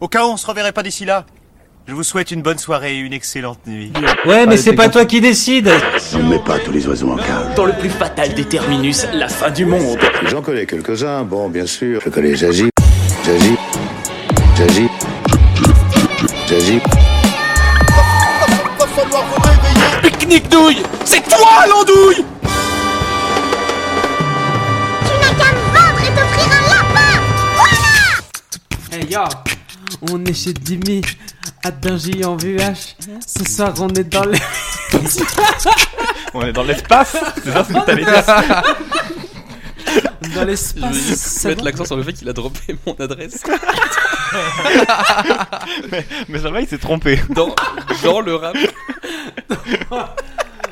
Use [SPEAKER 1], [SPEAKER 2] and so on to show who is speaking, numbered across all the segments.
[SPEAKER 1] Au cas où on se reverrait pas d'ici là. Je vous souhaite une bonne soirée et une excellente nuit.
[SPEAKER 2] Ouais, mais c'est pas toi qui décide.
[SPEAKER 3] On ne met pas tous les oiseaux en cage.
[SPEAKER 4] Dans le plus fatal des terminus, la fin du monde.
[SPEAKER 3] J'en connais quelques-uns, bon, bien sûr. Je connais Zazie, Zazie, Zazie, Zazie.
[SPEAKER 4] Pique-nique douille C'est toi l'andouille
[SPEAKER 5] Tu n'as qu'à me vendre et t'offrir un lapin
[SPEAKER 6] Hey yo On est chez Dimi, à Dingy en VH. Ce soir, on est dans les.
[SPEAKER 7] On est dans l'espace C'est ça ce que t'allais dire
[SPEAKER 6] dans
[SPEAKER 8] Je vais
[SPEAKER 6] l'espace.
[SPEAKER 8] juste
[SPEAKER 6] c'est
[SPEAKER 8] mettre
[SPEAKER 6] bon
[SPEAKER 8] l'accent sur le fait qu'il a droppé mon adresse
[SPEAKER 7] Mais jamais il s'est trompé.
[SPEAKER 8] dans, dans le rap.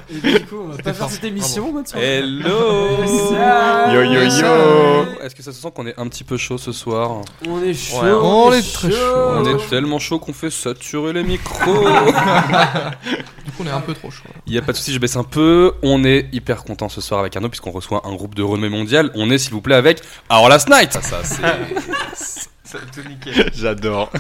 [SPEAKER 6] Et du coup, on va pas faire cette émission, moi, tu vois.
[SPEAKER 8] Hello
[SPEAKER 6] Salut.
[SPEAKER 7] Eh. Yo, yo, yo.
[SPEAKER 8] Est-ce que ça se sent qu'on est un petit peu chaud ce soir
[SPEAKER 6] On est chaud.
[SPEAKER 8] Ouais,
[SPEAKER 9] on est très chaud.
[SPEAKER 8] On
[SPEAKER 6] Euh,
[SPEAKER 8] est tellement chaud qu'on fait saturer les micros
[SPEAKER 9] Du coup, on est un peu trop chaud.
[SPEAKER 8] Il y a pas de souci, je baisse un peu. On est hyper content ce soir avec Arnaud puisqu'on reçoit un groupe de renommée mondiale. On est s'il vous plaît avec Our Last Night. Ça, ça, c'est-
[SPEAKER 7] Ah, J'adore.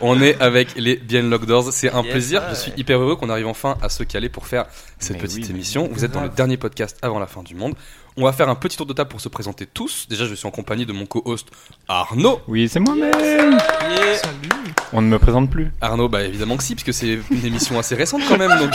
[SPEAKER 8] On est avec les Bien Lock Doors. C'est un
[SPEAKER 7] Yes,
[SPEAKER 8] plaisir.
[SPEAKER 7] ouais.
[SPEAKER 8] Je suis hyper heureux qu'on arrive enfin à se caler pour faire cette
[SPEAKER 7] Mais
[SPEAKER 8] petite
[SPEAKER 7] oui, mais
[SPEAKER 8] émission. Vous êtes dans le
[SPEAKER 6] grave.
[SPEAKER 8] dernier podcast avant la fin du monde. On va faire un petit tour de table pour se présenter tous. Déjà, je suis en compagnie de mon co-host Arnaud.
[SPEAKER 7] Oui, c'est moi-même.
[SPEAKER 9] Salut.
[SPEAKER 7] On ne me présente plus.
[SPEAKER 8] Arnaud, bah évidemment que si, puisque c'est une émission assez récente quand même. Donc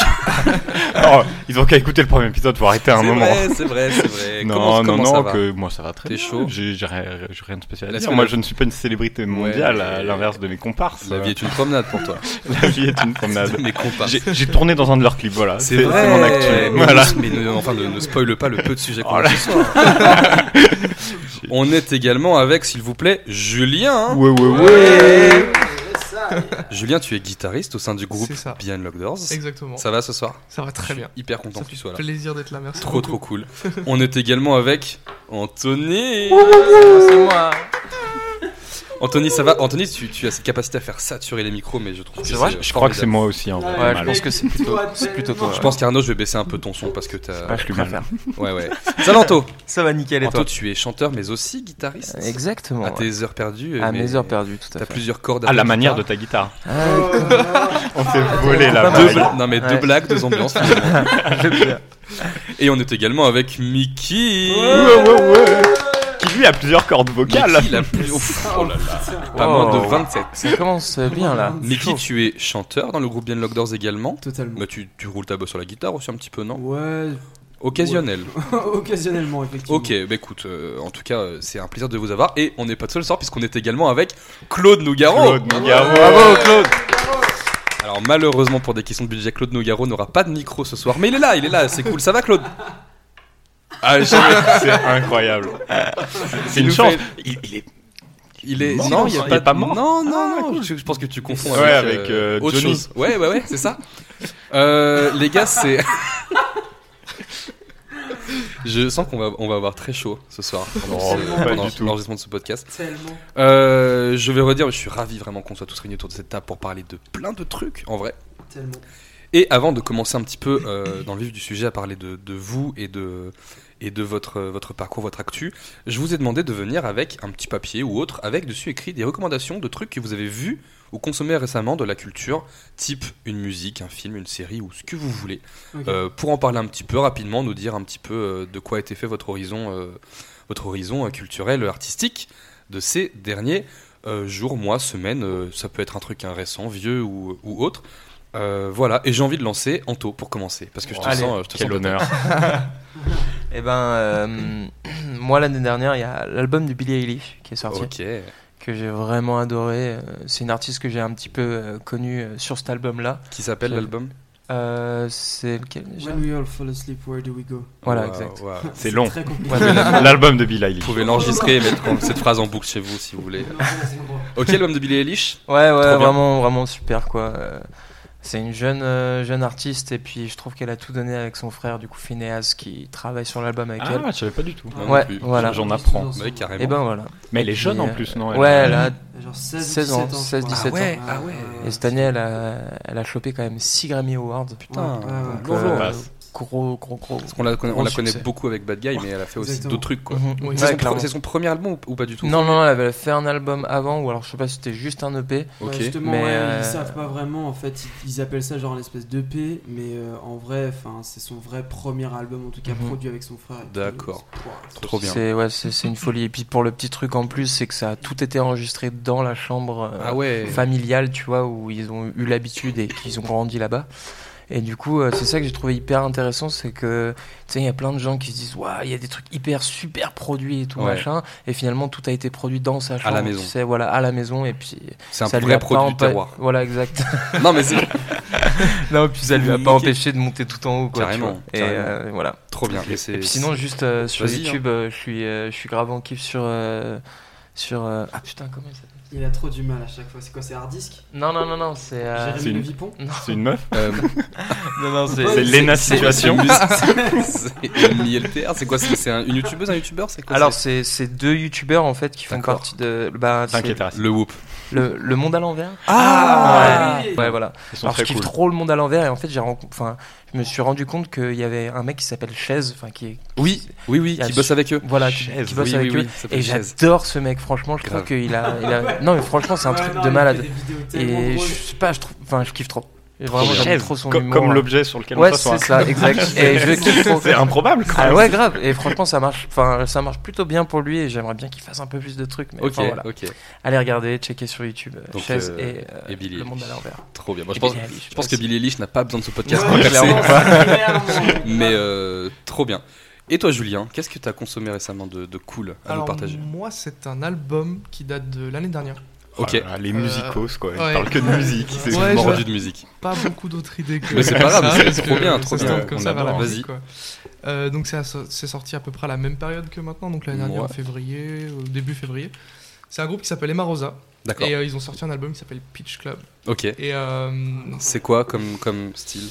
[SPEAKER 7] Oh, ils ont qu'à écouter le premier épisode pour arrêter un
[SPEAKER 8] c'est
[SPEAKER 7] moment.
[SPEAKER 8] vrai, c'est vrai, c'est vrai.
[SPEAKER 7] Non,
[SPEAKER 8] Comment-
[SPEAKER 7] non,
[SPEAKER 8] comment
[SPEAKER 7] non,
[SPEAKER 8] ça va
[SPEAKER 7] que moi ça va très
[SPEAKER 8] T'es
[SPEAKER 7] bien.
[SPEAKER 8] chaud
[SPEAKER 7] J'ai j'ai rien, j'ai rien de spécial à
[SPEAKER 8] Est-ce
[SPEAKER 7] dire.
[SPEAKER 8] que
[SPEAKER 7] Moi
[SPEAKER 8] la-
[SPEAKER 7] je ne suis pas une célébrité mondiale à l'inverse de mes comparses.
[SPEAKER 8] La vie est une promenade pour toi.
[SPEAKER 7] La vie est une promenade.
[SPEAKER 8] Mes compas.
[SPEAKER 7] J'ai j'ai tourné dans un de leurs clips, voilà.
[SPEAKER 8] C'est vrai.
[SPEAKER 7] mon actu.
[SPEAKER 8] Mais,
[SPEAKER 7] Voilà.
[SPEAKER 8] mais ne, enfin, ne, ne spoile pas le peu de sujets qu'on
[SPEAKER 7] Oh
[SPEAKER 8] a
[SPEAKER 7] là.
[SPEAKER 8] ce soir. On est également avec, s'il vous plaît, Julien.
[SPEAKER 7] Ouais, ouais, ouais.
[SPEAKER 8] Julien, tu es guitariste au sein du groupe
[SPEAKER 9] C'est ça.
[SPEAKER 8] Behind Locked Doors.
[SPEAKER 9] Exactement. Ça,
[SPEAKER 8] Ça va ce soir
[SPEAKER 9] va très bien.
[SPEAKER 8] Hyper content
[SPEAKER 9] Ça
[SPEAKER 8] que tu sois
[SPEAKER 9] fait
[SPEAKER 8] là.
[SPEAKER 9] plaisir d'être là, merci.
[SPEAKER 8] Trop trop cool. On est également avec Anthony.
[SPEAKER 9] C'est moi.
[SPEAKER 8] Anthony, ça va Anthony, tu, tu as cette capacité à faire saturer les micros, mais je trouve que
[SPEAKER 10] C'est vrai
[SPEAKER 8] c'est
[SPEAKER 7] Je crois que c'est moi aussi en vrai.
[SPEAKER 6] Ouais,
[SPEAKER 10] Ouais, je
[SPEAKER 7] mal.
[SPEAKER 10] pense que c'est plutôt,
[SPEAKER 6] Toi,
[SPEAKER 10] c'est plutôt toi.
[SPEAKER 8] Je pense qu'Arnaud, je vais baisser un peu ton son parce que
[SPEAKER 7] Ah,
[SPEAKER 8] t'as.
[SPEAKER 7] je suis mal.
[SPEAKER 8] Ouais, ouais. Salanto
[SPEAKER 10] Ça va nickel et
[SPEAKER 8] Anto,
[SPEAKER 10] toi
[SPEAKER 8] tu es chanteur mais aussi guitariste.
[SPEAKER 10] Euh, Exactement.
[SPEAKER 8] À
[SPEAKER 10] ouais.
[SPEAKER 8] Ah, tes heures perdues.
[SPEAKER 10] À
[SPEAKER 8] mais
[SPEAKER 10] mes heures perdues, tout à
[SPEAKER 8] T'as
[SPEAKER 10] fait.
[SPEAKER 8] plusieurs cordes
[SPEAKER 7] À
[SPEAKER 8] ta
[SPEAKER 7] la manière de
[SPEAKER 8] guitare.
[SPEAKER 7] ta guitare.
[SPEAKER 10] Ah,
[SPEAKER 7] On s'est volé
[SPEAKER 10] Ah,
[SPEAKER 7] là.
[SPEAKER 10] deux
[SPEAKER 8] Deux bla- Non, mais deux
[SPEAKER 10] Ouais.
[SPEAKER 8] blagues, deux ambiances. finalement. Et on est également avec Mickey.
[SPEAKER 7] Qui lui a plusieurs cordes vocales.
[SPEAKER 8] Mickey, la plus. Ouf, oh là là. Pas
[SPEAKER 10] Wow.
[SPEAKER 8] moins de 27.
[SPEAKER 10] Oh. ça commence bien là.
[SPEAKER 8] Mickey, tu es chanteur dans le groupe Bien Lock Doors également.
[SPEAKER 6] Totalement.
[SPEAKER 8] Bah, tu, tu roules ta bosse sur la guitare aussi un petit peu, non
[SPEAKER 6] Ouais,
[SPEAKER 8] Occasionnel.
[SPEAKER 6] occasionnellement, effectivement.
[SPEAKER 8] Ok, bah écoute, euh, en tout cas, euh, c'est un plaisir de vous avoir. Et on n'est pas de seul sort puisqu'on est également avec Claude Nougaro.
[SPEAKER 7] Claude Nougaro.
[SPEAKER 8] Oh, Claude Alors malheureusement pour des questions de budget, Claude Nogaro n'aura pas de micro ce soir, mais il est là, il est là, c'est cool, ça va Claude
[SPEAKER 7] Ah, jamais- c'est incroyable. C'est une
[SPEAKER 8] nous
[SPEAKER 7] chance.
[SPEAKER 8] fait-
[SPEAKER 7] Il, il est
[SPEAKER 8] Il est
[SPEAKER 7] Mort,
[SPEAKER 8] non, il
[SPEAKER 7] il
[SPEAKER 8] est
[SPEAKER 7] est
[SPEAKER 8] pas,
[SPEAKER 7] pas mort Ah,
[SPEAKER 8] Non, non, non, je, je pense que tu confonds
[SPEAKER 7] Ouais,
[SPEAKER 8] avec,
[SPEAKER 7] avec,
[SPEAKER 8] euh,
[SPEAKER 7] euh,
[SPEAKER 8] autre
[SPEAKER 7] Johnny.
[SPEAKER 8] chose. Ouais, ouais, ouais, c'est ça. Euh, les gars, c'est Je sens qu'on va, on va avoir très chaud ce soir pendant,
[SPEAKER 7] Oh,
[SPEAKER 8] ce-
[SPEAKER 7] pas
[SPEAKER 8] pendant
[SPEAKER 7] du tout.
[SPEAKER 8] l'enregistrement de ce podcast.
[SPEAKER 6] Tellement.
[SPEAKER 8] Euh, je vais redire, je suis ravi vraiment qu'on soit tous réunis autour de cette table pour parler de plein de trucs en vrai.
[SPEAKER 6] Tellement.
[SPEAKER 8] Et avant de commencer un petit peu euh, dans le vif du sujet à parler de, de vous et de, et de votre, euh, votre parcours, votre actu, je vous ai demandé de venir avec un petit papier ou autre, avec dessus écrit des recommandations de trucs que vous avez vus ou consommés récemment de la culture, type une musique, un film, une série ou ce que vous voulez.
[SPEAKER 6] Ok.
[SPEAKER 8] Euh, pour en parler un petit peu rapidement, nous dire un petit peu euh, de quoi a été fait votre horizon, euh, votre horizon euh, culturel, euh, artistique de ces derniers euh, jours, mois, semaines. euh, ça peut être un truc hein, récent, vieux ou, ou autre. Euh, voilà, et j'ai envie de lancer Anto pour commencer, parce que je te
[SPEAKER 10] Allez,
[SPEAKER 8] sens, euh, je te
[SPEAKER 7] quel
[SPEAKER 8] sens
[SPEAKER 7] honneur.
[SPEAKER 10] Et ben, euh, moi l'année dernière, il y a l'album de Billie Eilish qui est sorti,
[SPEAKER 8] Ok.
[SPEAKER 10] que j'ai vraiment adoré. Euh, C'est une artiste que j'ai un petit peu euh, connue euh, sur cet album-là.
[SPEAKER 8] Qui s'appelle
[SPEAKER 10] Quel-
[SPEAKER 8] l'album
[SPEAKER 10] Euh, C'est lequel déjà
[SPEAKER 6] When we all fall asleep, where do we go
[SPEAKER 10] Voilà,
[SPEAKER 8] Waouh,
[SPEAKER 10] exact.
[SPEAKER 8] waouh.
[SPEAKER 7] C'est long.
[SPEAKER 6] Très compliqué.
[SPEAKER 10] Ouais, mais là-
[SPEAKER 7] L'album de Bill
[SPEAKER 8] Vous
[SPEAKER 7] Eilish.
[SPEAKER 8] pouvez l'enregistrer et mettre cette phrase en boucle chez vous si vous voulez.
[SPEAKER 6] Non, c'est bon, bon.
[SPEAKER 8] Ok, l'album de Billie Eilish
[SPEAKER 10] Ouais, ouais,
[SPEAKER 8] bien.
[SPEAKER 10] vraiment, vraiment super quoi. Euh, C'est une jeune, euh, jeune artiste et puis je trouve qu'elle a tout donné avec son frère, du coup Phineas, qui travaille sur l'album avec elle.
[SPEAKER 7] Ah, je savais pas du tout.
[SPEAKER 8] non
[SPEAKER 10] ouais,
[SPEAKER 8] plus.
[SPEAKER 10] voilà.
[SPEAKER 7] J'en apprends.
[SPEAKER 8] Ouais, carrément.
[SPEAKER 10] Et ben voilà.
[SPEAKER 7] Mais elle est jeune
[SPEAKER 10] Et,
[SPEAKER 7] en
[SPEAKER 10] euh,
[SPEAKER 7] plus, non elle-
[SPEAKER 10] Ouais, elle a-
[SPEAKER 6] Genre 16,
[SPEAKER 10] 16 ans,
[SPEAKER 6] 17 ans,
[SPEAKER 10] 16, 17
[SPEAKER 8] ah ouais, ah ouais.
[SPEAKER 10] et cette année elle a, elle a chopé quand même 6 Grammy Awards.
[SPEAKER 8] Putain,
[SPEAKER 6] Ouais, ouais, ouais.
[SPEAKER 10] euh,
[SPEAKER 8] bonjour.
[SPEAKER 7] passe.
[SPEAKER 10] gros, gros, gros.
[SPEAKER 8] Parce qu'on la, connaît- on
[SPEAKER 10] gros
[SPEAKER 8] la connaît
[SPEAKER 10] succès.
[SPEAKER 8] beaucoup avec Bad Guy, mais elle a fait aussi
[SPEAKER 10] Exactement.
[SPEAKER 8] d'autres trucs quoi.
[SPEAKER 10] Mhm. Oui.
[SPEAKER 8] C'est
[SPEAKER 10] Ouais,
[SPEAKER 8] son,
[SPEAKER 10] clairement.
[SPEAKER 8] pre- c'est son premier album ou, ou pas du tout
[SPEAKER 10] Non, non, elle avait fait un album avant, ou alors je sais pas si c'était juste un E EP.
[SPEAKER 8] Ok.
[SPEAKER 6] Ouais, justement,
[SPEAKER 10] Mais,
[SPEAKER 6] ouais,
[SPEAKER 10] euh,
[SPEAKER 6] ils savent pas vraiment. En fait, ils, ils appellent ça genre l'espèce d'EP, mais euh, en vrai, enfin, c'est son vrai premier album, en tout cas
[SPEAKER 10] Mhm.
[SPEAKER 6] produit avec son frère. et tout.
[SPEAKER 8] D'accord.
[SPEAKER 6] Pouah,
[SPEAKER 8] Trop bien.
[SPEAKER 10] C'est ouais, c'est c'est une folie. Et puis pour le petit truc en plus, c'est que ça a tout été enregistré dans la chambre euh,
[SPEAKER 8] Ah ouais.
[SPEAKER 10] familiale, tu vois, où ils ont eu l'habitude et qu'ils ont grandi là-bas. Et du coup, euh, c'est ça que j'ai trouvé hyper intéressant, c'est que tu sais, il y a plein de gens qui se disent waouh, il y a des trucs hyper super produits et tout
[SPEAKER 8] Ouais.
[SPEAKER 10] machin, et finalement tout a été produit dans sa chambre,
[SPEAKER 8] la maison.
[SPEAKER 10] tu sais, voilà, à la maison, et puis
[SPEAKER 8] C'est un
[SPEAKER 10] ça lui
[SPEAKER 8] vrai
[SPEAKER 10] a pas
[SPEAKER 8] produit du
[SPEAKER 10] empa-
[SPEAKER 8] terroir.
[SPEAKER 10] Voilà, exact.
[SPEAKER 8] Non, mais c'est-
[SPEAKER 10] non, puis ça lui a
[SPEAKER 8] Nickel.
[SPEAKER 10] pas empêché de monter tout en haut, quoi. tu
[SPEAKER 8] Carrément,
[SPEAKER 10] vois. Et
[SPEAKER 8] carrément.
[SPEAKER 10] euh, voilà.
[SPEAKER 8] Trop bien. Et c'est-
[SPEAKER 10] Et puis sinon, juste euh, sur
[SPEAKER 8] Vas-y,
[SPEAKER 10] YouTube, euh, je suis, euh, je suis grave en kiff sur euh, sur. euh, Ah putain, comment il s'appelle
[SPEAKER 6] Il a trop du mal à chaque fois. C'est quoi C'est hard disk
[SPEAKER 10] Non, non, non, non, c'est. euh,
[SPEAKER 6] Jérémy
[SPEAKER 7] c'est une-
[SPEAKER 6] Le Vipon
[SPEAKER 10] Non.
[SPEAKER 7] C'est une meuf
[SPEAKER 8] Euh,
[SPEAKER 10] Non, non, c'est.
[SPEAKER 7] C'est Lena Situation.
[SPEAKER 8] c'est une ILTR, c'est quoi C'est c'est un- une youtubeuse, un youtubeur C'est quoi
[SPEAKER 10] Alors, c'est c'est deux youtubeurs en fait qui font
[SPEAKER 8] D'accord.
[SPEAKER 10] partie de. Bah, c'est
[SPEAKER 7] T'inquiète, hein. Arras.
[SPEAKER 8] c'est- le whoop.
[SPEAKER 10] le, le monde à l'envers.
[SPEAKER 6] Ah,
[SPEAKER 10] ouais.
[SPEAKER 6] oui.
[SPEAKER 10] Ouais, voilà.
[SPEAKER 7] Ils sont
[SPEAKER 10] Alors, je
[SPEAKER 7] très
[SPEAKER 10] kiffe
[SPEAKER 7] cool.
[SPEAKER 10] trop le monde à l'envers et en fait, j'ai rencontré. Enfin, je me suis rendu compte qu'il y avait un mec qui s'appelle Chaise, enfin, qui est.
[SPEAKER 8] Oui, oui, oui,
[SPEAKER 10] Il y a
[SPEAKER 8] qui
[SPEAKER 10] le-
[SPEAKER 8] bosse avec eux.
[SPEAKER 10] Voilà, qui, qui bosse
[SPEAKER 8] oui,
[SPEAKER 10] avec
[SPEAKER 8] oui,
[SPEAKER 10] eux.
[SPEAKER 8] oui, ça s'appelle
[SPEAKER 10] Et
[SPEAKER 8] Chaise.
[SPEAKER 10] j'adore ce mec, franchement, je trouve
[SPEAKER 8] Grave.
[SPEAKER 10] qu'il a, il a. Non, mais franchement, c'est un
[SPEAKER 6] Ouais,
[SPEAKER 10] truc
[SPEAKER 6] non, il
[SPEAKER 10] de
[SPEAKER 6] fait
[SPEAKER 10] malade.
[SPEAKER 6] des vidéos tellement
[SPEAKER 10] Et je
[SPEAKER 6] drôles.
[SPEAKER 10] sais pas, je trouve. Enfin, je kiffe trop. Et Vraiment,
[SPEAKER 8] bien.
[SPEAKER 10] j'aime trop son
[SPEAKER 7] Co-
[SPEAKER 10] humour.
[SPEAKER 7] Comme
[SPEAKER 10] là.
[SPEAKER 7] l'objet sur lequel
[SPEAKER 10] Ouais,
[SPEAKER 7] on passe
[SPEAKER 10] c'est ça, exact. Et je kiffe trop.
[SPEAKER 7] C'est improbable quand
[SPEAKER 10] Ah
[SPEAKER 7] même.
[SPEAKER 10] ouais, grave. Et franchement, ça marche. Enfin, ça marche plutôt bien pour lui. Et j'aimerais bien qu'il fasse un peu plus de trucs. Mais
[SPEAKER 8] Ok,
[SPEAKER 10] enfin, voilà.
[SPEAKER 8] ok,
[SPEAKER 10] Allez regarder, checker sur YouTube. euh,
[SPEAKER 8] Donc,
[SPEAKER 10] Chaise
[SPEAKER 8] euh,
[SPEAKER 10] et, euh,
[SPEAKER 8] et Billy
[SPEAKER 10] Le monde à
[SPEAKER 8] Eilish.
[SPEAKER 10] l'envers.
[SPEAKER 8] trop bien. Moi, je
[SPEAKER 6] Eh
[SPEAKER 10] Et
[SPEAKER 8] pense,
[SPEAKER 6] ben,
[SPEAKER 10] Billie Eilish,
[SPEAKER 8] je pense que
[SPEAKER 10] aussi.
[SPEAKER 8] Billy Eilish n'a pas besoin de ce podcast
[SPEAKER 6] Ouais,
[SPEAKER 8] pour percer.
[SPEAKER 6] clairement, clairement.
[SPEAKER 8] Mais euh, trop bien. Et toi, Julien, qu'est-ce que t'as consommé récemment de, de cool à nous
[SPEAKER 9] Alors, euh,
[SPEAKER 8] partager
[SPEAKER 9] moi, c'est un album qui date de l'année dernière.
[SPEAKER 8] Ok.
[SPEAKER 7] Oh là là, les musicos, quoi. Ils
[SPEAKER 9] ouais.
[SPEAKER 7] parlent que de musique. C'est
[SPEAKER 9] Ouais,
[SPEAKER 8] Mordu
[SPEAKER 9] je-
[SPEAKER 8] de musique.
[SPEAKER 9] Pas beaucoup d'autres idées que
[SPEAKER 8] Mais c'est pas grave,
[SPEAKER 9] ça,
[SPEAKER 8] c'est
[SPEAKER 9] parce
[SPEAKER 8] trop
[SPEAKER 9] que
[SPEAKER 8] bien,
[SPEAKER 9] ça
[SPEAKER 8] trop
[SPEAKER 9] se
[SPEAKER 7] bien.
[SPEAKER 9] tend comme
[SPEAKER 7] On
[SPEAKER 9] ça vers la
[SPEAKER 7] adore.
[SPEAKER 9] musique, quoi. Euh, donc, c'est asso- c'est sorti à peu près à la même période que maintenant, donc l'année dernière,
[SPEAKER 8] Ouais.
[SPEAKER 9] en février, au début février. C'est un groupe qui s'appelle Emma Rosa.
[SPEAKER 8] D'accord.
[SPEAKER 9] Et euh, ils ont sorti un album qui s'appelle Pitch Club.
[SPEAKER 8] Ok.
[SPEAKER 9] Et euh,
[SPEAKER 8] C'est quoi comme, comme style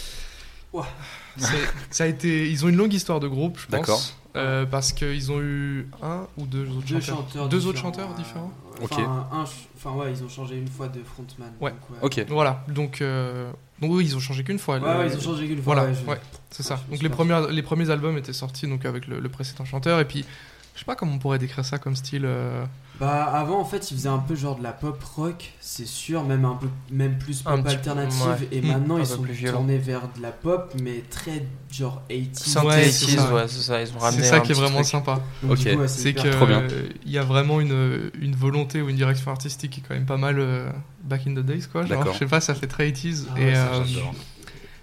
[SPEAKER 9] C'est- ça a été, ils ont une longue histoire de groupe, je pense.
[SPEAKER 8] D'accord.
[SPEAKER 9] Euh, parce qu'ils ont eu un ou deux autres
[SPEAKER 6] Deux
[SPEAKER 9] chanteurs.
[SPEAKER 6] chanteurs
[SPEAKER 9] deux
[SPEAKER 6] différents,
[SPEAKER 9] autres chanteurs différents.
[SPEAKER 6] euh, Enfin, un ch- enfin, ouais, ils ont changé une fois de frontman.
[SPEAKER 9] Ouais.
[SPEAKER 6] donc,
[SPEAKER 8] Ok.
[SPEAKER 9] Voilà, donc, euh, donc oui, ils ont changé qu'une fois.
[SPEAKER 6] Ouais,
[SPEAKER 9] Le-
[SPEAKER 6] ouais, ils ont changé qu'une fois.
[SPEAKER 9] Voilà,
[SPEAKER 6] ouais, je-
[SPEAKER 9] ouais, c'est ça.
[SPEAKER 6] Je
[SPEAKER 9] Donc
[SPEAKER 6] suis
[SPEAKER 9] les
[SPEAKER 6] parti.
[SPEAKER 9] premiers, les premiers albums étaient sortis donc avec le, le précédent chanteur et puis je sais pas comment on pourrait décrire ça comme style. euh,
[SPEAKER 6] Bah avant en fait ils faisaient un peu genre de la pop rock, c'est sûr, même un peu même plus
[SPEAKER 10] Un
[SPEAKER 6] pop
[SPEAKER 10] petit peu,
[SPEAKER 6] alternative et
[SPEAKER 9] Hmm.
[SPEAKER 6] maintenant
[SPEAKER 10] Un
[SPEAKER 6] ils
[SPEAKER 10] peu
[SPEAKER 6] sont
[SPEAKER 10] plus violent.
[SPEAKER 6] tournés vers de la pop mais très genre 80s.
[SPEAKER 9] Ouais,
[SPEAKER 10] Synthé
[SPEAKER 9] c'est
[SPEAKER 10] 80s,
[SPEAKER 9] ça.
[SPEAKER 10] ouais, c'est ça. Ils ont ramené
[SPEAKER 9] C'est ça
[SPEAKER 10] un
[SPEAKER 9] qui est
[SPEAKER 10] petit
[SPEAKER 9] vraiment
[SPEAKER 10] truc.
[SPEAKER 9] sympa,
[SPEAKER 6] Donc, du
[SPEAKER 8] Ok.
[SPEAKER 6] coup, ouais,
[SPEAKER 9] c'est que
[SPEAKER 6] hyper-
[SPEAKER 8] Trop bien.
[SPEAKER 9] euh, il y a vraiment une, une volonté ou une direction artistique qui est quand même pas mal euh, back in the days quoi. Genre,
[SPEAKER 8] D'accord.
[SPEAKER 9] je sais pas, ça fait très 80s
[SPEAKER 6] Ah
[SPEAKER 9] et
[SPEAKER 6] ouais, ça,
[SPEAKER 9] euh,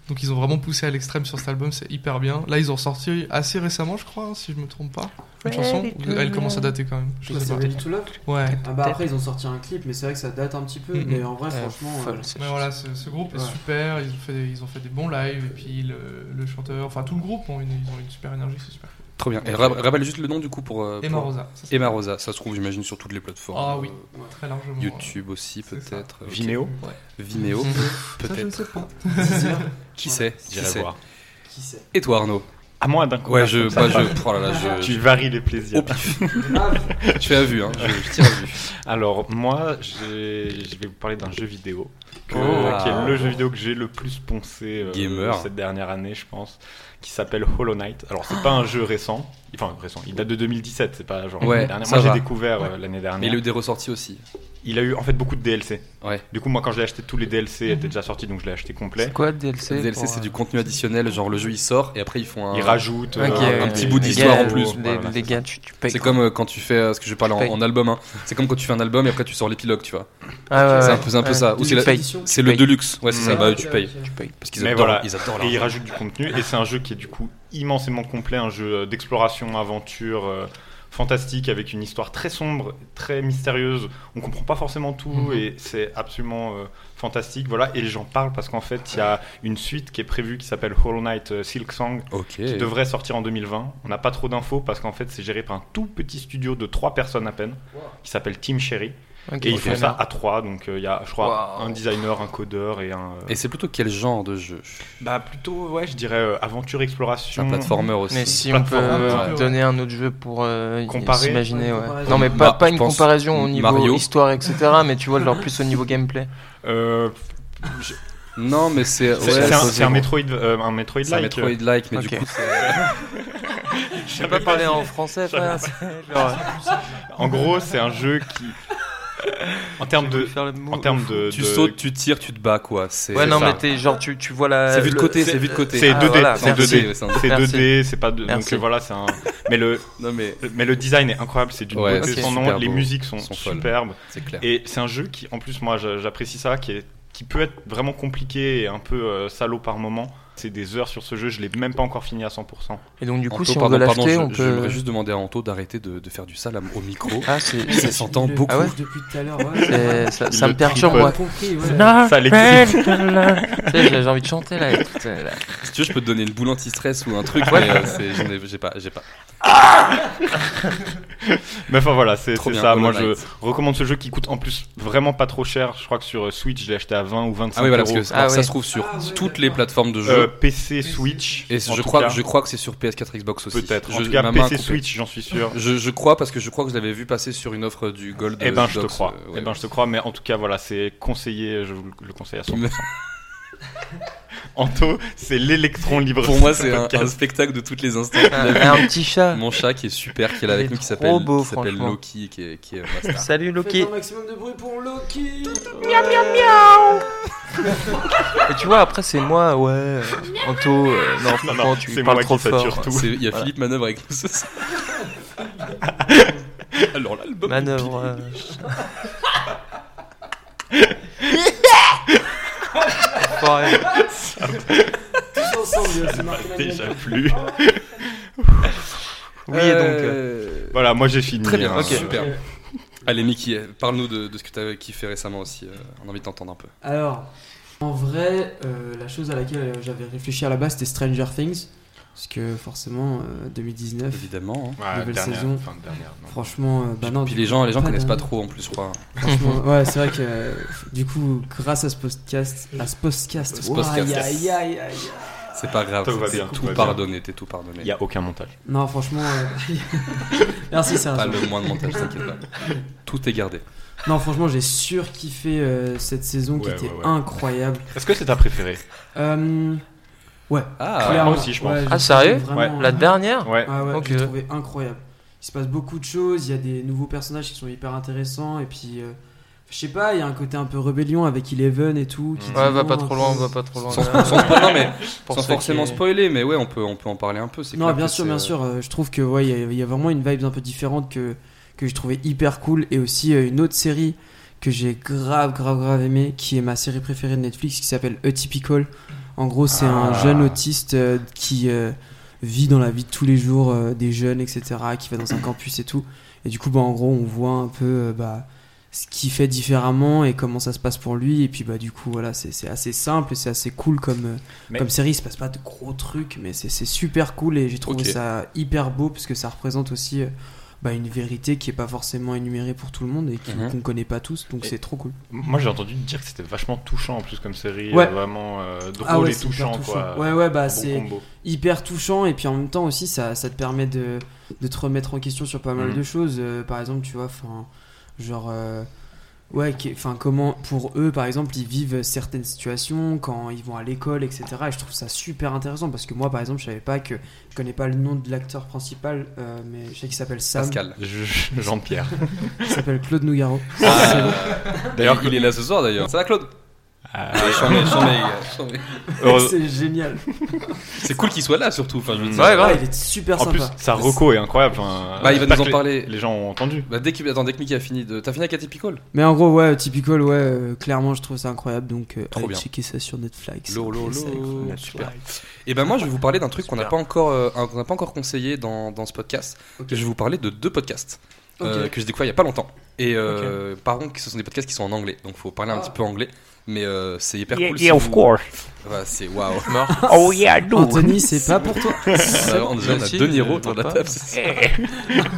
[SPEAKER 9] donc ils ont vraiment poussé à l'extrême sur cet album, c'est hyper bien. Là ils ont sorti assez récemment je crois, hein, si je me trompe pas, une chanson. Elle commence à dater quand même. Je
[SPEAKER 6] Quoi,
[SPEAKER 9] sais
[SPEAKER 6] c'est
[SPEAKER 9] pas.
[SPEAKER 6] Ready to Love
[SPEAKER 9] Ouais.
[SPEAKER 6] Ah bah après ils ont sorti un clip mais c'est vrai que ça date un petit peu
[SPEAKER 9] Mhm.
[SPEAKER 6] mais en vrai
[SPEAKER 10] Euh,
[SPEAKER 6] franchement
[SPEAKER 10] folle,
[SPEAKER 6] euh,
[SPEAKER 10] c'est
[SPEAKER 9] Mais voilà, ce, ce groupe
[SPEAKER 6] Ouais.
[SPEAKER 9] est super, ils ont, fait, ils ont fait des bons lives, et puis le, le chanteur, enfin tout le groupe, ont une, ils ont une super énergie, c'est super.
[SPEAKER 8] Trop bien. Et ra- rappelle juste le nom du coup pour. euh,
[SPEAKER 9] Emma
[SPEAKER 8] pour-
[SPEAKER 9] Rosa, ça, c'est
[SPEAKER 8] Emma Rosa. Ça se trouve, j'imagine, sur toutes les plateformes.
[SPEAKER 9] Ah oui.
[SPEAKER 8] Euh,
[SPEAKER 9] très largement. euh,
[SPEAKER 8] YouTube aussi,
[SPEAKER 9] C'est ça.
[SPEAKER 8] peut-être. Ok.
[SPEAKER 7] Vimeo
[SPEAKER 8] Vimeo,
[SPEAKER 9] Ça, je ne
[SPEAKER 8] peut-être.
[SPEAKER 9] sais pas.
[SPEAKER 8] Qui sait Qui
[SPEAKER 7] J'irai
[SPEAKER 8] sait
[SPEAKER 7] voir.
[SPEAKER 6] qui sait
[SPEAKER 8] Et toi, Arnaud
[SPEAKER 7] À moins d'un coup.
[SPEAKER 8] Ouais, je.
[SPEAKER 7] comme ça,
[SPEAKER 8] Moi, je. Oh là là, je.
[SPEAKER 7] Tu Ah, varies les plaisirs.
[SPEAKER 8] Oh, pif.
[SPEAKER 6] Grave.
[SPEAKER 8] tu as vu, hein. Je, je tire à vue.
[SPEAKER 7] Alors, moi, j'ai- je vais vous parler d'un jeu vidéo. que- euh,
[SPEAKER 8] Oh.
[SPEAKER 7] Qui est le jeu vidéo que j'ai le plus poncé euh,
[SPEAKER 8] Gamer.
[SPEAKER 7] cette dernière année, je pense. Qui s'appelle Hollow Knight. Alors, c'est pas un jeu récent. Enfin, récent. Il date de 2017. C'est pas genre.
[SPEAKER 8] Ouais,
[SPEAKER 7] l'année dernière.
[SPEAKER 8] ça
[SPEAKER 7] Moi, j'ai
[SPEAKER 8] va.
[SPEAKER 7] découvert
[SPEAKER 9] Ouais.
[SPEAKER 7] euh, l'année
[SPEAKER 8] Mais
[SPEAKER 7] dernière.
[SPEAKER 8] il y a eu des ressorties aussi.
[SPEAKER 7] Il a eu en fait beaucoup de DLC.
[SPEAKER 8] Ouais. Mhm.
[SPEAKER 7] Du coup, moi, quand je l'ai acheté, tous les DLC étaient déjà sortis, donc je l'ai acheté complet.
[SPEAKER 10] C'est quoi DLC
[SPEAKER 8] DLC,
[SPEAKER 10] pour,
[SPEAKER 8] c'est
[SPEAKER 10] euh,
[SPEAKER 8] du contenu additionnel. Genre, le jeu il sort et après, ils font un.
[SPEAKER 7] Ils rajoutent
[SPEAKER 10] Ok,
[SPEAKER 7] euh,
[SPEAKER 10] ouais,
[SPEAKER 8] un petit
[SPEAKER 10] les-
[SPEAKER 8] bout
[SPEAKER 10] les
[SPEAKER 8] d'histoire
[SPEAKER 10] gars,
[SPEAKER 8] en plus.
[SPEAKER 10] les- Les,
[SPEAKER 7] Voilà.
[SPEAKER 10] les gars, tu, tu payes.
[SPEAKER 8] C'est
[SPEAKER 10] quoi.
[SPEAKER 8] comme euh, quand tu fais euh, ce que je parle en,
[SPEAKER 10] Paye.
[SPEAKER 8] en album. hein. C'est comme quand tu fais un album et après tu sors l'épilogue, tu vois.
[SPEAKER 10] Ah, ouais,
[SPEAKER 8] c'est un
[SPEAKER 10] ouais,
[SPEAKER 8] peu- c'est un peu
[SPEAKER 10] ouais.
[SPEAKER 8] ça. Ou c'est la-
[SPEAKER 10] Tu payes.
[SPEAKER 6] Édition.
[SPEAKER 8] C'est le
[SPEAKER 10] payes.
[SPEAKER 8] deluxe. Ouais, c'est ça.
[SPEAKER 7] Mm.
[SPEAKER 8] Bah, tu payes.
[SPEAKER 10] Tu payes.
[SPEAKER 8] Parce qu'ils
[SPEAKER 7] Mais
[SPEAKER 8] adorent.
[SPEAKER 7] voilà.
[SPEAKER 8] Ils adorent
[SPEAKER 7] Et
[SPEAKER 8] leur-
[SPEAKER 7] ils rajoutent du contenu. Et c'est un jeu qui est du coup immensément complet, un jeu euh, d'exploration, aventure, euh, fantastique, avec une histoire très sombre, très mystérieuse. On comprend pas forcément tout
[SPEAKER 9] Mhm.
[SPEAKER 7] et c'est absolument euh, fantastique. Voilà. Et j'en parle parce qu'en fait, il y a une suite qui est prévue qui s'appelle Hollow Knight euh, Silk Song
[SPEAKER 8] Ok.
[SPEAKER 7] qui devrait sortir en 2020. On n'a pas trop d'infos parce qu'en fait, c'est géré par un tout petit studio de trois personnes à peine qui s'appelle Team Cherry.
[SPEAKER 10] Ok,
[SPEAKER 7] Et ils
[SPEAKER 10] ok.
[SPEAKER 7] font ça à trois, donc euh, il y a, je crois,
[SPEAKER 10] Waouh.
[SPEAKER 7] un designer, un codeur et un. euh,
[SPEAKER 8] Et c'est plutôt quel genre de jeu
[SPEAKER 7] bah plutôt, ouais, je dirais euh, aventure exploration.
[SPEAKER 8] Un platformer aussi.
[SPEAKER 10] Mais si on peut euh,
[SPEAKER 9] ouais.
[SPEAKER 10] donner un autre jeu pour euh,
[SPEAKER 7] Comparer.
[SPEAKER 10] s'imaginer,
[SPEAKER 6] Ouais, une
[SPEAKER 10] ouais.
[SPEAKER 6] comparaison.
[SPEAKER 10] Non, mais pas,
[SPEAKER 8] Bah,
[SPEAKER 10] pas
[SPEAKER 8] je
[SPEAKER 10] une
[SPEAKER 8] pense
[SPEAKER 10] comparaison au niveau
[SPEAKER 8] Mario.
[SPEAKER 10] histoire, etc. Mais tu vois, genre plus au niveau gameplay.
[SPEAKER 7] Euh, je-
[SPEAKER 8] Non, mais c'est.
[SPEAKER 7] C'est
[SPEAKER 8] ouais,
[SPEAKER 7] c'est un,
[SPEAKER 8] c'est-
[SPEAKER 7] c'est un Metroid, euh, un Metroid
[SPEAKER 8] C'est un
[SPEAKER 7] like.
[SPEAKER 8] Metroid-like, mais
[SPEAKER 10] Ok.
[SPEAKER 8] du coup, c'est-
[SPEAKER 7] Je
[SPEAKER 10] Je
[SPEAKER 7] sais
[SPEAKER 10] vais pas
[SPEAKER 7] même
[SPEAKER 10] parler
[SPEAKER 7] si-
[SPEAKER 10] en français, frère. c'est- genre,
[SPEAKER 7] En gros, c'est un jeu qui, en termes de,
[SPEAKER 10] faire le mou-
[SPEAKER 7] en termes de,
[SPEAKER 8] tu
[SPEAKER 7] de-
[SPEAKER 8] sautes, tu tires, tu te bats, quoi. C'est
[SPEAKER 10] Ouais, non,
[SPEAKER 7] ça.
[SPEAKER 10] mais t'es genre, tu, tu vois la.
[SPEAKER 8] C'est vu de
[SPEAKER 10] le-
[SPEAKER 8] côté, c'est vu de côté.
[SPEAKER 7] c'est
[SPEAKER 10] Ah,
[SPEAKER 7] 2D,
[SPEAKER 10] voilà,
[SPEAKER 7] c'est
[SPEAKER 10] merci.
[SPEAKER 7] 2D,
[SPEAKER 8] c'est un-
[SPEAKER 7] c'est
[SPEAKER 10] Merci.
[SPEAKER 7] 2D, c'est pas de, donc
[SPEAKER 10] Merci.
[SPEAKER 7] euh, voilà, c'est un. Mais le,
[SPEAKER 8] Non, mais
[SPEAKER 7] mais le design est incroyable, c'est d'une
[SPEAKER 8] Ouais,
[SPEAKER 7] beauté
[SPEAKER 10] c'est
[SPEAKER 7] sans nom.
[SPEAKER 8] super
[SPEAKER 7] Les
[SPEAKER 8] beau.
[SPEAKER 7] musiques sont,
[SPEAKER 8] Sont folles.
[SPEAKER 7] superbes.
[SPEAKER 8] c'est clair.
[SPEAKER 7] Et c'est un jeu qui, en plus, moi, j'a- j'apprécie ça, qui est qui peut être vraiment compliqué et un peu euh, salaud par moment. C'est des heures sur ce jeu, je l'ai même pas encore fini à 100%.
[SPEAKER 10] Et donc, du coup,
[SPEAKER 8] Anto,
[SPEAKER 10] si on
[SPEAKER 8] pardon,
[SPEAKER 10] veut
[SPEAKER 8] pardon,
[SPEAKER 10] l'acheter,
[SPEAKER 8] je-
[SPEAKER 10] on peut.
[SPEAKER 8] J'aimerais juste demander à Anto d'arrêter de, de faire du sale à- au micro.
[SPEAKER 10] Ah, c'est.
[SPEAKER 8] Ça s'entend
[SPEAKER 6] Il le
[SPEAKER 8] beaucoup.
[SPEAKER 10] Ah ouais
[SPEAKER 6] pousse Depuis tout à l'heure, ouais.
[SPEAKER 10] c'est- Ça,
[SPEAKER 7] Il
[SPEAKER 10] ça
[SPEAKER 7] le
[SPEAKER 10] me perturbe,
[SPEAKER 7] tripote.
[SPEAKER 10] moi.
[SPEAKER 6] compris, ouais.
[SPEAKER 7] Ça l'équipe.
[SPEAKER 10] Tu sais, j'ai j'ai envie de chanter là. et tout, euh, là.
[SPEAKER 8] Si tu veux, je peux te donner une boule anti-stress ou un truc, mais euh, c'est- j'en ai- j'ai pas, j'ai pas.
[SPEAKER 7] Mais enfin voilà, c'est
[SPEAKER 8] Trop
[SPEAKER 7] c'est
[SPEAKER 8] bien,
[SPEAKER 7] ça.
[SPEAKER 8] Hollow
[SPEAKER 7] Moi je
[SPEAKER 8] Knight.
[SPEAKER 7] recommande ce jeu qui coûte en plus vraiment pas trop cher. Je crois que sur euh, Switch, je l'ai acheté à 20 ou 25
[SPEAKER 8] Ah oui, voilà, parce
[SPEAKER 7] euros.
[SPEAKER 8] que alors,
[SPEAKER 10] ouais.
[SPEAKER 8] ça se trouve sur
[SPEAKER 6] Ah ouais,
[SPEAKER 8] toutes
[SPEAKER 6] d'accord.
[SPEAKER 8] les plateformes de
[SPEAKER 7] Euh,
[SPEAKER 8] jeu.
[SPEAKER 7] PC, Switch.
[SPEAKER 8] et
[SPEAKER 7] en
[SPEAKER 8] je
[SPEAKER 7] tout
[SPEAKER 8] crois,
[SPEAKER 7] cas,
[SPEAKER 8] je crois que c'est sur PS4 Xbox aussi.
[SPEAKER 7] peut-être. En
[SPEAKER 8] Je-
[SPEAKER 7] tout cas,
[SPEAKER 8] ma main a coupé.
[SPEAKER 7] PC,
[SPEAKER 8] Euh,
[SPEAKER 7] Switch, j'en suis sûr.
[SPEAKER 8] Je, je crois parce que je crois que je l'avais vu passer sur une offre du Gold.
[SPEAKER 7] Eh ben, je te
[SPEAKER 8] Xbox,
[SPEAKER 7] crois.
[SPEAKER 8] euh,
[SPEAKER 7] eh
[SPEAKER 8] ouais.
[SPEAKER 7] ben, je te crois. Mais en tout cas, voilà, c'est conseillé. Je vous le conseille à 100%. Anto, c'est l'électron libre.
[SPEAKER 8] Pour moi, c'est un,
[SPEAKER 7] Podcast.
[SPEAKER 8] un spectacle de toutes les instants.
[SPEAKER 10] Un, un petit chat.
[SPEAKER 8] Mon chat qui est super, qui est là
[SPEAKER 10] Ah, Il
[SPEAKER 8] avec
[SPEAKER 10] est
[SPEAKER 8] nous, qui
[SPEAKER 10] trop
[SPEAKER 8] s'appelle
[SPEAKER 10] beau,
[SPEAKER 8] qui s'appelle
[SPEAKER 10] franchement.
[SPEAKER 8] Loki, qui est, qui est ma star.
[SPEAKER 10] Salut
[SPEAKER 6] Faites
[SPEAKER 10] Loki.
[SPEAKER 6] un maximum de bruit pour Loki.
[SPEAKER 10] Et tu vois, après, c'est moi, ouais. euh, Anto, euh, non,
[SPEAKER 7] Non, non,
[SPEAKER 10] franchement, tu
[SPEAKER 7] c'est
[SPEAKER 10] parles
[SPEAKER 7] moi qui
[SPEAKER 10] trop
[SPEAKER 7] sature
[SPEAKER 10] fort.
[SPEAKER 7] tout.
[SPEAKER 8] C'est- Il y a
[SPEAKER 10] Voilà.
[SPEAKER 8] Philippe Manœuvre avec nous ce soir. Alors l'album.
[SPEAKER 10] Manœuvre. euh, Enfoiré.
[SPEAKER 6] Tous ensemble, c'est marqué la
[SPEAKER 7] Déjà plus.
[SPEAKER 10] Oui, et donc. euh,
[SPEAKER 8] Euh,
[SPEAKER 7] voilà, moi j'ai fini.
[SPEAKER 8] Très bien,
[SPEAKER 7] hein.
[SPEAKER 8] ok. Super. Allez, Mickey, parle-nous de, de ce que tu as kiffé récemment aussi. euh, on a envie de t'entendre un peu.
[SPEAKER 6] Alors, en vrai, euh, la chose à laquelle euh, j'avais réfléchi à la base, c'était Stranger Things. Parce que forcément, euh, 2019,
[SPEAKER 8] Évidemment. hein.
[SPEAKER 7] Ouais,
[SPEAKER 6] Nouvelle
[SPEAKER 7] dernière,
[SPEAKER 6] saison.
[SPEAKER 7] fin de dernière, non.
[SPEAKER 6] franchement, euh, bah non.
[SPEAKER 8] Puis
[SPEAKER 6] du
[SPEAKER 8] les
[SPEAKER 6] coup,
[SPEAKER 8] gens, les gens connaissent pas
[SPEAKER 6] d'un-
[SPEAKER 8] trop en plus, je crois.
[SPEAKER 6] Franchement, ouais, c'est vrai que euh, du coup, grâce à ce podcast, à ce podcast,
[SPEAKER 8] Ce
[SPEAKER 6] ouah,
[SPEAKER 8] podcast.
[SPEAKER 6] aïe, aïe, aïe, aïe.
[SPEAKER 8] C'est pas grave.
[SPEAKER 7] Tout va
[SPEAKER 8] t'es
[SPEAKER 7] bien, tout
[SPEAKER 8] tout,
[SPEAKER 7] va bien.
[SPEAKER 8] pardonné, t'es tout pardonné.
[SPEAKER 7] Il y a aucun montage.
[SPEAKER 6] Non, franchement, euh, merci, c'est un
[SPEAKER 8] Pas
[SPEAKER 6] jour.
[SPEAKER 8] le moins de montage, t'inquiète pas. Tout est gardé.
[SPEAKER 6] Non, franchement, j'ai surkiffé euh, cette saison qui
[SPEAKER 7] Ouais,
[SPEAKER 6] était
[SPEAKER 7] ouais, ouais.
[SPEAKER 6] incroyable.
[SPEAKER 7] Est-ce que c'est ta préférée
[SPEAKER 6] Euh, ouais,
[SPEAKER 8] Ah,
[SPEAKER 6] clairement.
[SPEAKER 7] moi aussi, je pense.
[SPEAKER 6] Ouais,
[SPEAKER 10] Ah, sérieux
[SPEAKER 6] vraiment,
[SPEAKER 10] La dernière
[SPEAKER 7] Ouais.
[SPEAKER 6] Ah ouais,
[SPEAKER 10] Ok.
[SPEAKER 6] j'ai trouvé incroyable. Il se passe beaucoup de choses, il y a des nouveaux personnages qui sont hyper intéressants, et puis, euh, je sais pas, il y a un côté un peu rébellion avec Eleven et tout. qui
[SPEAKER 7] Ouais,
[SPEAKER 6] dit euh,
[SPEAKER 10] Ouais, va
[SPEAKER 6] non,
[SPEAKER 10] pas
[SPEAKER 6] un
[SPEAKER 10] trop
[SPEAKER 6] peu-
[SPEAKER 10] loin, va pas trop loin.
[SPEAKER 8] sans,
[SPEAKER 10] Là,
[SPEAKER 8] sans spoil- non, mais
[SPEAKER 10] pour
[SPEAKER 8] sans
[SPEAKER 10] ceux qui-
[SPEAKER 8] forcément spoiler, mais ouais, on peut, on peut en parler un peu. c'est
[SPEAKER 6] Non,
[SPEAKER 8] clair
[SPEAKER 6] bien
[SPEAKER 8] que
[SPEAKER 6] sûr,
[SPEAKER 8] c'est,
[SPEAKER 6] bien
[SPEAKER 8] euh,
[SPEAKER 6] sûr. euh, je trouve que ouais, il y a- il y, a vraiment une vibe un peu différente que que je trouvais hyper cool, et aussi euh, une autre série que j'ai grave, grave, grave aimé, qui est ma série préférée de Netflix, qui s'appelle Atypical. En gros, c'est un
[SPEAKER 7] Ah.
[SPEAKER 6] jeune autiste euh, qui euh, vit dans la vie de tous les jours euh, des jeunes, etc., qui va dans un campus et tout. Et du coup, bah, en gros, on voit un peu euh, bah, ce qu'il fait différemment et comment ça se passe pour lui. Et puis, bah, du coup, voilà, c'est c'est assez simple et c'est assez cool comme, euh,
[SPEAKER 7] Mais-
[SPEAKER 6] comme série. Il se passe pas de gros trucs, mais c'est c'est super cool et j'ai trouvé
[SPEAKER 8] Ok.
[SPEAKER 6] ça hyper beau parce que ça représente aussi euh, bah, une vérité qui est pas forcément énumérée pour tout le monde et qui- qu'on
[SPEAKER 8] Mhm.
[SPEAKER 6] connaît pas tous. Donc,
[SPEAKER 7] Et-
[SPEAKER 6] c'est trop cool.
[SPEAKER 7] Moi j'ai entendu dire que c'était vachement touchant en plus comme série.
[SPEAKER 6] Ouais.
[SPEAKER 7] euh, Vraiment euh, drôle
[SPEAKER 6] Ah ouais,
[SPEAKER 7] et
[SPEAKER 6] c'est hyper
[SPEAKER 7] touchant,
[SPEAKER 6] touchant.
[SPEAKER 7] quoi.
[SPEAKER 6] Ouais, ouais, bah,
[SPEAKER 7] Un bon
[SPEAKER 6] c'est-
[SPEAKER 7] combo.
[SPEAKER 6] hyper touchant et puis en même temps aussi ça, ça te permet de, de te remettre en question sur pas mal
[SPEAKER 7] Mhm.
[SPEAKER 6] de choses Euh, par exemple tu vois enfin genre euh, ouais enfin comment pour eux par exemple ils vivent certaines situations quand ils vont à l'école etc et je trouve ça super intéressant parce que moi par exemple je savais pas que je connais pas le nom de l'acteur principal euh, mais je sais qu'il s'appelle Sam
[SPEAKER 8] Pascal. Ah,
[SPEAKER 7] Je- Jean-Pierre.
[SPEAKER 6] il s'appelle Claude Nougaro Ah.
[SPEAKER 8] D'ailleurs, il est là ce soir d'ailleurs. Ça va, Claude Ah, chambé, chambé, les gars, chambé.
[SPEAKER 7] Heureuse-
[SPEAKER 6] c'est génial
[SPEAKER 8] C'est cool qu'il soit là surtout. Enfin, je veux dire.
[SPEAKER 10] Ouais,
[SPEAKER 6] Ah,
[SPEAKER 10] grave.
[SPEAKER 6] il est super
[SPEAKER 7] En
[SPEAKER 6] sympa
[SPEAKER 7] plus, sa reco est incroyable. enfin,
[SPEAKER 8] Bah, il va
[SPEAKER 7] j'espère
[SPEAKER 8] nous en
[SPEAKER 7] que les-
[SPEAKER 8] parler.
[SPEAKER 7] Les gens ont entendu.
[SPEAKER 8] Bah, dès que, attends, dès que Mickey a fini de. T'as fini avec Atypical
[SPEAKER 6] mais en gros ouais typical ouais euh, clairement je trouve ça incroyable donc euh,
[SPEAKER 8] Trop
[SPEAKER 6] allez
[SPEAKER 8] bien.
[SPEAKER 6] checker ça sur Netflix
[SPEAKER 8] Lo, lo,
[SPEAKER 6] Ça,
[SPEAKER 8] lo.
[SPEAKER 6] incroyable.
[SPEAKER 8] Super. Et ben moi, je vais vous parler d'un truc qu'on n'a pas encore, euh, qu'on n'a pas encore conseillé dans, dans ce podcast.
[SPEAKER 6] Ok.
[SPEAKER 8] Je vais vous parler de deux podcasts euh,
[SPEAKER 6] Ok.
[SPEAKER 8] que j'ai découvert il y a pas longtemps. Et euh, par contre, ce sont des podcasts qui sont en anglais, donc faut parler un
[SPEAKER 6] Ah.
[SPEAKER 8] petit peu anglais. Mais euh, c'est hyper cool. si
[SPEAKER 4] Yeah, of
[SPEAKER 8] vous-
[SPEAKER 4] course.
[SPEAKER 8] Voilà, c'est waouh.
[SPEAKER 4] Oh yeah, dude.
[SPEAKER 6] Anthony, c'est pas pour toi.
[SPEAKER 8] On a- Bah, on a- on a
[SPEAKER 10] Merci,
[SPEAKER 8] deux Niro
[SPEAKER 10] je
[SPEAKER 8] autour de la
[SPEAKER 10] vois
[SPEAKER 8] table.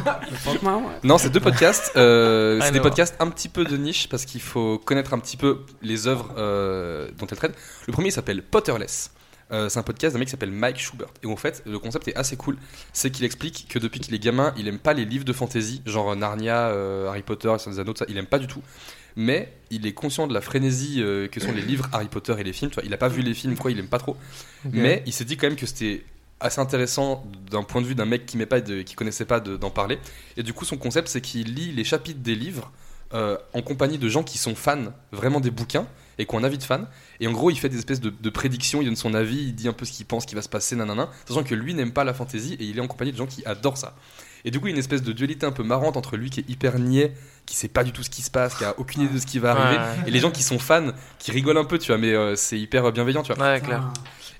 [SPEAKER 10] pas.
[SPEAKER 6] Franchement, ouais.
[SPEAKER 8] Non, c'est deux podcasts. euh,
[SPEAKER 10] Rien
[SPEAKER 8] c'est
[SPEAKER 10] à
[SPEAKER 8] des
[SPEAKER 10] voir.
[SPEAKER 8] podcasts un petit peu de niche parce qu'il faut connaître un petit peu les œuvres euh, dont elles traitent. Le premier il s'appelle Potterless. Euh, c'est un podcast d'un mec qui s'appelle Mike Schubert. Et en fait, le concept est assez cool. C'est qu'il explique que depuis qu'il est gamin, il aime pas les livres de fantasy, genre Narnia, euh, Harry Potter, et des Anneaux, tout ça. Il aime pas du tout. mais il est conscient de la frénésie euh, que sont les livres Harry Potter et les films. Tu vois, il a pas vu les films, quoi, il aime pas trop.
[SPEAKER 10] Ok.
[SPEAKER 8] Mais il s'est dit quand même que c'était assez intéressant d'un point de vue d'un mec qui m'est pas de- qui connaissait pas de- d'en parler. Et du coup, son concept, c'est qu'il lit les chapitres des livres euh, en compagnie de gens qui sont fans vraiment des bouquins et qui ont un avis de fan. Et en gros, il fait des espèces de, de prédictions, il donne son avis, il dit un peu ce qu'il pense qui va se passer, nanana. Sachant que lui n'aime pas la fantasy et il est en compagnie de gens qui adorent ça. Et du coup, il y a une espèce de dualité un peu marrante entre lui qui est hyper niais, qui sait pas du tout ce qui se passe, qui a aucune idée de ce qui va arriver,
[SPEAKER 10] Ouais, ouais.
[SPEAKER 8] et les gens qui sont fans, qui rigolent un peu, tu vois, mais euh, c'est hyper bienveillant, tu vois.
[SPEAKER 6] Ah,
[SPEAKER 10] Ouais, clair.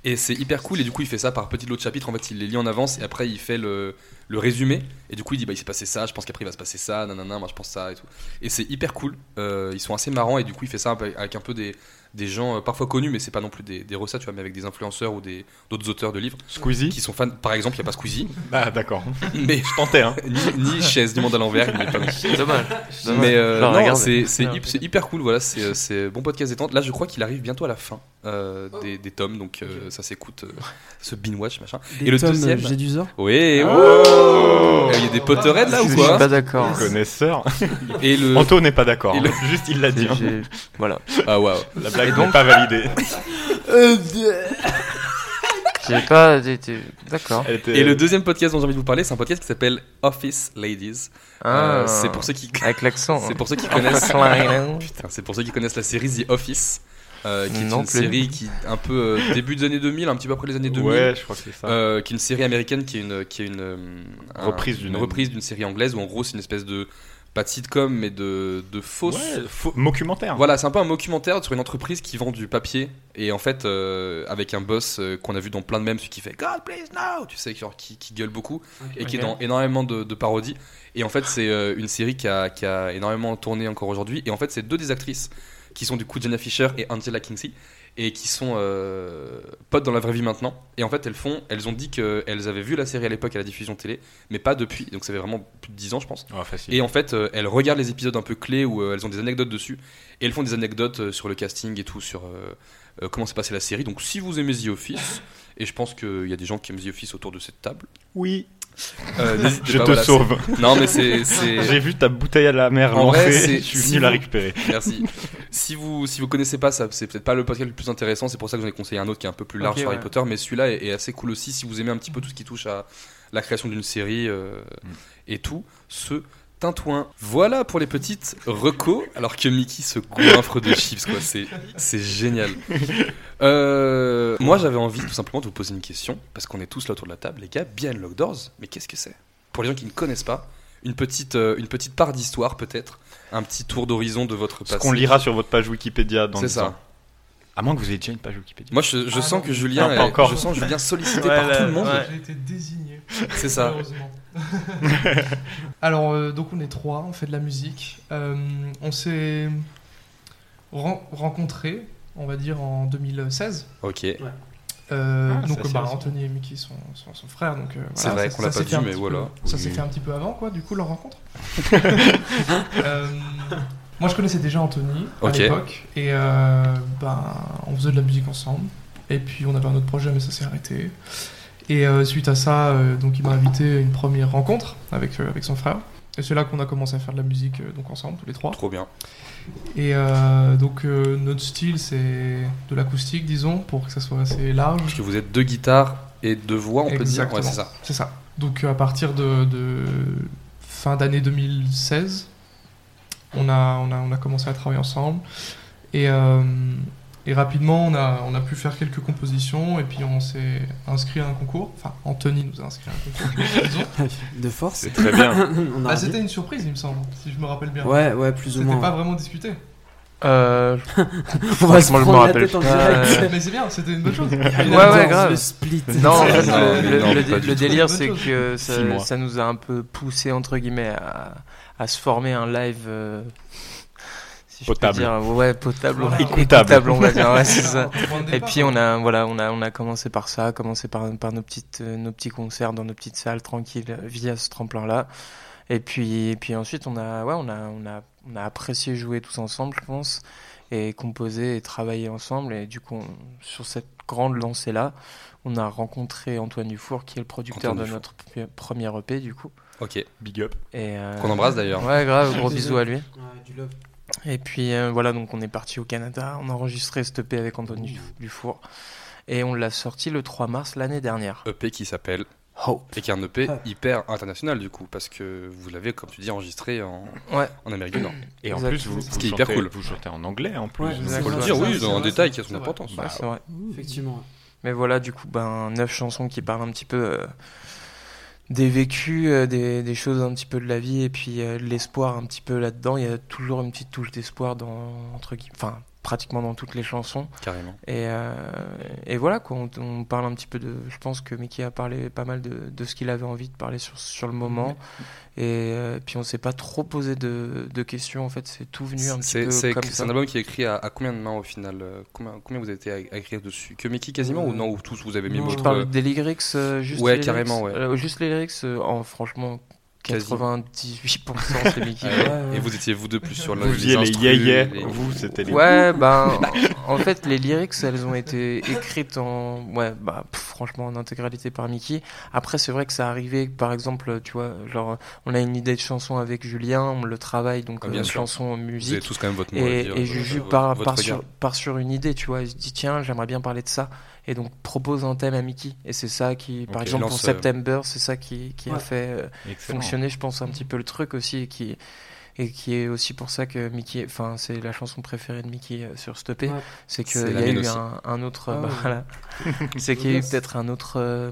[SPEAKER 8] Et c'est hyper cool, et du coup, il fait ça par petits lots de chapitres. En fait, il les lit en avance, et après, il fait le, le résumé. Et du coup, il dit, bah, il s'est passé ça, je pense qu'après, il va se passer ça, nanana, moi, je pense ça, et tout. Et c'est hyper cool. Euh, ils sont assez marrants, et du coup, il fait ça avec avec un peu des, des gens euh, parfois connus, mais c'est pas non plus des, des recettes, tu vois, mais avec des influenceurs ou des- d'autres auteurs de livres
[SPEAKER 7] Squeezie
[SPEAKER 8] qui sont fans. Par exemple, il y a pas Squeezie,
[SPEAKER 7] Ah, d'accord.
[SPEAKER 8] mais
[SPEAKER 7] Je tentais, hein.
[SPEAKER 8] ni, ni chaise du monde à l'envers, mais pas non.
[SPEAKER 10] Dommage. dommage.
[SPEAKER 8] Mais euh,
[SPEAKER 10] Je Ah, la
[SPEAKER 8] non,
[SPEAKER 10] regarde.
[SPEAKER 8] c'est c'est hyp- c'est hyper cool, voilà, c'est euh, c'est bon podcast détente. Là, je crois qu'il arrive bientôt à la fin euh, des, des tomes, donc euh, ça s'écoute, euh, ce binge-watch, machin.
[SPEAKER 6] Des
[SPEAKER 8] Et le
[SPEAKER 6] tomes,
[SPEAKER 8] deuxième-
[SPEAKER 6] J'ai du zor.
[SPEAKER 8] Oui,
[SPEAKER 7] Ah.
[SPEAKER 8] oh Euh, Il y a des Potterheads là
[SPEAKER 10] Je
[SPEAKER 8] ou
[SPEAKER 10] suis pas
[SPEAKER 8] quoi
[SPEAKER 10] d'accord.
[SPEAKER 7] Eh, Connaisseur.
[SPEAKER 8] Et le...
[SPEAKER 7] Anto n'est pas d'accord.
[SPEAKER 8] Et le-
[SPEAKER 7] hein. Juste, il l'a dit. hein.
[SPEAKER 10] J'ai- Voilà.
[SPEAKER 8] Ah waouh.
[SPEAKER 7] La blague n'est pas validée.
[SPEAKER 10] J'ai pas été. D'accord.
[SPEAKER 7] Elle était-
[SPEAKER 8] Et le deuxième podcast dont j'ai envie de vous parler, c'est un podcast qui s'appelle Office Ladies. Euh,
[SPEAKER 10] Ah.
[SPEAKER 8] c'est pour ceux qui
[SPEAKER 10] Avec l'accent. hein.
[SPEAKER 8] c'est pour ceux qui connaissent
[SPEAKER 10] connaissent.
[SPEAKER 8] Putain, c'est pour ceux qui connaissent la série The Office, euh, qui est
[SPEAKER 10] Non
[SPEAKER 8] une
[SPEAKER 10] plus.
[SPEAKER 8] série qui un peu euh, début des années 2000, un petit peu après les années 2000.
[SPEAKER 7] Ouais, je crois que c'est ça.
[SPEAKER 8] Euh, qui est une série américaine qui est une, qui est une, euh, un-
[SPEAKER 7] Reprise d'une-
[SPEAKER 8] une reprise d'une série anglaise où en gros c'est une espèce de pas de sitcom mais de, de fausse
[SPEAKER 7] Ouais, faux- mockumentaire.
[SPEAKER 8] Voilà, c'est un peu un documentaire sur une entreprise qui vend du papier et en fait euh, avec un boss euh, qu'on a vu dans plein de mèmes, celui qui fait God please no, tu sais, genre, qui, qui gueule beaucoup et qui est dans énormément de, de parodies. Et en fait, c'est euh, une série qui a, qui a énormément tourné encore aujourd'hui. Et en fait, c'est deux des actrices qui sont du coup Jenna Fisher et Angela Kinsey et qui sont euh, potes dans la vraie vie maintenant. Et en fait, elles font, elles ont dit qu'elles avaient vu la série à l'époque à la diffusion télé, mais pas depuis. Donc ça fait vraiment plus de 10 ans, je pense.
[SPEAKER 7] Ah, facile.
[SPEAKER 8] Et en fait, euh, elles regardent les épisodes un peu clés où euh, elles ont des anecdotes dessus. Et elles font des anecdotes euh, sur le casting et tout, sur euh, euh, comment s'est passée la série. Donc si vous aimez The Office, et je pense qu'il y a des gens qui aiment The Office autour de cette table,
[SPEAKER 7] Oui.
[SPEAKER 8] euh, n'hésitez
[SPEAKER 7] Je
[SPEAKER 8] pas,
[SPEAKER 7] te
[SPEAKER 8] voilà,
[SPEAKER 7] sauve.
[SPEAKER 8] c'est- Non, mais c'est. c'est-
[SPEAKER 7] J'ai vu ta bouteille à la mer
[SPEAKER 8] En vrai,
[SPEAKER 7] lancée.
[SPEAKER 8] c'est-
[SPEAKER 7] Je suis
[SPEAKER 8] si
[SPEAKER 7] venu la
[SPEAKER 8] vous-
[SPEAKER 7] récupérer.
[SPEAKER 8] Merci. Si vous si vous connaissez pas, ça c'est peut-être pas le podcast le plus intéressant. C'est pour ça que j'en ai conseillé un autre qui est un peu plus large
[SPEAKER 10] Ok,
[SPEAKER 8] sur Harry
[SPEAKER 10] ouais.
[SPEAKER 8] Potter, mais celui-là est, est assez cool aussi si vous aimez un petit peu tout ce qui touche à la création d'une série euh,
[SPEAKER 10] Mm.
[SPEAKER 8] et tout ce tintouin. Voilà pour les petites recos. Alors que Mickey se goinfre de chips, quoi. C'est c'est génial. Euh, moi, j'avais envie tout simplement de vous poser une question parce qu'on est tous là autour de la table, les gars. Bien Locked Doors, mais qu'est-ce que c'est Pour les gens qui ne connaissent pas. Une petite, euh, une petite part d'histoire peut-être, un petit tour d'horizon de votre
[SPEAKER 7] Ce
[SPEAKER 8] passé.
[SPEAKER 7] qu'on lira sur votre page Wikipédia dans
[SPEAKER 8] C'est
[SPEAKER 7] dix
[SPEAKER 8] ça.
[SPEAKER 7] ans. À moins que vous ayez déjà une page Wikipédia.
[SPEAKER 8] Moi, je, je sens que Julien,
[SPEAKER 7] Non,
[SPEAKER 8] est-
[SPEAKER 7] Ah, pas encore.
[SPEAKER 8] je sens Julien sollicité
[SPEAKER 4] Ouais,
[SPEAKER 8] par
[SPEAKER 4] là,
[SPEAKER 8] tout le monde.
[SPEAKER 4] ouais.
[SPEAKER 9] J'ai été désigné.
[SPEAKER 8] C'est ça.
[SPEAKER 9] Malheureusement. Alors, euh, donc on est trois, on fait de la musique. Euh, on s'est ren- rencontrés, on va dire, en 2016.
[SPEAKER 8] Ok.
[SPEAKER 9] Euh,
[SPEAKER 7] Ah,
[SPEAKER 9] donc,
[SPEAKER 7] c'est
[SPEAKER 9] bah,
[SPEAKER 7] assez
[SPEAKER 9] Anthony et Mickey sont, sont, sont frères, donc euh,
[SPEAKER 8] C'est
[SPEAKER 9] voilà,
[SPEAKER 8] vrai
[SPEAKER 9] ça-
[SPEAKER 8] qu'on l'a
[SPEAKER 9] ça
[SPEAKER 8] pas
[SPEAKER 9] s'est
[SPEAKER 8] dit,
[SPEAKER 9] fait un
[SPEAKER 8] mais
[SPEAKER 9] petit
[SPEAKER 8] voilà.
[SPEAKER 9] peu- ça
[SPEAKER 8] Oui.
[SPEAKER 9] s'est fait un petit peu avant, quoi, du coup, leur rencontre. Euh, moi, je connaissais déjà Anthony à
[SPEAKER 8] Ok.
[SPEAKER 9] l'époque, et euh, ben, on faisait de la musique ensemble. Et puis, on avait un autre projet, mais ça s'est arrêté. Et euh, suite à ça, euh, donc, il m'a invité à une première rencontre avec, euh, avec son frère. Et c'est là qu'on a commencé à faire de la musique euh, donc ensemble, tous les trois.
[SPEAKER 8] Trop bien.
[SPEAKER 9] Et euh, donc, euh, notre style, c'est de l'acoustique, disons, pour que ça soit assez large.
[SPEAKER 8] Parce que vous êtes deux guitares et deux voix, on
[SPEAKER 9] Exactement.
[SPEAKER 8] peut dire. Ouais, c'est ça.
[SPEAKER 9] C'est ça. Donc euh, à partir de, de fin d'année 2016, on a, on, a, on a commencé à travailler ensemble. Et, euh, et rapidement, on a, on a pu faire quelques compositions. Et puis on s'est inscrit à un concours. Enfin, Anthony nous a inscrit à un concours. disons.
[SPEAKER 6] De force.
[SPEAKER 7] C'est très bien.
[SPEAKER 6] On a
[SPEAKER 9] Ah,
[SPEAKER 6] dit.
[SPEAKER 9] c'était une surprise, il me semble, si je me rappelle bien.
[SPEAKER 6] Ouais, ouais, plus ou
[SPEAKER 9] C'était
[SPEAKER 6] moins.
[SPEAKER 9] pas vraiment discuté.
[SPEAKER 10] Euh,
[SPEAKER 6] On va se
[SPEAKER 10] Franchement, je me
[SPEAKER 6] prendre la
[SPEAKER 10] rappelle
[SPEAKER 6] tête en
[SPEAKER 10] plus.
[SPEAKER 6] direct.
[SPEAKER 9] Mais c'est bien, c'était une bonne chose.
[SPEAKER 10] Ouais,
[SPEAKER 6] Dans
[SPEAKER 10] ouais, grave.
[SPEAKER 6] Le split.
[SPEAKER 10] Non, en fait,
[SPEAKER 8] Non,
[SPEAKER 10] le,
[SPEAKER 8] mais
[SPEAKER 10] le-
[SPEAKER 8] non,
[SPEAKER 10] le-
[SPEAKER 8] pas
[SPEAKER 10] le
[SPEAKER 8] du tout.
[SPEAKER 10] délire,
[SPEAKER 9] Bonne
[SPEAKER 10] c'est
[SPEAKER 9] chose.
[SPEAKER 10] que
[SPEAKER 7] Six
[SPEAKER 10] ça,
[SPEAKER 7] mois.
[SPEAKER 10] ça nous a un peu poussé, entre guillemets, à, à se former un live. euh, si je peux
[SPEAKER 7] Potable.
[SPEAKER 10] dire, ouais, potable.
[SPEAKER 9] Voilà.
[SPEAKER 10] écoutable, on va dire. ouais, c'est ça. Et puis on a voilà on a on a commencé par ça, commencé par par nos petites euh, nos petits concerts dans nos petites salles tranquilles euh, via ce tremplin là. Et puis et puis ensuite on a ouais on a on a on a apprécié jouer tous ensemble je pense et composer et travailler ensemble et du coup on- sur cette grande lancée là on a rencontré Antoine Dufour qui est le producteur
[SPEAKER 8] Antoine
[SPEAKER 10] de notre p- premier EP du coup
[SPEAKER 8] Ok.
[SPEAKER 7] Big up.
[SPEAKER 10] et euh,
[SPEAKER 8] Qu'on embrasse d'ailleurs.
[SPEAKER 10] ouais grave gros bisous à lui
[SPEAKER 6] du love.
[SPEAKER 10] Et puis euh, voilà, donc on est parti au Canada, on a enregistré cet EP avec Anthony Dufour et on l'a sorti le 3 mars l'année dernière.
[SPEAKER 8] EP E qui s'appelle
[SPEAKER 10] Hope.
[SPEAKER 8] Et qui est un EP
[SPEAKER 6] Ah.
[SPEAKER 8] hyper international du coup, parce que vous l'avez, comme tu dis, enregistré en,
[SPEAKER 10] Ouais.
[SPEAKER 8] en Amérique du Nord.
[SPEAKER 7] Et en
[SPEAKER 10] Exact.
[SPEAKER 7] plus, vous,
[SPEAKER 8] Ce qui est
[SPEAKER 7] vous
[SPEAKER 8] hyper
[SPEAKER 7] chantez-
[SPEAKER 8] cool.
[SPEAKER 7] Vous chantez en anglais en plus.
[SPEAKER 6] Ouais,
[SPEAKER 8] Il faut
[SPEAKER 6] C'est
[SPEAKER 8] le
[SPEAKER 6] vrai,
[SPEAKER 8] dire,
[SPEAKER 6] c'est
[SPEAKER 8] oui,
[SPEAKER 6] vrai,
[SPEAKER 8] dans un
[SPEAKER 6] c'est
[SPEAKER 8] détail
[SPEAKER 9] vrai,
[SPEAKER 8] qui a son
[SPEAKER 9] c'est vrai.
[SPEAKER 8] importance.
[SPEAKER 10] Ouais, c'est vrai. Bah,
[SPEAKER 6] Effectivement.
[SPEAKER 10] Mais voilà, du coup, ben, neuf chansons qui parlent un petit peu euh, des vécus, euh, des, des choses un petit peu de la vie, et puis euh, de l'espoir un petit peu là-dedans. Il y a toujours une petite touche d'espoir dans, entre guillemets, enfin, pratiquement dans toutes les chansons.
[SPEAKER 8] Carrément.
[SPEAKER 10] Et, euh, et voilà, quoi, on, on parle un petit peu de. Je pense que Mickey a parlé pas mal de, de ce qu'il avait envie de parler sur, sur le moment. Et euh, puis on s'est pas trop posé de, de questions, en fait, c'est tout venu un petit
[SPEAKER 8] C'est
[SPEAKER 10] peu
[SPEAKER 8] c'est
[SPEAKER 10] comme
[SPEAKER 8] écrit- c'est
[SPEAKER 10] ça.
[SPEAKER 8] un album qui est écrit à, à combien de mains au final euh, combien, combien vous avez été à, à écrire dessus Que Mickey quasiment ou non Ou tous vous avez mis
[SPEAKER 6] Non,
[SPEAKER 10] Tu
[SPEAKER 8] votre.
[SPEAKER 10] parles des lyrics euh, juste
[SPEAKER 8] ouais,
[SPEAKER 10] les lyrics,
[SPEAKER 8] carrément, ouais.
[SPEAKER 10] euh, juste les lyrics, euh, en franchement,
[SPEAKER 8] Quasi.
[SPEAKER 10] 98% c'est Mickey.
[SPEAKER 6] Ouais,
[SPEAKER 8] Ouais,
[SPEAKER 6] ouais.
[SPEAKER 8] Et vous étiez vous deux plus sur
[SPEAKER 7] Vous
[SPEAKER 8] le-
[SPEAKER 7] aviez les
[SPEAKER 8] instrus,
[SPEAKER 7] yéyés,
[SPEAKER 8] les-
[SPEAKER 7] vous c'était les.
[SPEAKER 10] Ouais, ben, en fait, les lyrics, elles ont été écrites en, ouais, bah, pff, franchement, en intégralité par Mickey. Après, c'est vrai que ça arrivait, par exemple, tu vois, genre, on a une idée de chanson avec Julien, on le travaille, donc,
[SPEAKER 8] Ah, bien
[SPEAKER 10] euh,
[SPEAKER 8] sûr. Vous
[SPEAKER 10] chanson,
[SPEAKER 8] avez
[SPEAKER 10] musique.
[SPEAKER 8] tous quand même votre mot à
[SPEAKER 10] Et,
[SPEAKER 8] dire,
[SPEAKER 10] et
[SPEAKER 8] euh,
[SPEAKER 10] Juju
[SPEAKER 8] votre-
[SPEAKER 10] part,
[SPEAKER 8] votre
[SPEAKER 10] part
[SPEAKER 8] regard.
[SPEAKER 10] sur, part sur une idée, tu vois. Il se dit, tiens, j'aimerais bien parler de ça. Et donc propose un thème à Mickey. Et c'est ça qui, par
[SPEAKER 8] Ok,
[SPEAKER 10] exemple, pour
[SPEAKER 8] lance, euh,
[SPEAKER 10] September, c'est ça qui, qui a
[SPEAKER 6] Ouais.
[SPEAKER 10] fait euh,
[SPEAKER 7] Excellent.
[SPEAKER 10] fonctionner, je pense, un petit peu le truc aussi. Et qui, et qui est aussi pour ça que Mickey, enfin, c'est la chanson préférée de Mickey euh, sur cette EP.
[SPEAKER 6] Ouais.
[SPEAKER 10] C'est
[SPEAKER 8] C'est
[SPEAKER 10] qu'il y
[SPEAKER 8] la
[SPEAKER 10] a
[SPEAKER 8] mienne
[SPEAKER 10] eu
[SPEAKER 8] aussi.
[SPEAKER 10] un, un autre.
[SPEAKER 6] Ah
[SPEAKER 10] bah,
[SPEAKER 6] ouais.
[SPEAKER 10] voilà. c'est qu'il y a eu
[SPEAKER 6] Yes.
[SPEAKER 10] peut-être un autre, euh,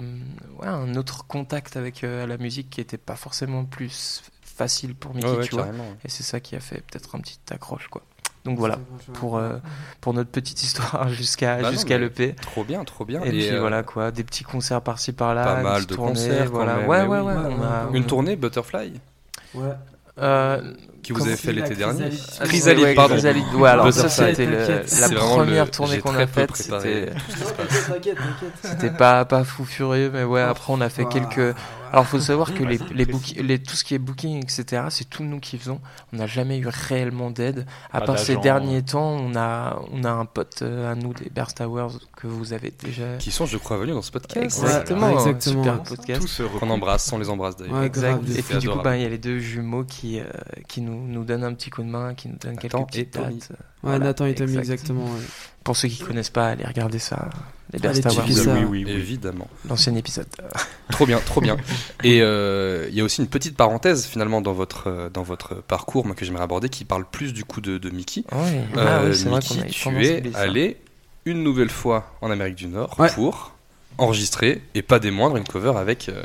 [SPEAKER 10] ouais, un autre contact avec euh, la musique qui n'était pas forcément plus facile pour Mickey,
[SPEAKER 8] Ouais, ouais,
[SPEAKER 10] tu vois.
[SPEAKER 8] carrément. ouais.
[SPEAKER 10] Et c'est ça qui a fait peut-être un petit accroche, quoi. Donc voilà,
[SPEAKER 6] C'est bon, je-
[SPEAKER 10] pour, euh, pour notre petite histoire jusqu'à
[SPEAKER 8] Bah non,
[SPEAKER 10] jusqu'à
[SPEAKER 8] mais-
[SPEAKER 10] l'EP.
[SPEAKER 8] Trop bien, trop bien.
[SPEAKER 10] Et, puis
[SPEAKER 8] euh,
[SPEAKER 10] voilà, quoi, des petits concerts par-ci par-là.
[SPEAKER 8] pas
[SPEAKER 10] des
[SPEAKER 8] mal
[SPEAKER 10] petites
[SPEAKER 8] de
[SPEAKER 10] tournées,
[SPEAKER 8] concerts quand
[SPEAKER 10] voilà.
[SPEAKER 8] même,
[SPEAKER 10] Ouais,
[SPEAKER 8] mais
[SPEAKER 10] ouais,
[SPEAKER 8] oui.
[SPEAKER 10] ouais, on a-
[SPEAKER 8] Une tournée, Butterfly,
[SPEAKER 6] Ouais.
[SPEAKER 10] Euh,
[SPEAKER 8] qui vous
[SPEAKER 10] Comme
[SPEAKER 8] avez fait
[SPEAKER 6] la
[SPEAKER 8] l'été dernier.
[SPEAKER 6] chrysalide.
[SPEAKER 8] Ah,
[SPEAKER 10] Chrysalide,
[SPEAKER 8] Chrysalide, pardon.
[SPEAKER 10] Chrysalide. Ouais, alors ça,
[SPEAKER 8] Butterfly.
[SPEAKER 10] c'était le-
[SPEAKER 6] T'inquiète.
[SPEAKER 10] la
[SPEAKER 8] C'est vraiment le-
[SPEAKER 10] première tournée
[SPEAKER 8] j'ai
[SPEAKER 10] qu'on
[SPEAKER 8] très
[SPEAKER 10] a
[SPEAKER 8] peu
[SPEAKER 10] faite.
[SPEAKER 8] préparé.
[SPEAKER 10] C'était
[SPEAKER 6] T'inquiète, t'inquiète, t'inquiète.
[SPEAKER 10] c'était pas, pas fou furieux, mais ouais,
[SPEAKER 6] Oh,
[SPEAKER 10] après, on a fait
[SPEAKER 6] Ah,
[SPEAKER 10] quelques.
[SPEAKER 6] ouais.
[SPEAKER 10] Alors, faut savoir que
[SPEAKER 8] Bah,
[SPEAKER 7] Ouais,
[SPEAKER 10] les,
[SPEAKER 7] c'est
[SPEAKER 10] les,
[SPEAKER 7] précis.
[SPEAKER 10] book- les- tout ce qui est booking, etc., c'est tout nous qui faisons. On n'a jamais eu réellement d'aide. À
[SPEAKER 7] Pas
[SPEAKER 10] part ces
[SPEAKER 7] d'agent.
[SPEAKER 10] derniers temps, on a, on a un pote euh, à nous des Bear Towers que vous avez déjà.
[SPEAKER 8] qui sont, je crois, venus dans ce podcast.
[SPEAKER 10] Exactement,
[SPEAKER 6] Ouais,
[SPEAKER 10] un
[SPEAKER 6] exactement.
[SPEAKER 10] super podcast.
[SPEAKER 7] Tout se
[SPEAKER 8] On
[SPEAKER 7] reprend.
[SPEAKER 8] embrasse, on les embrasse d'ailleurs.
[SPEAKER 6] Ouais,
[SPEAKER 10] Exact.
[SPEAKER 6] grave,
[SPEAKER 10] Et
[SPEAKER 8] c'est
[SPEAKER 10] puis du coup,
[SPEAKER 8] adorable.
[SPEAKER 10] ben, il y a les deux jumeaux qui, euh, qui nous, nous donnent un petit coup de main, qui nous donnent
[SPEAKER 8] Nathan
[SPEAKER 10] quelques
[SPEAKER 8] et
[SPEAKER 10] petites
[SPEAKER 8] Tommy.
[SPEAKER 10] dates.
[SPEAKER 6] Ouais,
[SPEAKER 10] Voilà,
[SPEAKER 6] Nathan et Tommy,
[SPEAKER 10] exact.
[SPEAKER 6] exactement. ouais.
[SPEAKER 10] Pour ceux qui connaissent pas, allez regarder ça. Les Bear
[SPEAKER 6] Allez,
[SPEAKER 10] Towers,
[SPEAKER 6] checker
[SPEAKER 7] Oui,
[SPEAKER 6] ça.
[SPEAKER 7] oui, oui, oui.
[SPEAKER 8] Évidemment.
[SPEAKER 10] l'ancien épisode.
[SPEAKER 8] Trop bien, trop bien. Et euh, il y a aussi une petite parenthèse finalement dans votre, euh, dans votre parcours moi, que j'aimerais aborder qui parle plus du coup de, de Mickey.
[SPEAKER 10] Oui,
[SPEAKER 8] Euh,
[SPEAKER 10] Ah c'est vrai
[SPEAKER 8] Mickey,
[SPEAKER 10] qu'on a eu tendance à
[SPEAKER 8] tu es
[SPEAKER 10] oublier ça.
[SPEAKER 8] allé une nouvelle fois en Amérique du Nord
[SPEAKER 6] Ouais.
[SPEAKER 8] pour enregistrer et pas des moindres une cover avec euh,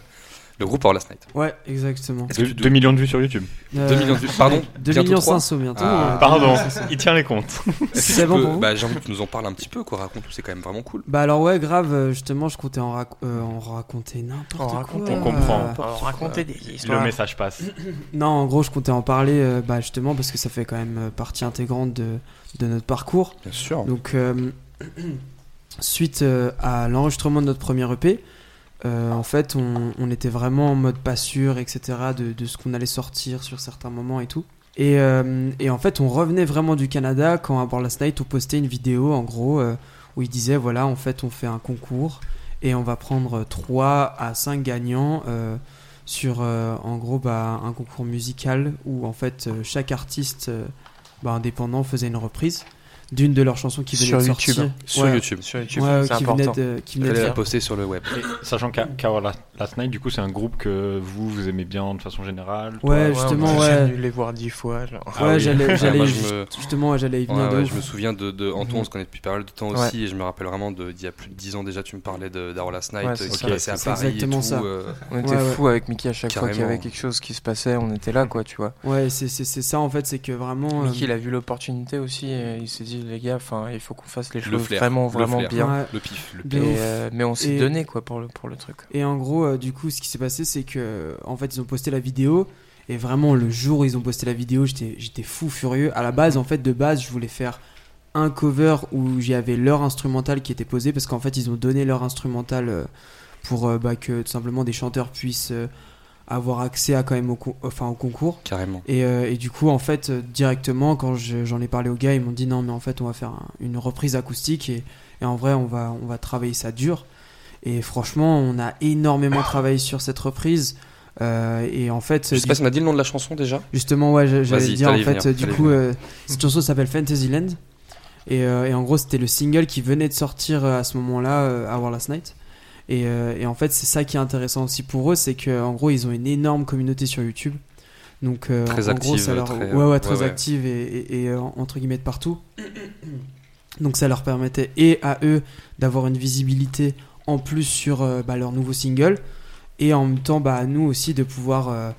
[SPEAKER 8] le groupe Our Last Night.
[SPEAKER 6] Ouais, exactement.
[SPEAKER 8] Est-ce que tu-
[SPEAKER 7] 2 millions de vues sur YouTube.
[SPEAKER 10] Euh,
[SPEAKER 8] 2 millions de vues, pardon,
[SPEAKER 6] 2
[SPEAKER 8] bientôt
[SPEAKER 6] millions
[SPEAKER 8] trois.
[SPEAKER 6] 500 bientôt.
[SPEAKER 8] Ah,
[SPEAKER 6] ouais.
[SPEAKER 7] Pardon,
[SPEAKER 6] Ouais, c'est ça.
[SPEAKER 7] il tient les comptes.
[SPEAKER 8] Est-ce que
[SPEAKER 6] C'est
[SPEAKER 8] tu
[SPEAKER 6] bon
[SPEAKER 8] peux-
[SPEAKER 6] pour vous
[SPEAKER 8] bah, J'ai envie que tu nous en parles un petit peu, quoi. Raconte-nous, c'est quand même vraiment cool.
[SPEAKER 6] Bah alors ouais, grave, euh, justement, je comptais en, rac- euh, en raconter n'importe
[SPEAKER 10] On
[SPEAKER 6] quoi.
[SPEAKER 10] racontait.
[SPEAKER 7] On comprend.
[SPEAKER 6] Euh,
[SPEAKER 10] Alors, racontez des
[SPEAKER 7] Le
[SPEAKER 10] histoires.
[SPEAKER 7] message passe.
[SPEAKER 6] Non, en gros, je comptais en parler, euh, bah justement, parce que ça fait quand même euh, partie intégrante de, de notre parcours.
[SPEAKER 8] Bien sûr.
[SPEAKER 6] Donc, euh, suite euh, à l'enregistrement de notre premier EP, euh, en fait, on, on était vraiment en mode pas sûr, etc., de, de ce qu'on allait sortir sur certains moments et tout. Et, euh, et en fait, on revenait vraiment du Canada quand à Born Last Night, on postait une vidéo, en gros, euh, où il disait voilà, en fait, on fait un concours et on va prendre 3 à 5 gagnants. euh, sur euh, en gros bah, un concours musical où en fait euh, chaque artiste euh, bah, indépendant faisait une reprise d'une de leurs chansons qui venait
[SPEAKER 10] Sur
[SPEAKER 6] de
[SPEAKER 10] YouTube.
[SPEAKER 6] sortir
[SPEAKER 8] Sur
[SPEAKER 6] Ouais.
[SPEAKER 8] YouTube.
[SPEAKER 10] Sur YouTube,
[SPEAKER 6] Ouais,
[SPEAKER 10] c'est
[SPEAKER 6] qui venait
[SPEAKER 10] important.
[SPEAKER 6] de, qui venait de
[SPEAKER 8] Allez la
[SPEAKER 6] faire.
[SPEAKER 8] poster sur le web.
[SPEAKER 7] Et Sachant qu'à- qu'Hour La- Last Night, du coup, c'est un groupe que vous, vous aimez bien de façon générale. toi,
[SPEAKER 6] Ouais, justement,
[SPEAKER 10] on a
[SPEAKER 6] ouais.
[SPEAKER 10] dû les voir dix fois. genre.
[SPEAKER 7] Ah
[SPEAKER 6] ouais,
[SPEAKER 7] oui.
[SPEAKER 6] j'allais,
[SPEAKER 8] Ouais,
[SPEAKER 6] j'allais
[SPEAKER 8] moi,
[SPEAKER 6] ju-
[SPEAKER 8] je me-
[SPEAKER 6] justement, j'allais y
[SPEAKER 8] Ouais,
[SPEAKER 6] venir de
[SPEAKER 8] ouais,
[SPEAKER 6] ouf. Mhm.
[SPEAKER 8] je me souviens de, de Anton, on se connaît depuis pas mal de temps
[SPEAKER 10] Ouais.
[SPEAKER 8] aussi, et je me rappelle vraiment de- d'il y a plus de 10 ans déjà, tu me parlais de- d'Aro Last Night
[SPEAKER 10] Ouais,
[SPEAKER 8] euh,
[SPEAKER 10] c'est
[SPEAKER 8] qui
[SPEAKER 10] ça.
[SPEAKER 8] passait à
[SPEAKER 6] C'est
[SPEAKER 8] Paris et
[SPEAKER 6] exactement
[SPEAKER 8] tout.
[SPEAKER 6] ça.
[SPEAKER 8] euh,
[SPEAKER 10] On était
[SPEAKER 6] Ouais, ouais.
[SPEAKER 10] fous avec Mickey à chaque fois qu'il y avait
[SPEAKER 8] Carrément.
[SPEAKER 10] quelque chose qui se passait, on était là, quoi, tu vois.
[SPEAKER 6] Ouais, c'est, c'est, c'est ça en fait, c'est que vraiment. euh,
[SPEAKER 10] Mickey, il a vu l'opportunité aussi, et il s'est dit, les gars, enfin, il faut qu'on fasse les
[SPEAKER 8] Le
[SPEAKER 10] choses
[SPEAKER 8] flair,
[SPEAKER 10] vraiment,
[SPEAKER 8] le
[SPEAKER 10] vraiment
[SPEAKER 8] flair.
[SPEAKER 10] bien.
[SPEAKER 6] ouais.
[SPEAKER 8] le pif, le
[SPEAKER 6] De
[SPEAKER 10] Et,
[SPEAKER 6] ouf.
[SPEAKER 10] euh, mais on s'est
[SPEAKER 6] Et-
[SPEAKER 10] donné, quoi, pour le, pour le truc.
[SPEAKER 6] Et en gros, euh, du coup, ce qui s'est passé, c'est que en fait, ils ont posté la vidéo. Et vraiment, le jour où ils ont posté la vidéo, j'étais, j'étais fou furieux. À la base, en fait, de base, je voulais faire un cover où j'avais leur instrumental qui était posé parce qu'en fait, ils ont donné leur instrumental euh, pour euh, bah, que tout simplement des chanteurs puissent euh, avoir accès à quand même au, con- enfin, au concours.
[SPEAKER 8] carrément.
[SPEAKER 6] Et, euh, et du coup, en fait, euh, directement, quand je- j'en ai parlé aux gars, ils m'ont dit non, mais en fait, on va faire un- une reprise acoustique et, et en vrai, on va, on va travailler ça dur. Et franchement, on a énormément travaillé sur cette reprise. Euh, et en fait,
[SPEAKER 8] Je sais
[SPEAKER 6] du-
[SPEAKER 8] pas si on a dit le nom de la chanson déjà.
[SPEAKER 6] Justement, ouais, j'a- j'allais
[SPEAKER 8] Vas-y,
[SPEAKER 6] dire en
[SPEAKER 8] t'allais y
[SPEAKER 6] fait,
[SPEAKER 8] venir,
[SPEAKER 6] du
[SPEAKER 8] t'allais y
[SPEAKER 6] coup,
[SPEAKER 8] venir.
[SPEAKER 6] euh, cette chanson s'appelle Fantasyland. Et, euh, et en gros, c'était le single qui venait de sortir euh, à ce moment-là, euh, à Our Last Night. Et, euh, et en fait, c'est ça qui est intéressant aussi pour eux, c'est qu'en gros, ils ont une énorme communauté sur YouTube. Donc, euh,
[SPEAKER 8] Très
[SPEAKER 6] en gros,
[SPEAKER 8] active,
[SPEAKER 6] ça leur...
[SPEAKER 8] très, euh,
[SPEAKER 6] ouais, ouais,
[SPEAKER 8] ouais,
[SPEAKER 6] très
[SPEAKER 8] ouais.
[SPEAKER 6] active et, et- et, euh, entre guillemets de partout. Donc, ça leur permettait et à eux d'avoir une visibilité en plus sur euh, bah, leur nouveau single et en même temps bah, à nous aussi de pouvoir euh,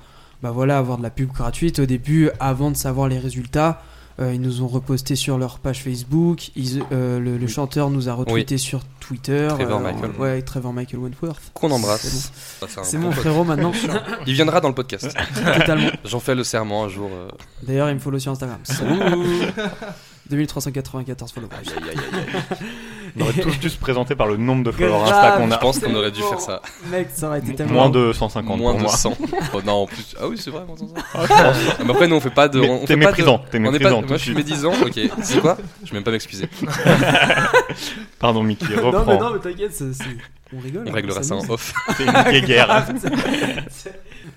[SPEAKER 6] bah, voilà, avoir de la pub gratuite au début avant de savoir les résultats. euh, ils nous ont reposté sur leur page Facebook. Ils, euh, le le chanteur nous a retweeté sur Twitter.
[SPEAKER 8] Trevor
[SPEAKER 6] euh,
[SPEAKER 8] Michael.
[SPEAKER 6] Ouais, Trevor Michael Wentworth.
[SPEAKER 8] Qu'on
[SPEAKER 6] C'est bon.
[SPEAKER 8] embrasse. Ça fait un
[SPEAKER 6] C'est
[SPEAKER 8] bon
[SPEAKER 6] mon
[SPEAKER 8] pote.
[SPEAKER 6] frérot maintenant.
[SPEAKER 8] Il viendra dans le podcast.
[SPEAKER 6] Totalement.
[SPEAKER 8] J'en fais le serment un jour. euh.
[SPEAKER 6] D'ailleurs, il me follow sur Instagram. C'est-
[SPEAKER 8] Ouh.
[SPEAKER 6] 2394 followers.
[SPEAKER 7] On aurait tous dû se présenter par le nombre de followers
[SPEAKER 6] Grave.
[SPEAKER 7] Insta qu'on
[SPEAKER 8] Je
[SPEAKER 7] a.
[SPEAKER 8] pense qu'on aurait dû faire ça.
[SPEAKER 6] Mec, ça aurait été tellement.
[SPEAKER 7] Moins de 150
[SPEAKER 8] Moins
[SPEAKER 7] pour
[SPEAKER 8] de
[SPEAKER 7] moi.
[SPEAKER 8] 100. Oh non, en plus. Ah oui, c'est vrai, moins de 100. Ah, mais après, nous, on fait pas de.
[SPEAKER 7] Mais
[SPEAKER 8] on- on
[SPEAKER 7] t'es
[SPEAKER 8] fait pas de-
[SPEAKER 7] méprisant, t'es
[SPEAKER 8] on est Pas...
[SPEAKER 7] méprisant tout
[SPEAKER 8] Moi,
[SPEAKER 7] de
[SPEAKER 8] je suis
[SPEAKER 7] suite.
[SPEAKER 8] médisant, ok. C'est quoi Je vais même pas m'excuser.
[SPEAKER 7] Pardon, Mickey,
[SPEAKER 6] Non, mais
[SPEAKER 7] reprends.
[SPEAKER 6] non, mais t'inquiète, c'est- c'est- on rigole.
[SPEAKER 8] On réglera ça en
[SPEAKER 6] s'amuse.
[SPEAKER 8] off.
[SPEAKER 7] C'est une guéguerre.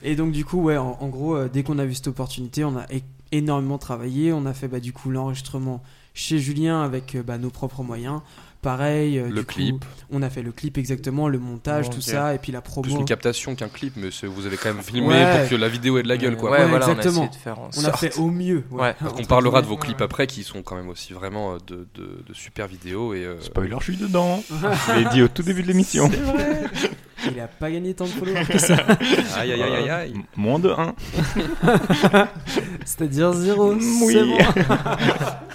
[SPEAKER 6] Et donc du coup, ouais, en, en gros, euh, dès qu'on a vu cette opportunité, on a é- énormément travaillé. On a fait bah, du coup l'enregistrement chez Julien avec euh, bah, nos propres moyens. Pareil, euh,
[SPEAKER 8] Le
[SPEAKER 6] du coup,
[SPEAKER 8] clip.
[SPEAKER 6] on a fait le clip exactement, le montage,
[SPEAKER 8] Ok.
[SPEAKER 6] tout ça, et puis la promo.
[SPEAKER 8] Plus une captation qu'un clip, mais c'est- vous avez quand même filmé
[SPEAKER 6] Ouais.
[SPEAKER 8] pour que la vidéo ait de la gueule, quoi.
[SPEAKER 10] Euh, Ouais,
[SPEAKER 6] Ouais,
[SPEAKER 10] voilà,
[SPEAKER 6] exactement.
[SPEAKER 10] on a essayé de faire en
[SPEAKER 6] on a
[SPEAKER 10] sorte.
[SPEAKER 6] fait au mieux.
[SPEAKER 10] Ouais,
[SPEAKER 8] Parce
[SPEAKER 6] Entre
[SPEAKER 8] qu'on parlera de
[SPEAKER 6] guillemets.
[SPEAKER 8] vos clips après qui sont quand même aussi vraiment euh, de, de- de super vidéos et euh,
[SPEAKER 7] Spoiler, je suis dedans. Je l'ai dit au tout début de l'émission.
[SPEAKER 6] C'est vrai. Il a pas gagné tant de followers que ça.
[SPEAKER 8] aïe aïe aïe aïe aïe
[SPEAKER 7] Euh, M- Moins de 1.
[SPEAKER 6] C'est-à-dire zéro.
[SPEAKER 7] Oui.
[SPEAKER 6] c'est bon.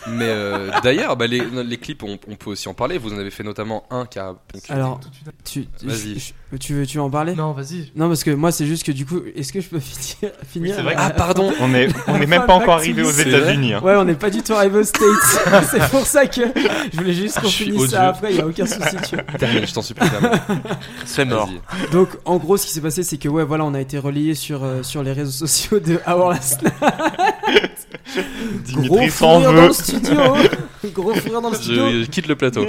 [SPEAKER 8] mais euh, d'ailleurs bah, les, les clips on, on peut aussi en parler vous en avez fait notamment un qui a donc,
[SPEAKER 6] Alors,
[SPEAKER 9] Tout de suite.
[SPEAKER 6] tu, tu-
[SPEAKER 8] Vas-y.
[SPEAKER 6] je- tu veux, tu veux en parler
[SPEAKER 9] Non, vas-y.
[SPEAKER 6] Non, parce que moi, c'est juste que du coup, est-ce que je peux finir, finir
[SPEAKER 7] c'est vrai que-
[SPEAKER 8] ah pardon
[SPEAKER 7] On est, on est même pas encore arrivé aux
[SPEAKER 8] C'est
[SPEAKER 7] États-Unis. hein.
[SPEAKER 6] Ouais, on n'est pas du tout arrivé aux States. c'est pour ça que je voulais juste
[SPEAKER 8] Ah,
[SPEAKER 6] qu'on
[SPEAKER 8] je suis
[SPEAKER 6] finisse ça
[SPEAKER 8] odieux.
[SPEAKER 6] après, il n'y a aucun souci. tu vois.
[SPEAKER 8] Termine, je t'en supplie Damien.
[SPEAKER 10] C'est mort.
[SPEAKER 7] Ah,
[SPEAKER 8] Vas-y.
[SPEAKER 6] Donc, en gros, ce qui s'est passé, c'est que ouais, voilà, on a été relayé sur, euh, sur les réseaux sociaux de Our Last Night. Gros
[SPEAKER 7] Dimitri s'en
[SPEAKER 6] fourrure dans
[SPEAKER 7] veut.
[SPEAKER 6] le studio. hein. Gros fourrure dans le studio.
[SPEAKER 8] je, je quitte le plateau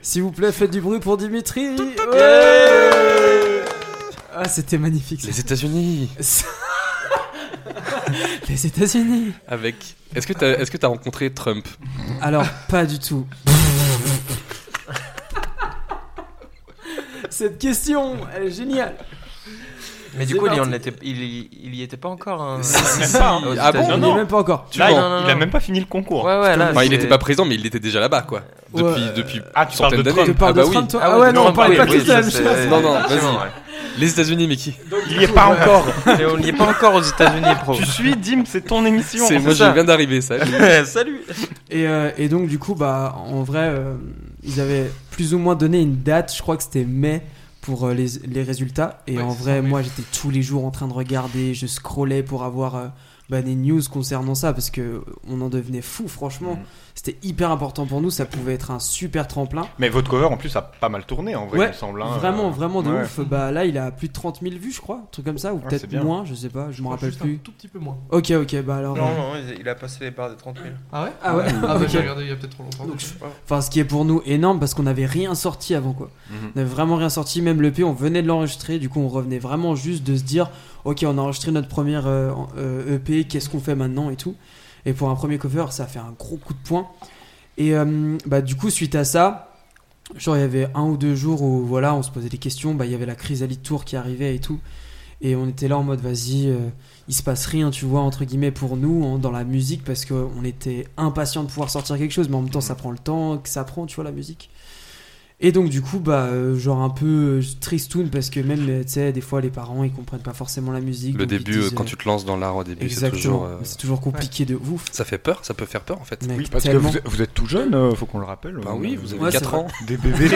[SPEAKER 6] S'il vous plaît, faites du bruit pour Dimitri. Ouais. ah, c'était magnifique. ça.
[SPEAKER 8] les États-Unis
[SPEAKER 6] les États-Unis.
[SPEAKER 8] avec est-ce que t'as est-ce que t'as rencontré Trump
[SPEAKER 6] Alors, pas du tout. Cette question, elle est géniale.
[SPEAKER 10] Mais
[SPEAKER 6] C'est
[SPEAKER 10] du coup, il y, en
[SPEAKER 6] parti.
[SPEAKER 10] était, il, y- il y était pas encore. hein. Aux
[SPEAKER 8] ah bon
[SPEAKER 10] États-Unis.
[SPEAKER 6] On
[SPEAKER 7] non.
[SPEAKER 6] n'est même pas encore.
[SPEAKER 8] tu
[SPEAKER 7] Là, il,
[SPEAKER 8] mens.
[SPEAKER 10] non, non,
[SPEAKER 7] il a
[SPEAKER 10] non.
[SPEAKER 7] même pas fini le concours.
[SPEAKER 10] Ouais, ouais, là.
[SPEAKER 8] Enfin, il
[SPEAKER 10] c'est-
[SPEAKER 8] était pas présent mais il était déjà là-bas quoi depuis
[SPEAKER 6] Ouais.
[SPEAKER 8] depuis
[SPEAKER 7] Ah, tu parles
[SPEAKER 8] centaines
[SPEAKER 7] de
[SPEAKER 8] d'années
[SPEAKER 6] Tu
[SPEAKER 7] Trump.
[SPEAKER 8] bah
[SPEAKER 6] parles de
[SPEAKER 8] oui.
[SPEAKER 6] Trump, toi
[SPEAKER 10] Ah
[SPEAKER 6] Ah
[SPEAKER 10] ouais,
[SPEAKER 6] ouais,
[SPEAKER 10] non,
[SPEAKER 6] non, on
[SPEAKER 10] bah
[SPEAKER 6] parlait
[SPEAKER 10] oui,
[SPEAKER 6] pas tous
[SPEAKER 10] oui,
[SPEAKER 6] de la
[SPEAKER 10] ça,
[SPEAKER 6] même
[SPEAKER 10] c'est-
[SPEAKER 6] chose.
[SPEAKER 8] non non
[SPEAKER 10] C'est bon,
[SPEAKER 8] vas-y
[SPEAKER 10] ouais.
[SPEAKER 8] les États-Unis Mickey
[SPEAKER 7] Il y est pas encore.
[SPEAKER 10] Et on n'y est pas encore aux États-Unis, pro.
[SPEAKER 7] Tu suis, Dim, c'est ton émission.
[SPEAKER 8] c'est moi
[SPEAKER 10] ça.
[SPEAKER 8] je viens d'arriver ça
[SPEAKER 6] Et, euh, et donc, du coup, bah, en vrai, euh, ils avaient plus ou moins donné une date, je crois que c'était mai, pour euh, les, les résultats. Et
[SPEAKER 9] Ouais,
[SPEAKER 6] en
[SPEAKER 9] c'est
[SPEAKER 6] vrai,
[SPEAKER 9] ça, oui.
[SPEAKER 6] moi, j'étais tous les jours en train de regarder, je scrollais pour avoir euh, bah, des news concernant ça, parce que on en devenait fou, franchement.
[SPEAKER 7] Mhm.
[SPEAKER 6] C'était hyper important pour nous, ça pouvait être un super tremplin.
[SPEAKER 7] Mais votre cover en plus a pas mal tourné en vrai,
[SPEAKER 6] Ouais,
[SPEAKER 7] il me semble. hein.
[SPEAKER 6] vraiment, vraiment de
[SPEAKER 7] Ouais.
[SPEAKER 6] ouf. Bah, là, il a plus de 30 000 vues, je crois, un truc comme ça, ou
[SPEAKER 7] Ah,
[SPEAKER 6] peut-être
[SPEAKER 7] c'est bien.
[SPEAKER 6] moins, je sais pas, je me rappelle
[SPEAKER 9] Juste hein.
[SPEAKER 6] plus.
[SPEAKER 9] Un tout petit peu moins.
[SPEAKER 6] Ok, ok, bah alors.
[SPEAKER 11] Non, non, il a passé les barres des 30 000.
[SPEAKER 9] Ah ouais
[SPEAKER 6] Ah ouais
[SPEAKER 9] Ah bah
[SPEAKER 6] Ok.
[SPEAKER 9] j'ai regardé il y a peut-être trop longtemps.
[SPEAKER 6] Donc, Enfin, ce qui est pour nous énorme parce qu'on n'avait rien sorti avant quoi.
[SPEAKER 7] Mhm.
[SPEAKER 6] On n'avait vraiment rien sorti, même le P, on venait de l'enregistrer, du coup on revenait vraiment juste de se dire ok, on a enregistré notre première euh, euh, EP, qu'est-ce qu'on fait maintenant et tout. Et pour un premier cover, ça a fait un gros coup de poing. Et euh, bah, du coup, suite à ça, genre il y avait un ou deux jours où voilà, on se posait des questions, bah, il y avait la chrysalide tour qui arrivait et tout. Et on était là en mode vas-y, euh, il se passe rien, tu vois, entre guillemets, pour nous, hein, dans la musique, parce qu'on était impatient de pouvoir sortir quelque chose, mais en même temps, ça prend le temps que ça prend, tu vois, la musique. Et donc, du coup, bah, euh, genre un peu euh, tristoun, parce que même, euh, tu sais, des fois, les parents, ils comprennent pas forcément la musique.
[SPEAKER 8] le
[SPEAKER 6] donc ils
[SPEAKER 8] début euh,
[SPEAKER 6] disent,
[SPEAKER 8] quand
[SPEAKER 6] euh,
[SPEAKER 8] tu te lances dans l'art au début c'est
[SPEAKER 6] Exactement.
[SPEAKER 8] toujours euh,
[SPEAKER 6] C'est toujours compliqué de ouf.
[SPEAKER 8] ça fait peur ça peut faire peur en fait
[SPEAKER 6] Mec,
[SPEAKER 7] Oui, parce que
[SPEAKER 6] tellement.
[SPEAKER 7] vous, êtes- vous êtes tout jeune, euh, faut qu'on le rappelle.
[SPEAKER 8] bah
[SPEAKER 7] On-
[SPEAKER 8] oui vous
[SPEAKER 6] Ouais,
[SPEAKER 8] avez
[SPEAKER 6] c'est
[SPEAKER 8] 4
[SPEAKER 6] vrai.
[SPEAKER 8] ans
[SPEAKER 7] Des bébés.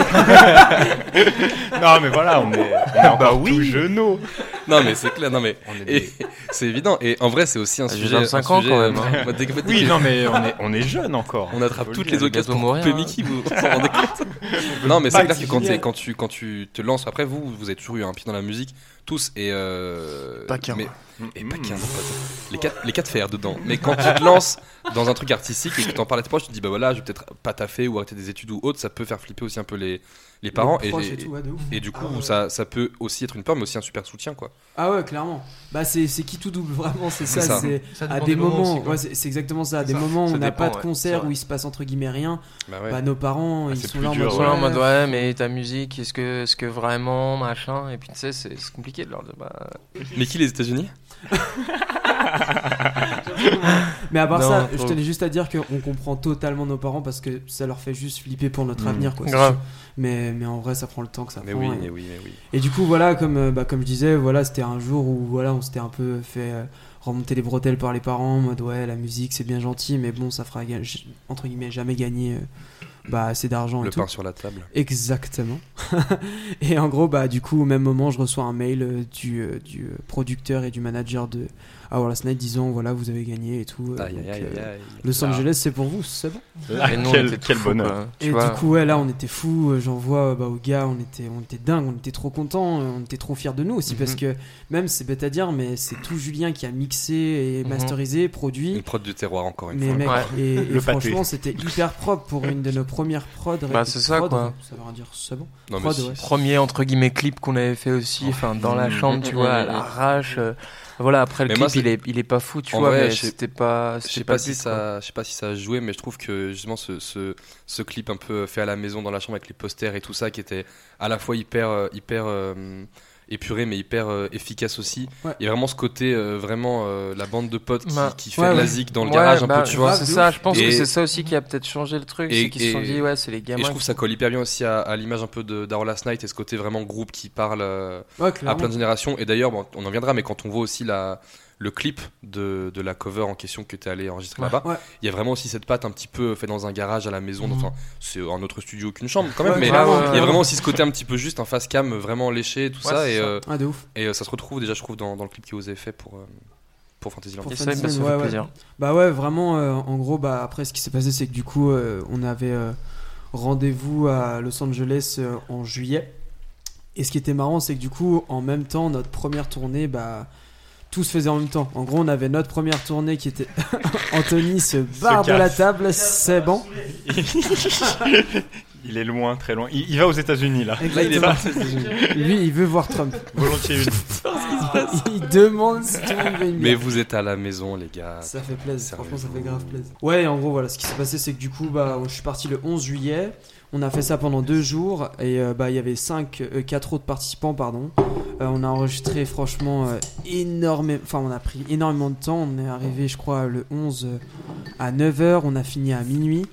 [SPEAKER 7] non, mais voilà, on est, on est encore tout jeuneau.
[SPEAKER 8] Non mais c'est clair, non mais
[SPEAKER 7] On est
[SPEAKER 8] et-
[SPEAKER 7] des-
[SPEAKER 8] c'est évident. Et en vrai, c'est aussi un
[SPEAKER 10] J'ai
[SPEAKER 8] sujet.
[SPEAKER 10] 25
[SPEAKER 8] un
[SPEAKER 10] ans,
[SPEAKER 8] sujet,
[SPEAKER 10] quand même,
[SPEAKER 8] euh,
[SPEAKER 10] hein.
[SPEAKER 8] bah, dès que- dès
[SPEAKER 7] Oui,
[SPEAKER 8] que-
[SPEAKER 7] non, mais on est, on est jeune encore.
[SPEAKER 8] On attrape toutes
[SPEAKER 7] Faut
[SPEAKER 8] les
[SPEAKER 7] le dire.
[SPEAKER 8] occasions
[SPEAKER 10] bientôt
[SPEAKER 8] pour
[SPEAKER 10] mourir,
[SPEAKER 8] couper
[SPEAKER 10] hein.
[SPEAKER 8] Mickey, vous vous en rendez compte Non mais c'est
[SPEAKER 7] pas
[SPEAKER 8] clair que quand,
[SPEAKER 7] exiger.
[SPEAKER 8] t'es- quand, tu, quand tu te lances, après vous, vous avez toujours eu un pied hein. dans la musique, tous et euh,
[SPEAKER 10] Pas qu'un.
[SPEAKER 8] mais- et
[SPEAKER 7] Mm.
[SPEAKER 8] pas qu'un, mon pote. les quatre les quatre fers dedans mais quand tu te lances dans un truc artistique et que t'en parles à tes proches tu te dis bah voilà je vais peut-être pas taffer ou arrêter des études ou autre ça peut faire flipper aussi un peu les les parents
[SPEAKER 6] Les proches et tout, ouais, de ouf.
[SPEAKER 8] et du coup
[SPEAKER 6] Ah ouais.
[SPEAKER 8] ça ça peut aussi être une peur mais aussi un super soutien quoi
[SPEAKER 6] Ah ouais, clairement. Bah c'est c'est qui tout double vraiment, c'est
[SPEAKER 8] C'est
[SPEAKER 6] ça.
[SPEAKER 8] ça.
[SPEAKER 6] C'est
[SPEAKER 8] Ça
[SPEAKER 6] à
[SPEAKER 8] dépend
[SPEAKER 6] des
[SPEAKER 8] des moments
[SPEAKER 6] moments,
[SPEAKER 8] aussi, quoi.
[SPEAKER 6] ouais, c'est c'est exactement ça. À
[SPEAKER 8] C'est
[SPEAKER 6] des
[SPEAKER 8] ça.
[SPEAKER 6] moments où
[SPEAKER 8] Ça
[SPEAKER 6] on n'a
[SPEAKER 8] dépend,
[SPEAKER 6] pas de
[SPEAKER 8] ouais,
[SPEAKER 6] concert
[SPEAKER 8] c'est
[SPEAKER 6] où il se passe entre guillemets rien.
[SPEAKER 8] Bah
[SPEAKER 6] Bah,
[SPEAKER 8] ouais.
[SPEAKER 6] nos parents, ils sont là en mode
[SPEAKER 10] Ils sont là en
[SPEAKER 6] ouais.
[SPEAKER 10] mode ouais, mais ta musique, est-ce que, est-ce que vraiment, machin, et puis tu sais, c'est c'est compliqué de leur dire bah.
[SPEAKER 8] mais qui les États-Unis
[SPEAKER 6] Mais à part
[SPEAKER 10] Non,
[SPEAKER 6] ça,
[SPEAKER 10] faut-
[SPEAKER 6] je tenais juste à dire qu'on comprend totalement nos parents parce que ça leur fait juste flipper pour notre
[SPEAKER 8] Mmh.
[SPEAKER 6] avenir. Quoi, c'est
[SPEAKER 10] Grave.
[SPEAKER 6] sûr. Mais, mais en vrai, ça prend le temps que ça
[SPEAKER 8] Mais
[SPEAKER 6] prend.
[SPEAKER 8] oui,
[SPEAKER 6] et...
[SPEAKER 8] mais oui, mais oui.
[SPEAKER 6] Et du coup, voilà, comme, euh, bah, comme je disais, voilà, c'était un jour où voilà, on s'était un peu fait euh, remonter les bretelles par les parents en mode ouais, la musique c'est bien gentil, mais bon, ça fera ga- j- entre guillemets jamais gagner euh, bah, assez d'argent. et
[SPEAKER 8] Le
[SPEAKER 6] tout.
[SPEAKER 8] pain sur la table.
[SPEAKER 6] Exactement. et en gros, bah, du coup, au même moment, je reçois un mail euh, du, euh, du euh, producteur et du manager de Our Last Night disant voilà, vous avez gagné et tout. euh,
[SPEAKER 8] Aïe,
[SPEAKER 6] donc,
[SPEAKER 8] aïe, Ah. aïe,
[SPEAKER 6] euh,
[SPEAKER 8] aïe.
[SPEAKER 6] Los
[SPEAKER 8] Là.
[SPEAKER 6] Angeles, c'est pour vous, c'est bon.
[SPEAKER 7] Là,
[SPEAKER 10] Et nous, on
[SPEAKER 7] quel-
[SPEAKER 10] était tout
[SPEAKER 7] quel
[SPEAKER 10] fous,
[SPEAKER 7] bonheur.
[SPEAKER 10] quoi.
[SPEAKER 6] Et
[SPEAKER 10] Tu vois.
[SPEAKER 6] du coup, ouais, là, on était fous. euh, J'envoie euh, bah, aux gars, on était, on était dingue, on était trop contents, euh, on était trop fiers de nous aussi.
[SPEAKER 8] Mhm.
[SPEAKER 6] Parce que même, c'est bête à dire, mais c'est tout Julien qui a mixé et
[SPEAKER 8] Mhm.
[SPEAKER 6] masterisé, produit.
[SPEAKER 8] Une prod du terroir, encore une
[SPEAKER 6] mais
[SPEAKER 8] fois.
[SPEAKER 6] Mec,
[SPEAKER 8] Ouais.
[SPEAKER 6] Et, et
[SPEAKER 8] Le pâté.
[SPEAKER 6] franchement, c'était hyper propre pour une de nos premières prods.
[SPEAKER 10] Bah, c'est ça,
[SPEAKER 6] prod,
[SPEAKER 10] quoi.
[SPEAKER 6] Ça veut rien dire, c'est bon.
[SPEAKER 10] Non, mais
[SPEAKER 6] Prod,
[SPEAKER 10] si.
[SPEAKER 6] ouais.
[SPEAKER 10] Premier entre guillemets clip qu'on avait fait aussi, enfin dans la
[SPEAKER 8] Mmh.
[SPEAKER 10] chambre, tu
[SPEAKER 8] Mmh.
[SPEAKER 10] vois, à
[SPEAKER 8] Mmh.
[SPEAKER 10] l'arrache. euh, voilà, après le
[SPEAKER 8] Mais moi,
[SPEAKER 10] clip, il
[SPEAKER 8] c'est-
[SPEAKER 10] est, il est pas fou, tu
[SPEAKER 8] En
[SPEAKER 10] vois,
[SPEAKER 8] vrai,
[SPEAKER 10] mais
[SPEAKER 8] je sais-
[SPEAKER 10] c'était pas.
[SPEAKER 8] Je
[SPEAKER 10] c'était
[SPEAKER 8] sais pas
[SPEAKER 10] le
[SPEAKER 8] si
[SPEAKER 10] but, quoi.
[SPEAKER 8] ça, je sais pas si ça a joué, mais je trouve que justement ce, ce, ce clip un peu euh, fait à la maison dans la chambre avec les posters et tout ça, qui était à la fois hyper euh, hyper euh, épuré mais hyper euh, efficace aussi.
[SPEAKER 6] Ouais.
[SPEAKER 8] Il y a vraiment ce côté euh, vraiment euh, la bande de potes qui,
[SPEAKER 10] Bah,
[SPEAKER 8] qui fait
[SPEAKER 10] ouais,
[SPEAKER 8] de la
[SPEAKER 10] ouais.
[SPEAKER 8] zik dans le
[SPEAKER 10] Ouais,
[SPEAKER 8] garage un
[SPEAKER 10] bah,
[SPEAKER 8] peu, tu vois.
[SPEAKER 10] C'est ça, je pense
[SPEAKER 8] Et-
[SPEAKER 10] que c'est ça aussi qui a peut-être changé le truc, c'est qu'ils se sont dit ouais, c'est les gamins.
[SPEAKER 8] Et je trouve que ça colle hyper bien aussi à, à l'image un peu de d'Our Last Night et ce côté vraiment groupe qui parle euh,
[SPEAKER 6] Ouais,
[SPEAKER 8] à
[SPEAKER 6] clairement.
[SPEAKER 8] plein de générations. Et d'ailleurs, bon, on en viendra, mais quand on voit aussi la, le clip de, de la cover en question que tu es allé enregistrer
[SPEAKER 10] Ouais.
[SPEAKER 8] là-bas, il
[SPEAKER 10] Ouais.
[SPEAKER 8] y a vraiment aussi cette patte un petit peu fait dans un garage à la maison.
[SPEAKER 10] Mhm.
[SPEAKER 8] Enfin, c'est un autre studio qu'une chambre quand même,
[SPEAKER 10] Ouais,
[SPEAKER 8] mais il
[SPEAKER 10] clairement,
[SPEAKER 8] y a
[SPEAKER 10] clairement.
[SPEAKER 8] vraiment aussi ce côté un petit peu juste, un face cam vraiment léché, tout
[SPEAKER 10] Ouais,
[SPEAKER 8] ça.
[SPEAKER 10] c'est
[SPEAKER 8] Et,
[SPEAKER 10] ça.
[SPEAKER 8] euh,
[SPEAKER 6] Ah, de ouf.
[SPEAKER 8] et euh, ça se retrouve déjà, je trouve, dans, dans le clip qui osait fait pour, euh, pour Fantasyland.
[SPEAKER 10] Pour
[SPEAKER 6] Pour Fantasy Zone, ouais, ouais.
[SPEAKER 10] plaisir.
[SPEAKER 6] Bah ouais, vraiment, euh, en gros, bah, après, ce qui s'est passé, c'est que du coup, euh, on avait euh, rendez-vous à Los Angeles euh, en juillet. Et ce qui était marrant, c'est que du coup, en même temps, notre première tournée, bah, tout se faisait en même temps. En gros, on avait notre première tournée qui était Anthony se barre de la
[SPEAKER 7] casse.
[SPEAKER 6] table, c'est bon.
[SPEAKER 7] il est loin, très loin. Il, il va aux États-Unis là.
[SPEAKER 6] Exactement. Lui, il veut voir Trump.
[SPEAKER 7] Volontiers une.
[SPEAKER 6] Il demande si tout le monde veut une
[SPEAKER 8] Mais
[SPEAKER 6] bière.
[SPEAKER 8] vous êtes à la maison, les gars.
[SPEAKER 6] Ça fait plaisir, franchement ça fait
[SPEAKER 8] Sérieusement.
[SPEAKER 6] grave plaisir. Ouais, en gros, voilà, ce qui s'est passé, c'est que du coup, bah, je suis parti le 11 juillet. On a fait ça pendant deux jours et euh, bah, il y avait 5, 4 autres participants, pardon. Euh, on a enregistré, franchement, euh, énormément. Enfin, on a pris énormément de temps. On est arrivé, je crois, le 11 euh, à 9h. On a fini à minuit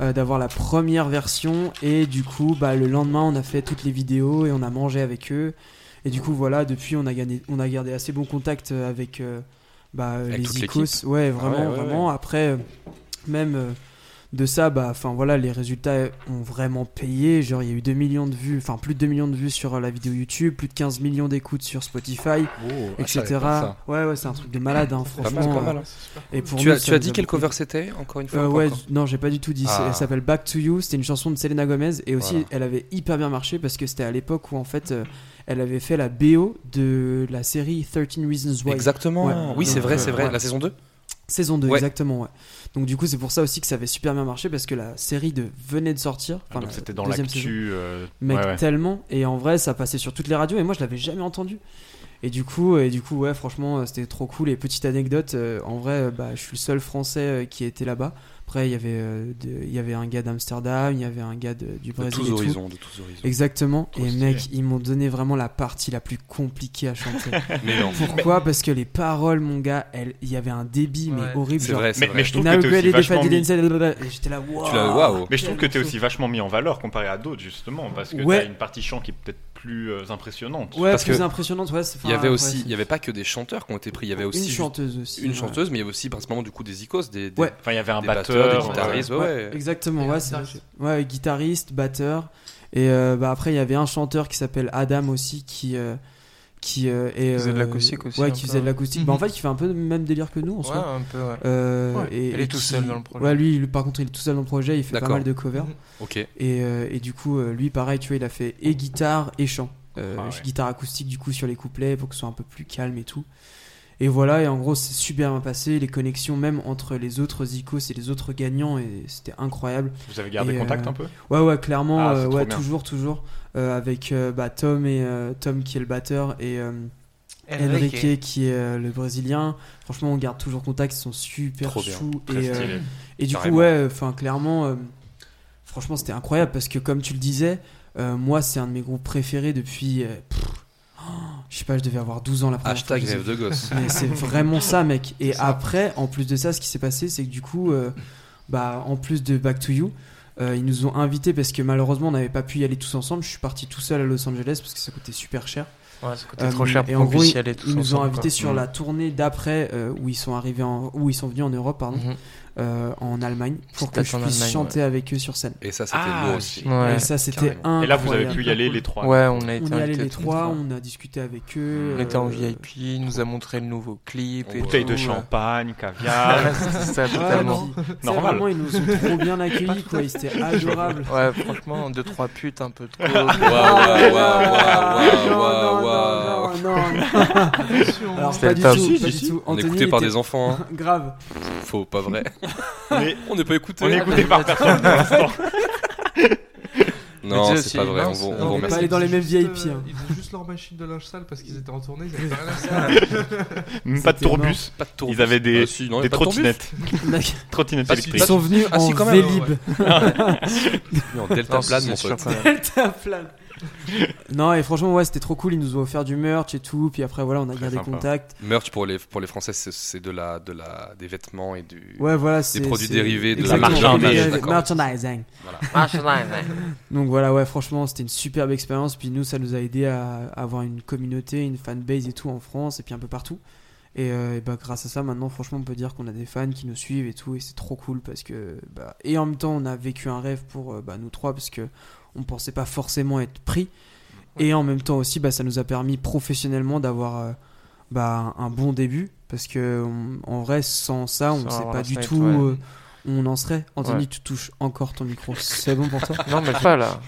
[SPEAKER 6] euh, d'avoir la première version. Et du coup, bah, le lendemain, on a fait toutes les vidéos et on a mangé avec eux. Et du coup, voilà, depuis, on a, gagné, on a gardé assez bon contact euh, avec, euh, bah, euh,
[SPEAKER 8] Avec toute
[SPEAKER 6] les
[SPEAKER 8] l'équipe.
[SPEAKER 6] Icos. Ouais, vraiment,
[SPEAKER 8] Ah ouais, ouais,
[SPEAKER 6] vraiment. Après, euh, même euh, de ça, bah, enfin voilà, les résultats euh, ont vraiment payé. Genre, il y a eu 2 millions de vues, enfin plus de 2 millions de vues sur euh, la vidéo YouTube, plus de 15 millions d'écoutes sur Spotify,
[SPEAKER 8] Oh,
[SPEAKER 6] etc.
[SPEAKER 8] ah, ça, ça.
[SPEAKER 6] Ouais, ouais, c'est un truc de malade, hein,
[SPEAKER 8] Pas mal,
[SPEAKER 6] franchement.
[SPEAKER 8] pas mal,
[SPEAKER 6] euh,
[SPEAKER 8] hein.
[SPEAKER 6] Et pour
[SPEAKER 8] tu
[SPEAKER 6] nous,
[SPEAKER 8] as,
[SPEAKER 6] ça
[SPEAKER 8] tu as
[SPEAKER 6] nous
[SPEAKER 8] dit
[SPEAKER 6] a
[SPEAKER 8] quelle
[SPEAKER 6] beaucoup
[SPEAKER 8] cover c'était encore une fois
[SPEAKER 6] euh,
[SPEAKER 8] pas
[SPEAKER 6] ouais,
[SPEAKER 8] encore
[SPEAKER 6] non, j'ai pas du tout dit. C'est-
[SPEAKER 8] Ah.
[SPEAKER 6] Elle s'appelle Back to You. C'était une chanson de Selena Gomez et aussi
[SPEAKER 8] Voilà.
[SPEAKER 6] elle avait hyper bien marché parce que c'était à l'époque où en fait euh, elle avait fait la BO de la série 13 Reasons Why.
[SPEAKER 8] Exactement. Oui, c'est
[SPEAKER 6] Donc,
[SPEAKER 8] vrai,
[SPEAKER 6] euh,
[SPEAKER 8] c'est vrai.
[SPEAKER 6] ouais.
[SPEAKER 8] La saison 2
[SPEAKER 6] Saison 2,
[SPEAKER 8] Ouais.
[SPEAKER 6] exactement, ouais. Donc du coup, c'est pour ça aussi que ça avait super bien marché parce que la série de venait de sortir.
[SPEAKER 7] Ah, donc
[SPEAKER 6] la
[SPEAKER 7] c'était dans
[SPEAKER 6] deuxième
[SPEAKER 7] l'actu,
[SPEAKER 6] saison.
[SPEAKER 7] euh,
[SPEAKER 6] Mec,
[SPEAKER 7] ouais, ouais.
[SPEAKER 6] tellement. Et en vrai, ça passait sur toutes les radios et moi, je l'avais jamais entendu. Et du coup, et du coup, ouais, franchement, euh, c'était trop cool. Et petite anecdote, euh, en vrai, euh, bah, je suis le seul Français euh, qui était là-bas. Après, il y avait, euh, de- il y avait un gars d'Amsterdam, il y avait un gars de- du Brésil.
[SPEAKER 8] tous
[SPEAKER 6] et tout.
[SPEAKER 8] horizons, de tous horizons.
[SPEAKER 6] Exactement.
[SPEAKER 8] Trop
[SPEAKER 6] et
[SPEAKER 8] stylé.
[SPEAKER 6] mec, ils m'ont donné vraiment la partie la plus compliquée à chanter.
[SPEAKER 8] Mais non.
[SPEAKER 6] Pourquoi Parce que les paroles, mon gars, elles- il y avait un débit mais horrible.
[SPEAKER 8] C'est
[SPEAKER 6] genre,
[SPEAKER 8] vrai, c'est Mais- vrai. mais je
[SPEAKER 7] trouve
[SPEAKER 6] Now
[SPEAKER 7] que t'es
[SPEAKER 6] great
[SPEAKER 7] aussi
[SPEAKER 6] is the
[SPEAKER 7] vachement
[SPEAKER 6] fact that
[SPEAKER 7] mis-
[SPEAKER 6] it's- blablabla. Et J'étais là, waouh.
[SPEAKER 7] Mais je trouve que
[SPEAKER 6] Quel
[SPEAKER 7] t'es
[SPEAKER 6] morceau.
[SPEAKER 7] aussi vachement mis en valeur comparé à d'autres justement parce que
[SPEAKER 6] Ouais.
[SPEAKER 7] t'as une partie chant qui est peut-être plus euh, impressionnante.
[SPEAKER 6] Ouais,
[SPEAKER 8] Parce
[SPEAKER 6] plus
[SPEAKER 8] que
[SPEAKER 6] impressionnante, ouais. c'est-
[SPEAKER 8] Il y
[SPEAKER 6] enfin,
[SPEAKER 8] avait
[SPEAKER 6] Ah, ouais,
[SPEAKER 8] aussi,
[SPEAKER 6] c'est-
[SPEAKER 8] il y avait pas que des chanteurs qui ont été pris, il y avait
[SPEAKER 6] Une
[SPEAKER 8] aussi juste-
[SPEAKER 6] chanteuse aussi,
[SPEAKER 8] une
[SPEAKER 6] ouais.
[SPEAKER 8] chanteuse, mais il y avait aussi principalement du coup des icônes, des, des-
[SPEAKER 6] Ouais.
[SPEAKER 7] Enfin, il y avait un
[SPEAKER 8] des
[SPEAKER 7] batteur, euh,
[SPEAKER 8] des guitaristes, ouais. ouais.
[SPEAKER 6] Exactement, ouais, c'est vrai. Ouais, guitariste, batteur. Et euh, bah, après, il y avait un chanteur qui s'appelle Adam aussi qui. euh, qui euh, est,
[SPEAKER 10] faisait de
[SPEAKER 6] euh,
[SPEAKER 10] l'acoustique aussi,
[SPEAKER 6] Ouais,
[SPEAKER 10] un
[SPEAKER 6] qui
[SPEAKER 10] peu,
[SPEAKER 6] faisait de
[SPEAKER 10] ouais.
[SPEAKER 6] l'acoustique.
[SPEAKER 8] Mhm.
[SPEAKER 6] Bah, en fait, qui fait un peu le même délire que nous en
[SPEAKER 10] Ouais,
[SPEAKER 6] soi.
[SPEAKER 10] un peu, ouais.
[SPEAKER 6] Euh,
[SPEAKER 10] Ouais.
[SPEAKER 6] Et,
[SPEAKER 10] Il est
[SPEAKER 6] et
[SPEAKER 10] tout
[SPEAKER 6] qui-
[SPEAKER 10] seul dans le projet.
[SPEAKER 6] Ouais, lui, lui, par contre, il est tout seul dans le projet, il fait pas
[SPEAKER 8] D'accord. Mhm.
[SPEAKER 6] mal de covers.
[SPEAKER 8] Ok.
[SPEAKER 6] Et, euh, et du coup, euh, lui, pareil, tu vois, il a fait et guitare et chant.
[SPEAKER 8] Ah.
[SPEAKER 6] euh, guitare acoustique du coup sur les couplets pour que ce soit un peu plus calme et tout. Et voilà, et en gros, c'est super bien passé. Les connexions, même entre les autres Icos et les autres gagnants, et c'était incroyable.
[SPEAKER 7] Vous avez gardé
[SPEAKER 6] Et,
[SPEAKER 7] contact
[SPEAKER 6] euh,
[SPEAKER 7] un peu
[SPEAKER 6] Ouais, ouais, clairement.
[SPEAKER 7] Ah, c'est
[SPEAKER 6] euh,
[SPEAKER 7] trop
[SPEAKER 6] ouais,
[SPEAKER 7] bien.
[SPEAKER 6] toujours, toujours. euh, avec euh, bah, Tom, et, euh, Tom qui est le batteur et euh,
[SPEAKER 10] Enrique.
[SPEAKER 6] Enrique qui est euh, le brésilien. Franchement, on garde toujours contact. Ils sont super
[SPEAKER 8] Trop bien,
[SPEAKER 6] choux.
[SPEAKER 8] très
[SPEAKER 6] et, euh,
[SPEAKER 8] stylé.
[SPEAKER 6] et du coup,
[SPEAKER 8] Carrément.
[SPEAKER 6] ouais, enfin, clairement, euh, franchement, c'était incroyable parce que, comme tu le disais, euh, moi, c'est un de mes groupes préférés depuis. euh, pff, oh, je sais pas, je devais avoir 12 ans la première
[SPEAKER 8] Hashtag
[SPEAKER 6] fois que je les ai
[SPEAKER 8] rêve de
[SPEAKER 6] vus.
[SPEAKER 8] gosse.
[SPEAKER 6] Mais c'est vraiment ça, mec. Et après, en plus de ça, ce qui s'est passé, c'est que du coup, euh, bah, en plus de Back to You, euh, ils nous ont invités parce que malheureusement, on n'avait pas pu y aller tous ensemble. Je suis parti tout seul à Los Angeles parce que ça coûtait super cher. Euh,
[SPEAKER 10] Ouais, ça coûtait trop cher
[SPEAKER 6] et
[SPEAKER 10] pour
[SPEAKER 6] en
[SPEAKER 10] qu'on
[SPEAKER 6] gros,
[SPEAKER 10] puisse y
[SPEAKER 6] ils-
[SPEAKER 10] aller tous
[SPEAKER 6] Ils nous ont
[SPEAKER 10] ensemble,
[SPEAKER 6] invités
[SPEAKER 10] quoi.
[SPEAKER 6] sur
[SPEAKER 10] Mhm.
[SPEAKER 6] la tournée d'après euh, où ils sont arrivés en- où ils sont venus en Europe pardon euh, en Allemagne pour
[SPEAKER 10] C'était
[SPEAKER 6] que je
[SPEAKER 10] Mm. en
[SPEAKER 6] puisse
[SPEAKER 10] Allemagne,
[SPEAKER 6] chanter avec eux sur scène.
[SPEAKER 8] Et ça, c'était Ah, lourd aussi.
[SPEAKER 10] ouais.
[SPEAKER 6] Et ça c'était
[SPEAKER 10] Carrément.
[SPEAKER 6] un.
[SPEAKER 10] Et là, vous avez pu y aller les trois. Ouais, on a été
[SPEAKER 6] y allé
[SPEAKER 10] invités
[SPEAKER 6] les
[SPEAKER 10] tous les
[SPEAKER 6] trois,
[SPEAKER 10] trois.
[SPEAKER 6] on a discuté avec eux.
[SPEAKER 10] On était en
[SPEAKER 6] euh,
[SPEAKER 10] VIP, il nous a montré le nouveau clip. et
[SPEAKER 7] Bouteille
[SPEAKER 10] tout.
[SPEAKER 7] de champagne, caviar.
[SPEAKER 10] Ouais, c'est ça,
[SPEAKER 7] Ouais,
[SPEAKER 10] totalement.
[SPEAKER 7] non. C'est Normal.
[SPEAKER 6] vraiment, ils nous ont trop bien accueillis, quoi, ils étaient adorables.
[SPEAKER 10] Ouais, franchement, deux, trois putes, un peu de coke.
[SPEAKER 6] Waouh, waouh, waouh, waouh, waouh, waouh. Non, non, non, non, non. Alors, pas du tout, pas du tout.
[SPEAKER 8] On est
[SPEAKER 6] Anthony
[SPEAKER 8] écouté par
[SPEAKER 6] était-
[SPEAKER 8] des enfants. hein.
[SPEAKER 6] Grave.
[SPEAKER 8] Faux, pas vrai.
[SPEAKER 7] Mais-
[SPEAKER 8] on n'est pas écouté.
[SPEAKER 7] On est écouté par personne pour l'instant.
[SPEAKER 8] Non,
[SPEAKER 10] Mais tu sais,
[SPEAKER 8] c'est pas
[SPEAKER 10] c'est
[SPEAKER 8] vrai. On
[SPEAKER 10] mince,
[SPEAKER 8] vous, on
[SPEAKER 10] on
[SPEAKER 8] vous
[SPEAKER 10] est
[SPEAKER 8] remercie.
[SPEAKER 6] pas allé dans les mêmes
[SPEAKER 9] Juste,
[SPEAKER 6] VIP. hein.
[SPEAKER 9] Ils ont juste leur machine de linge sale parce qu'ils étaient en tournée, ils avaient rien à faire.
[SPEAKER 7] Même pas de
[SPEAKER 9] C'était énorme.
[SPEAKER 7] tourbus.
[SPEAKER 8] Pas de tourbus.
[SPEAKER 7] Ils avaient des,
[SPEAKER 8] Ah, si, non, y a
[SPEAKER 7] des
[SPEAKER 8] pas de tourbus.
[SPEAKER 7] trottinettes. trottinettes
[SPEAKER 8] Ah, si,
[SPEAKER 7] électriques.
[SPEAKER 8] pas de-
[SPEAKER 6] Ils sont venus
[SPEAKER 8] Ah,
[SPEAKER 6] en
[SPEAKER 8] si, quand même,
[SPEAKER 6] Vélib.
[SPEAKER 8] Mais en Delta
[SPEAKER 10] Non,
[SPEAKER 8] plane,
[SPEAKER 10] c'est
[SPEAKER 8] mon
[SPEAKER 10] sûr,
[SPEAKER 8] pote.
[SPEAKER 10] quand même.
[SPEAKER 6] Deltaplane. Non, et franchement, ouais, c'était trop cool. Ils nous ont offert du merch et tout. Puis après, voilà, on a gardé
[SPEAKER 8] sympa.
[SPEAKER 6] contact.
[SPEAKER 8] Merch pour les, pour les Français, c'est- c'est de la, de la, des vêtements et du,
[SPEAKER 6] Ouais, voilà,
[SPEAKER 8] des
[SPEAKER 6] c'est-
[SPEAKER 8] produits
[SPEAKER 6] c'est-
[SPEAKER 8] dérivés de
[SPEAKER 6] Exactement,
[SPEAKER 8] marchandise.
[SPEAKER 6] produits dérivés,
[SPEAKER 8] D'accord.
[SPEAKER 6] merchandising.
[SPEAKER 8] Voilà.
[SPEAKER 6] Donc voilà, ouais, franchement, c'était une superbe expérience. Puis nous, ça nous a aidé à avoir une communauté, une fanbase et tout en France et puis un peu partout. Et, euh, et bah, grâce à ça, maintenant, franchement, on peut dire qu'on a des fans qui nous suivent et tout. Et c'est trop cool parce que. Bah, et en même temps, on a vécu un rêve pour euh, bah, nous trois parce que on pensait pas forcément être pris. Et en même temps aussi, bah, ça nous a permis professionnellement d'avoir euh, bah, un bon début parce que on- en vrai, sans ça, on
[SPEAKER 10] Sans
[SPEAKER 6] ne sait
[SPEAKER 10] avoir
[SPEAKER 6] pas
[SPEAKER 10] la
[SPEAKER 6] du
[SPEAKER 10] fenêtre,
[SPEAKER 6] tout.
[SPEAKER 10] ouais.
[SPEAKER 6] euh, où on en serait. Anthony,
[SPEAKER 10] Ouais.
[SPEAKER 6] tu touches encore ton micro. C'est bon pour toi
[SPEAKER 10] Non, mais pas, là.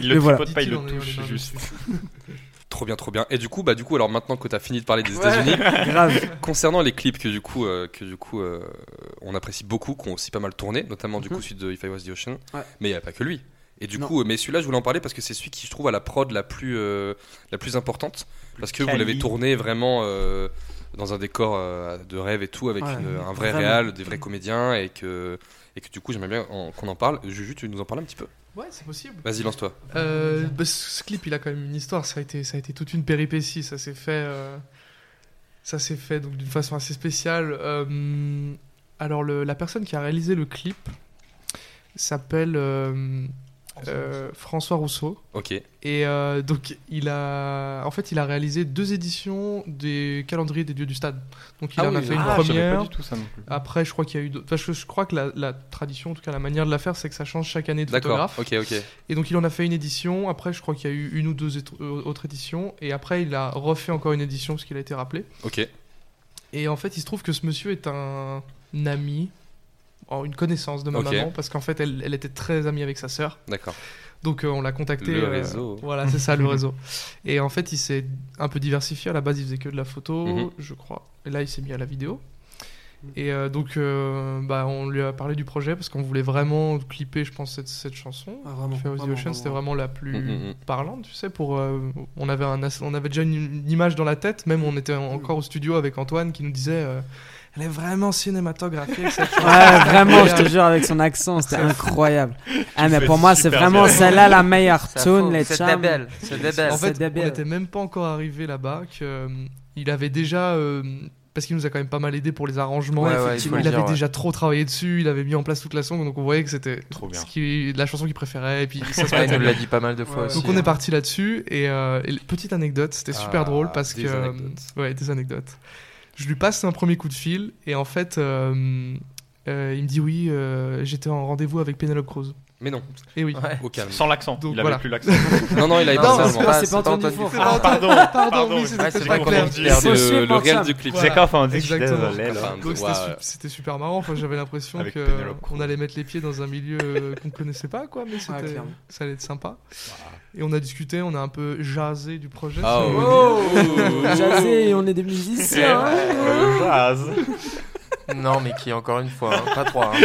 [SPEAKER 7] Il le
[SPEAKER 6] Mais voilà.
[SPEAKER 7] tripote pas, il le
[SPEAKER 9] Dit-il en ayant les
[SPEAKER 7] touche
[SPEAKER 9] mains
[SPEAKER 7] juste. Ah,
[SPEAKER 8] Trop bien, trop bien. Et du coup, bah, du coup, alors maintenant que t'as fini de parler des
[SPEAKER 6] Ouais,
[SPEAKER 8] États-Unis,
[SPEAKER 6] grave.
[SPEAKER 8] concernant les clips que du coup, euh, que du coup, euh, on apprécie beaucoup, qu'on aussi pas mal tourné, notamment du coup celui de If I Was the Ocean,
[SPEAKER 6] Ouais.
[SPEAKER 8] mais il y a pas que lui. Et du
[SPEAKER 6] Non.
[SPEAKER 8] coup, euh, mais celui-là, je voulais en parler parce que c'est celui qui je trouve à la prod la plus, euh, la plus importante, parce que vous
[SPEAKER 7] quali.
[SPEAKER 8] l'avez tourné vraiment euh, dans un décor euh, de rêve et tout, avec
[SPEAKER 6] Ouais,
[SPEAKER 8] une- un vrai
[SPEAKER 6] vraiment.
[SPEAKER 8] réal, des vrais comédiens, et que, et que du coup, j'aimerais bien en- qu'on en parle. Juju, tu veux nous en parles un petit peu
[SPEAKER 9] Ouais, c'est possible.
[SPEAKER 8] Vas-y, lance-toi.
[SPEAKER 9] Euh, bah, ce ce clip, il a quand même une histoire. Ça a été, ça a été toute une péripétie. Ça s'est fait, euh, ça s'est fait donc d'une façon assez spéciale. Euh, alors le- la personne qui a réalisé le clip s'appelle euh, euh, François Rousseau.
[SPEAKER 8] Ok.
[SPEAKER 9] Et euh, donc il a, en fait, il a réalisé deux éditions des calendriers des dieux du stade. Donc il
[SPEAKER 7] Ah
[SPEAKER 9] en a
[SPEAKER 7] oui,
[SPEAKER 9] fait une
[SPEAKER 7] ah, je savais pas
[SPEAKER 9] première.
[SPEAKER 7] du tout ça non plus.
[SPEAKER 9] Après, je crois qu'il y a eu. d'autres- Enfin, je, je crois que la, la tradition, en tout cas la manière de la faire, c'est que ça change chaque année de
[SPEAKER 8] D'accord.
[SPEAKER 9] photographe.
[SPEAKER 8] Ok, ok.
[SPEAKER 9] Et donc il en a fait une édition, après je crois qu'il y a eu une ou deux étr- euh, autres éditions, et après il a refait encore une édition parce qu'il a été rappelé.
[SPEAKER 8] Ok.
[SPEAKER 9] Et en fait il se trouve que ce monsieur est un, ami, oh, une connaissance de ma
[SPEAKER 8] Ok.
[SPEAKER 9] maman, parce qu'en fait elle, elle était très amie avec sa sœur.
[SPEAKER 8] D'accord.
[SPEAKER 9] Donc euh, on l'a contacté.
[SPEAKER 8] Le
[SPEAKER 9] euh,
[SPEAKER 8] réseau.
[SPEAKER 9] Voilà, c'est ça le réseau. Et en fait il s'est un peu diversifié, à la base il faisait que de la photo,
[SPEAKER 8] Mhm.
[SPEAKER 9] je crois. Et là il s'est mis à la vidéo.
[SPEAKER 6] Mhm.
[SPEAKER 9] Et euh, donc euh, bah, on lui a parlé du projet parce qu'on voulait vraiment clipper je pense cette, cette chanson.
[SPEAKER 6] Ah, vraiment,
[SPEAKER 9] Fair with the
[SPEAKER 6] vraiment, Mhm,
[SPEAKER 9] Ocean, c'était
[SPEAKER 6] vraiment.
[SPEAKER 9] vraiment la plus
[SPEAKER 8] Mm, mm, mm.
[SPEAKER 9] parlante, tu sais, pour euh, on avait un ass- on avait déjà une, une image dans la tête, même on était en- encore au studio avec Antoine qui nous disait euh, elle est vraiment cinématographiée cette chanson.
[SPEAKER 6] Ouais, vraiment, je te jure, avec son accent, c'était incroyable. Ah, mais pour moi, c'est vraiment celle-là la meilleure
[SPEAKER 10] Ça
[SPEAKER 6] tune,
[SPEAKER 10] faut-
[SPEAKER 6] les
[SPEAKER 10] c'est
[SPEAKER 6] chums.
[SPEAKER 10] débile, c'est débile.
[SPEAKER 9] En fait,
[SPEAKER 6] C'est débile.
[SPEAKER 9] on n'était même pas encore arrivé là-bas que euh, il avait déjà euh, parce qu'il nous a quand même pas mal aidé pour les arrangements.
[SPEAKER 10] Ouais, ouais, il
[SPEAKER 9] il
[SPEAKER 10] faut le dire,
[SPEAKER 9] avait
[SPEAKER 10] ouais.
[SPEAKER 9] déjà trop travaillé dessus, il avait mis en place toute la song, donc on voyait que c'était
[SPEAKER 7] Trop bien.
[SPEAKER 9] ce qu'il- la chanson qu'il préférait. Et puis ça se
[SPEAKER 10] Ouais, il
[SPEAKER 9] passait
[SPEAKER 10] nous
[SPEAKER 9] bien.
[SPEAKER 10] l'a dit pas mal de fois
[SPEAKER 9] Ouais.
[SPEAKER 10] aussi. hein.
[SPEAKER 9] Donc on est parti là-dessus et, euh, et petite anecdote, c'était super
[SPEAKER 8] Ah,
[SPEAKER 9] drôle parce
[SPEAKER 8] des
[SPEAKER 9] que euh,
[SPEAKER 8] anecdotes.
[SPEAKER 9] ouais des anecdotes. Je lui passe un premier coup de fil et en fait euh, Euh, il me dit oui, euh, j'étais en rendez-vous avec Penelope Cruz.
[SPEAKER 8] Mais non.
[SPEAKER 9] Et oui.
[SPEAKER 8] Au calme.
[SPEAKER 7] Sans l'accent.
[SPEAKER 9] Donc,
[SPEAKER 7] il avait
[SPEAKER 9] voilà.
[SPEAKER 7] plus l'accent.
[SPEAKER 8] Non, non, il avait
[SPEAKER 9] Non,
[SPEAKER 8] pas
[SPEAKER 9] c'est
[SPEAKER 8] ça.
[SPEAKER 9] pas-
[SPEAKER 8] avant.
[SPEAKER 9] c'est pas Anthony Four.
[SPEAKER 8] Ah,
[SPEAKER 9] C'est pas
[SPEAKER 8] Pardon,
[SPEAKER 9] Anthony-
[SPEAKER 8] pardon,
[SPEAKER 9] pardon,
[SPEAKER 8] oui,
[SPEAKER 9] c'est
[SPEAKER 8] c'était
[SPEAKER 9] pas
[SPEAKER 8] pas
[SPEAKER 9] clair.
[SPEAKER 8] clair.
[SPEAKER 9] C'est
[SPEAKER 8] Perdez
[SPEAKER 9] faussé,
[SPEAKER 8] le- le
[SPEAKER 9] Marc
[SPEAKER 8] réel
[SPEAKER 9] Sam.
[SPEAKER 8] du clip.
[SPEAKER 9] Voilà.
[SPEAKER 7] C'est quoi, enfin, on dit que je suis
[SPEAKER 9] Exactement.
[SPEAKER 7] désolé, là.
[SPEAKER 9] Donc, c'était
[SPEAKER 8] Wow.
[SPEAKER 9] su- C'était super marrant. Enfin, j'avais l'impression
[SPEAKER 7] Avec
[SPEAKER 9] que euh,
[SPEAKER 7] Penelope
[SPEAKER 9] on allait mettre les pieds dans un milieu euh, qu'on connaissait pas, quoi. Mais c'était-
[SPEAKER 6] clairement.
[SPEAKER 9] ça allait être sympa. Et on a discuté, on a un peu jasé du projet.
[SPEAKER 8] Ah,
[SPEAKER 9] si on
[SPEAKER 8] ouais.
[SPEAKER 9] veut dire.
[SPEAKER 10] Oh.
[SPEAKER 6] Jazé, Oh on est des musiciens. hein.
[SPEAKER 7] Le jazz.
[SPEAKER 10] Non, mais qui, encore une fois, hein, pas trois. hein.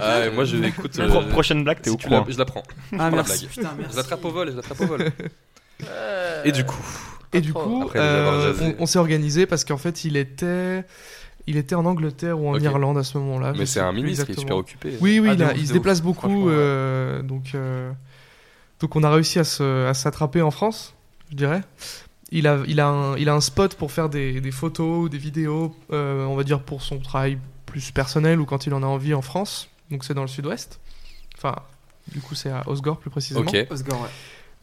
[SPEAKER 8] Ah, et moi, je l'écoute. euh,
[SPEAKER 7] Pro- Prochaine blague, t'es
[SPEAKER 8] si
[SPEAKER 7] au
[SPEAKER 8] tu la-
[SPEAKER 7] courant.
[SPEAKER 8] Je la prends.
[SPEAKER 6] Ah,
[SPEAKER 8] la
[SPEAKER 6] merci.
[SPEAKER 8] blague.
[SPEAKER 6] Putain,
[SPEAKER 8] Je
[SPEAKER 6] merci.
[SPEAKER 8] l'attrape au vol, je l'attrape au vol. Et du coup,
[SPEAKER 9] Et du coup,
[SPEAKER 8] Après les avoir
[SPEAKER 9] euh,
[SPEAKER 8] jasés.
[SPEAKER 9] on, on s'est organisé parce qu'en fait, il était, il était en Angleterre ou en
[SPEAKER 8] Ok.
[SPEAKER 9] Irlande à ce moment-là.
[SPEAKER 8] mais
[SPEAKER 9] je
[SPEAKER 8] c'est
[SPEAKER 9] sais
[SPEAKER 8] un
[SPEAKER 9] plus
[SPEAKER 8] ministre qui est super
[SPEAKER 9] exactement.
[SPEAKER 8] occupé.
[SPEAKER 9] Oui, oui,
[SPEAKER 10] Ah, de
[SPEAKER 9] il, a-
[SPEAKER 10] ouf,
[SPEAKER 9] il se
[SPEAKER 10] de
[SPEAKER 9] déplace
[SPEAKER 10] ouf,
[SPEAKER 9] beaucoup.
[SPEAKER 10] franchement, ouais.
[SPEAKER 9] euh, donc, euh, donc, on a réussi à se- à s'attraper en France, je dirais. Il a, il a, un, il a un spot pour faire des, des photos, ou des vidéos, euh, on va dire pour son travail plus personnel ou quand il en a envie en France. Donc, c'est dans le sud-ouest. Enfin, du coup, c'est à Osgore plus précisément.
[SPEAKER 8] Ok.
[SPEAKER 6] Osgore, ouais.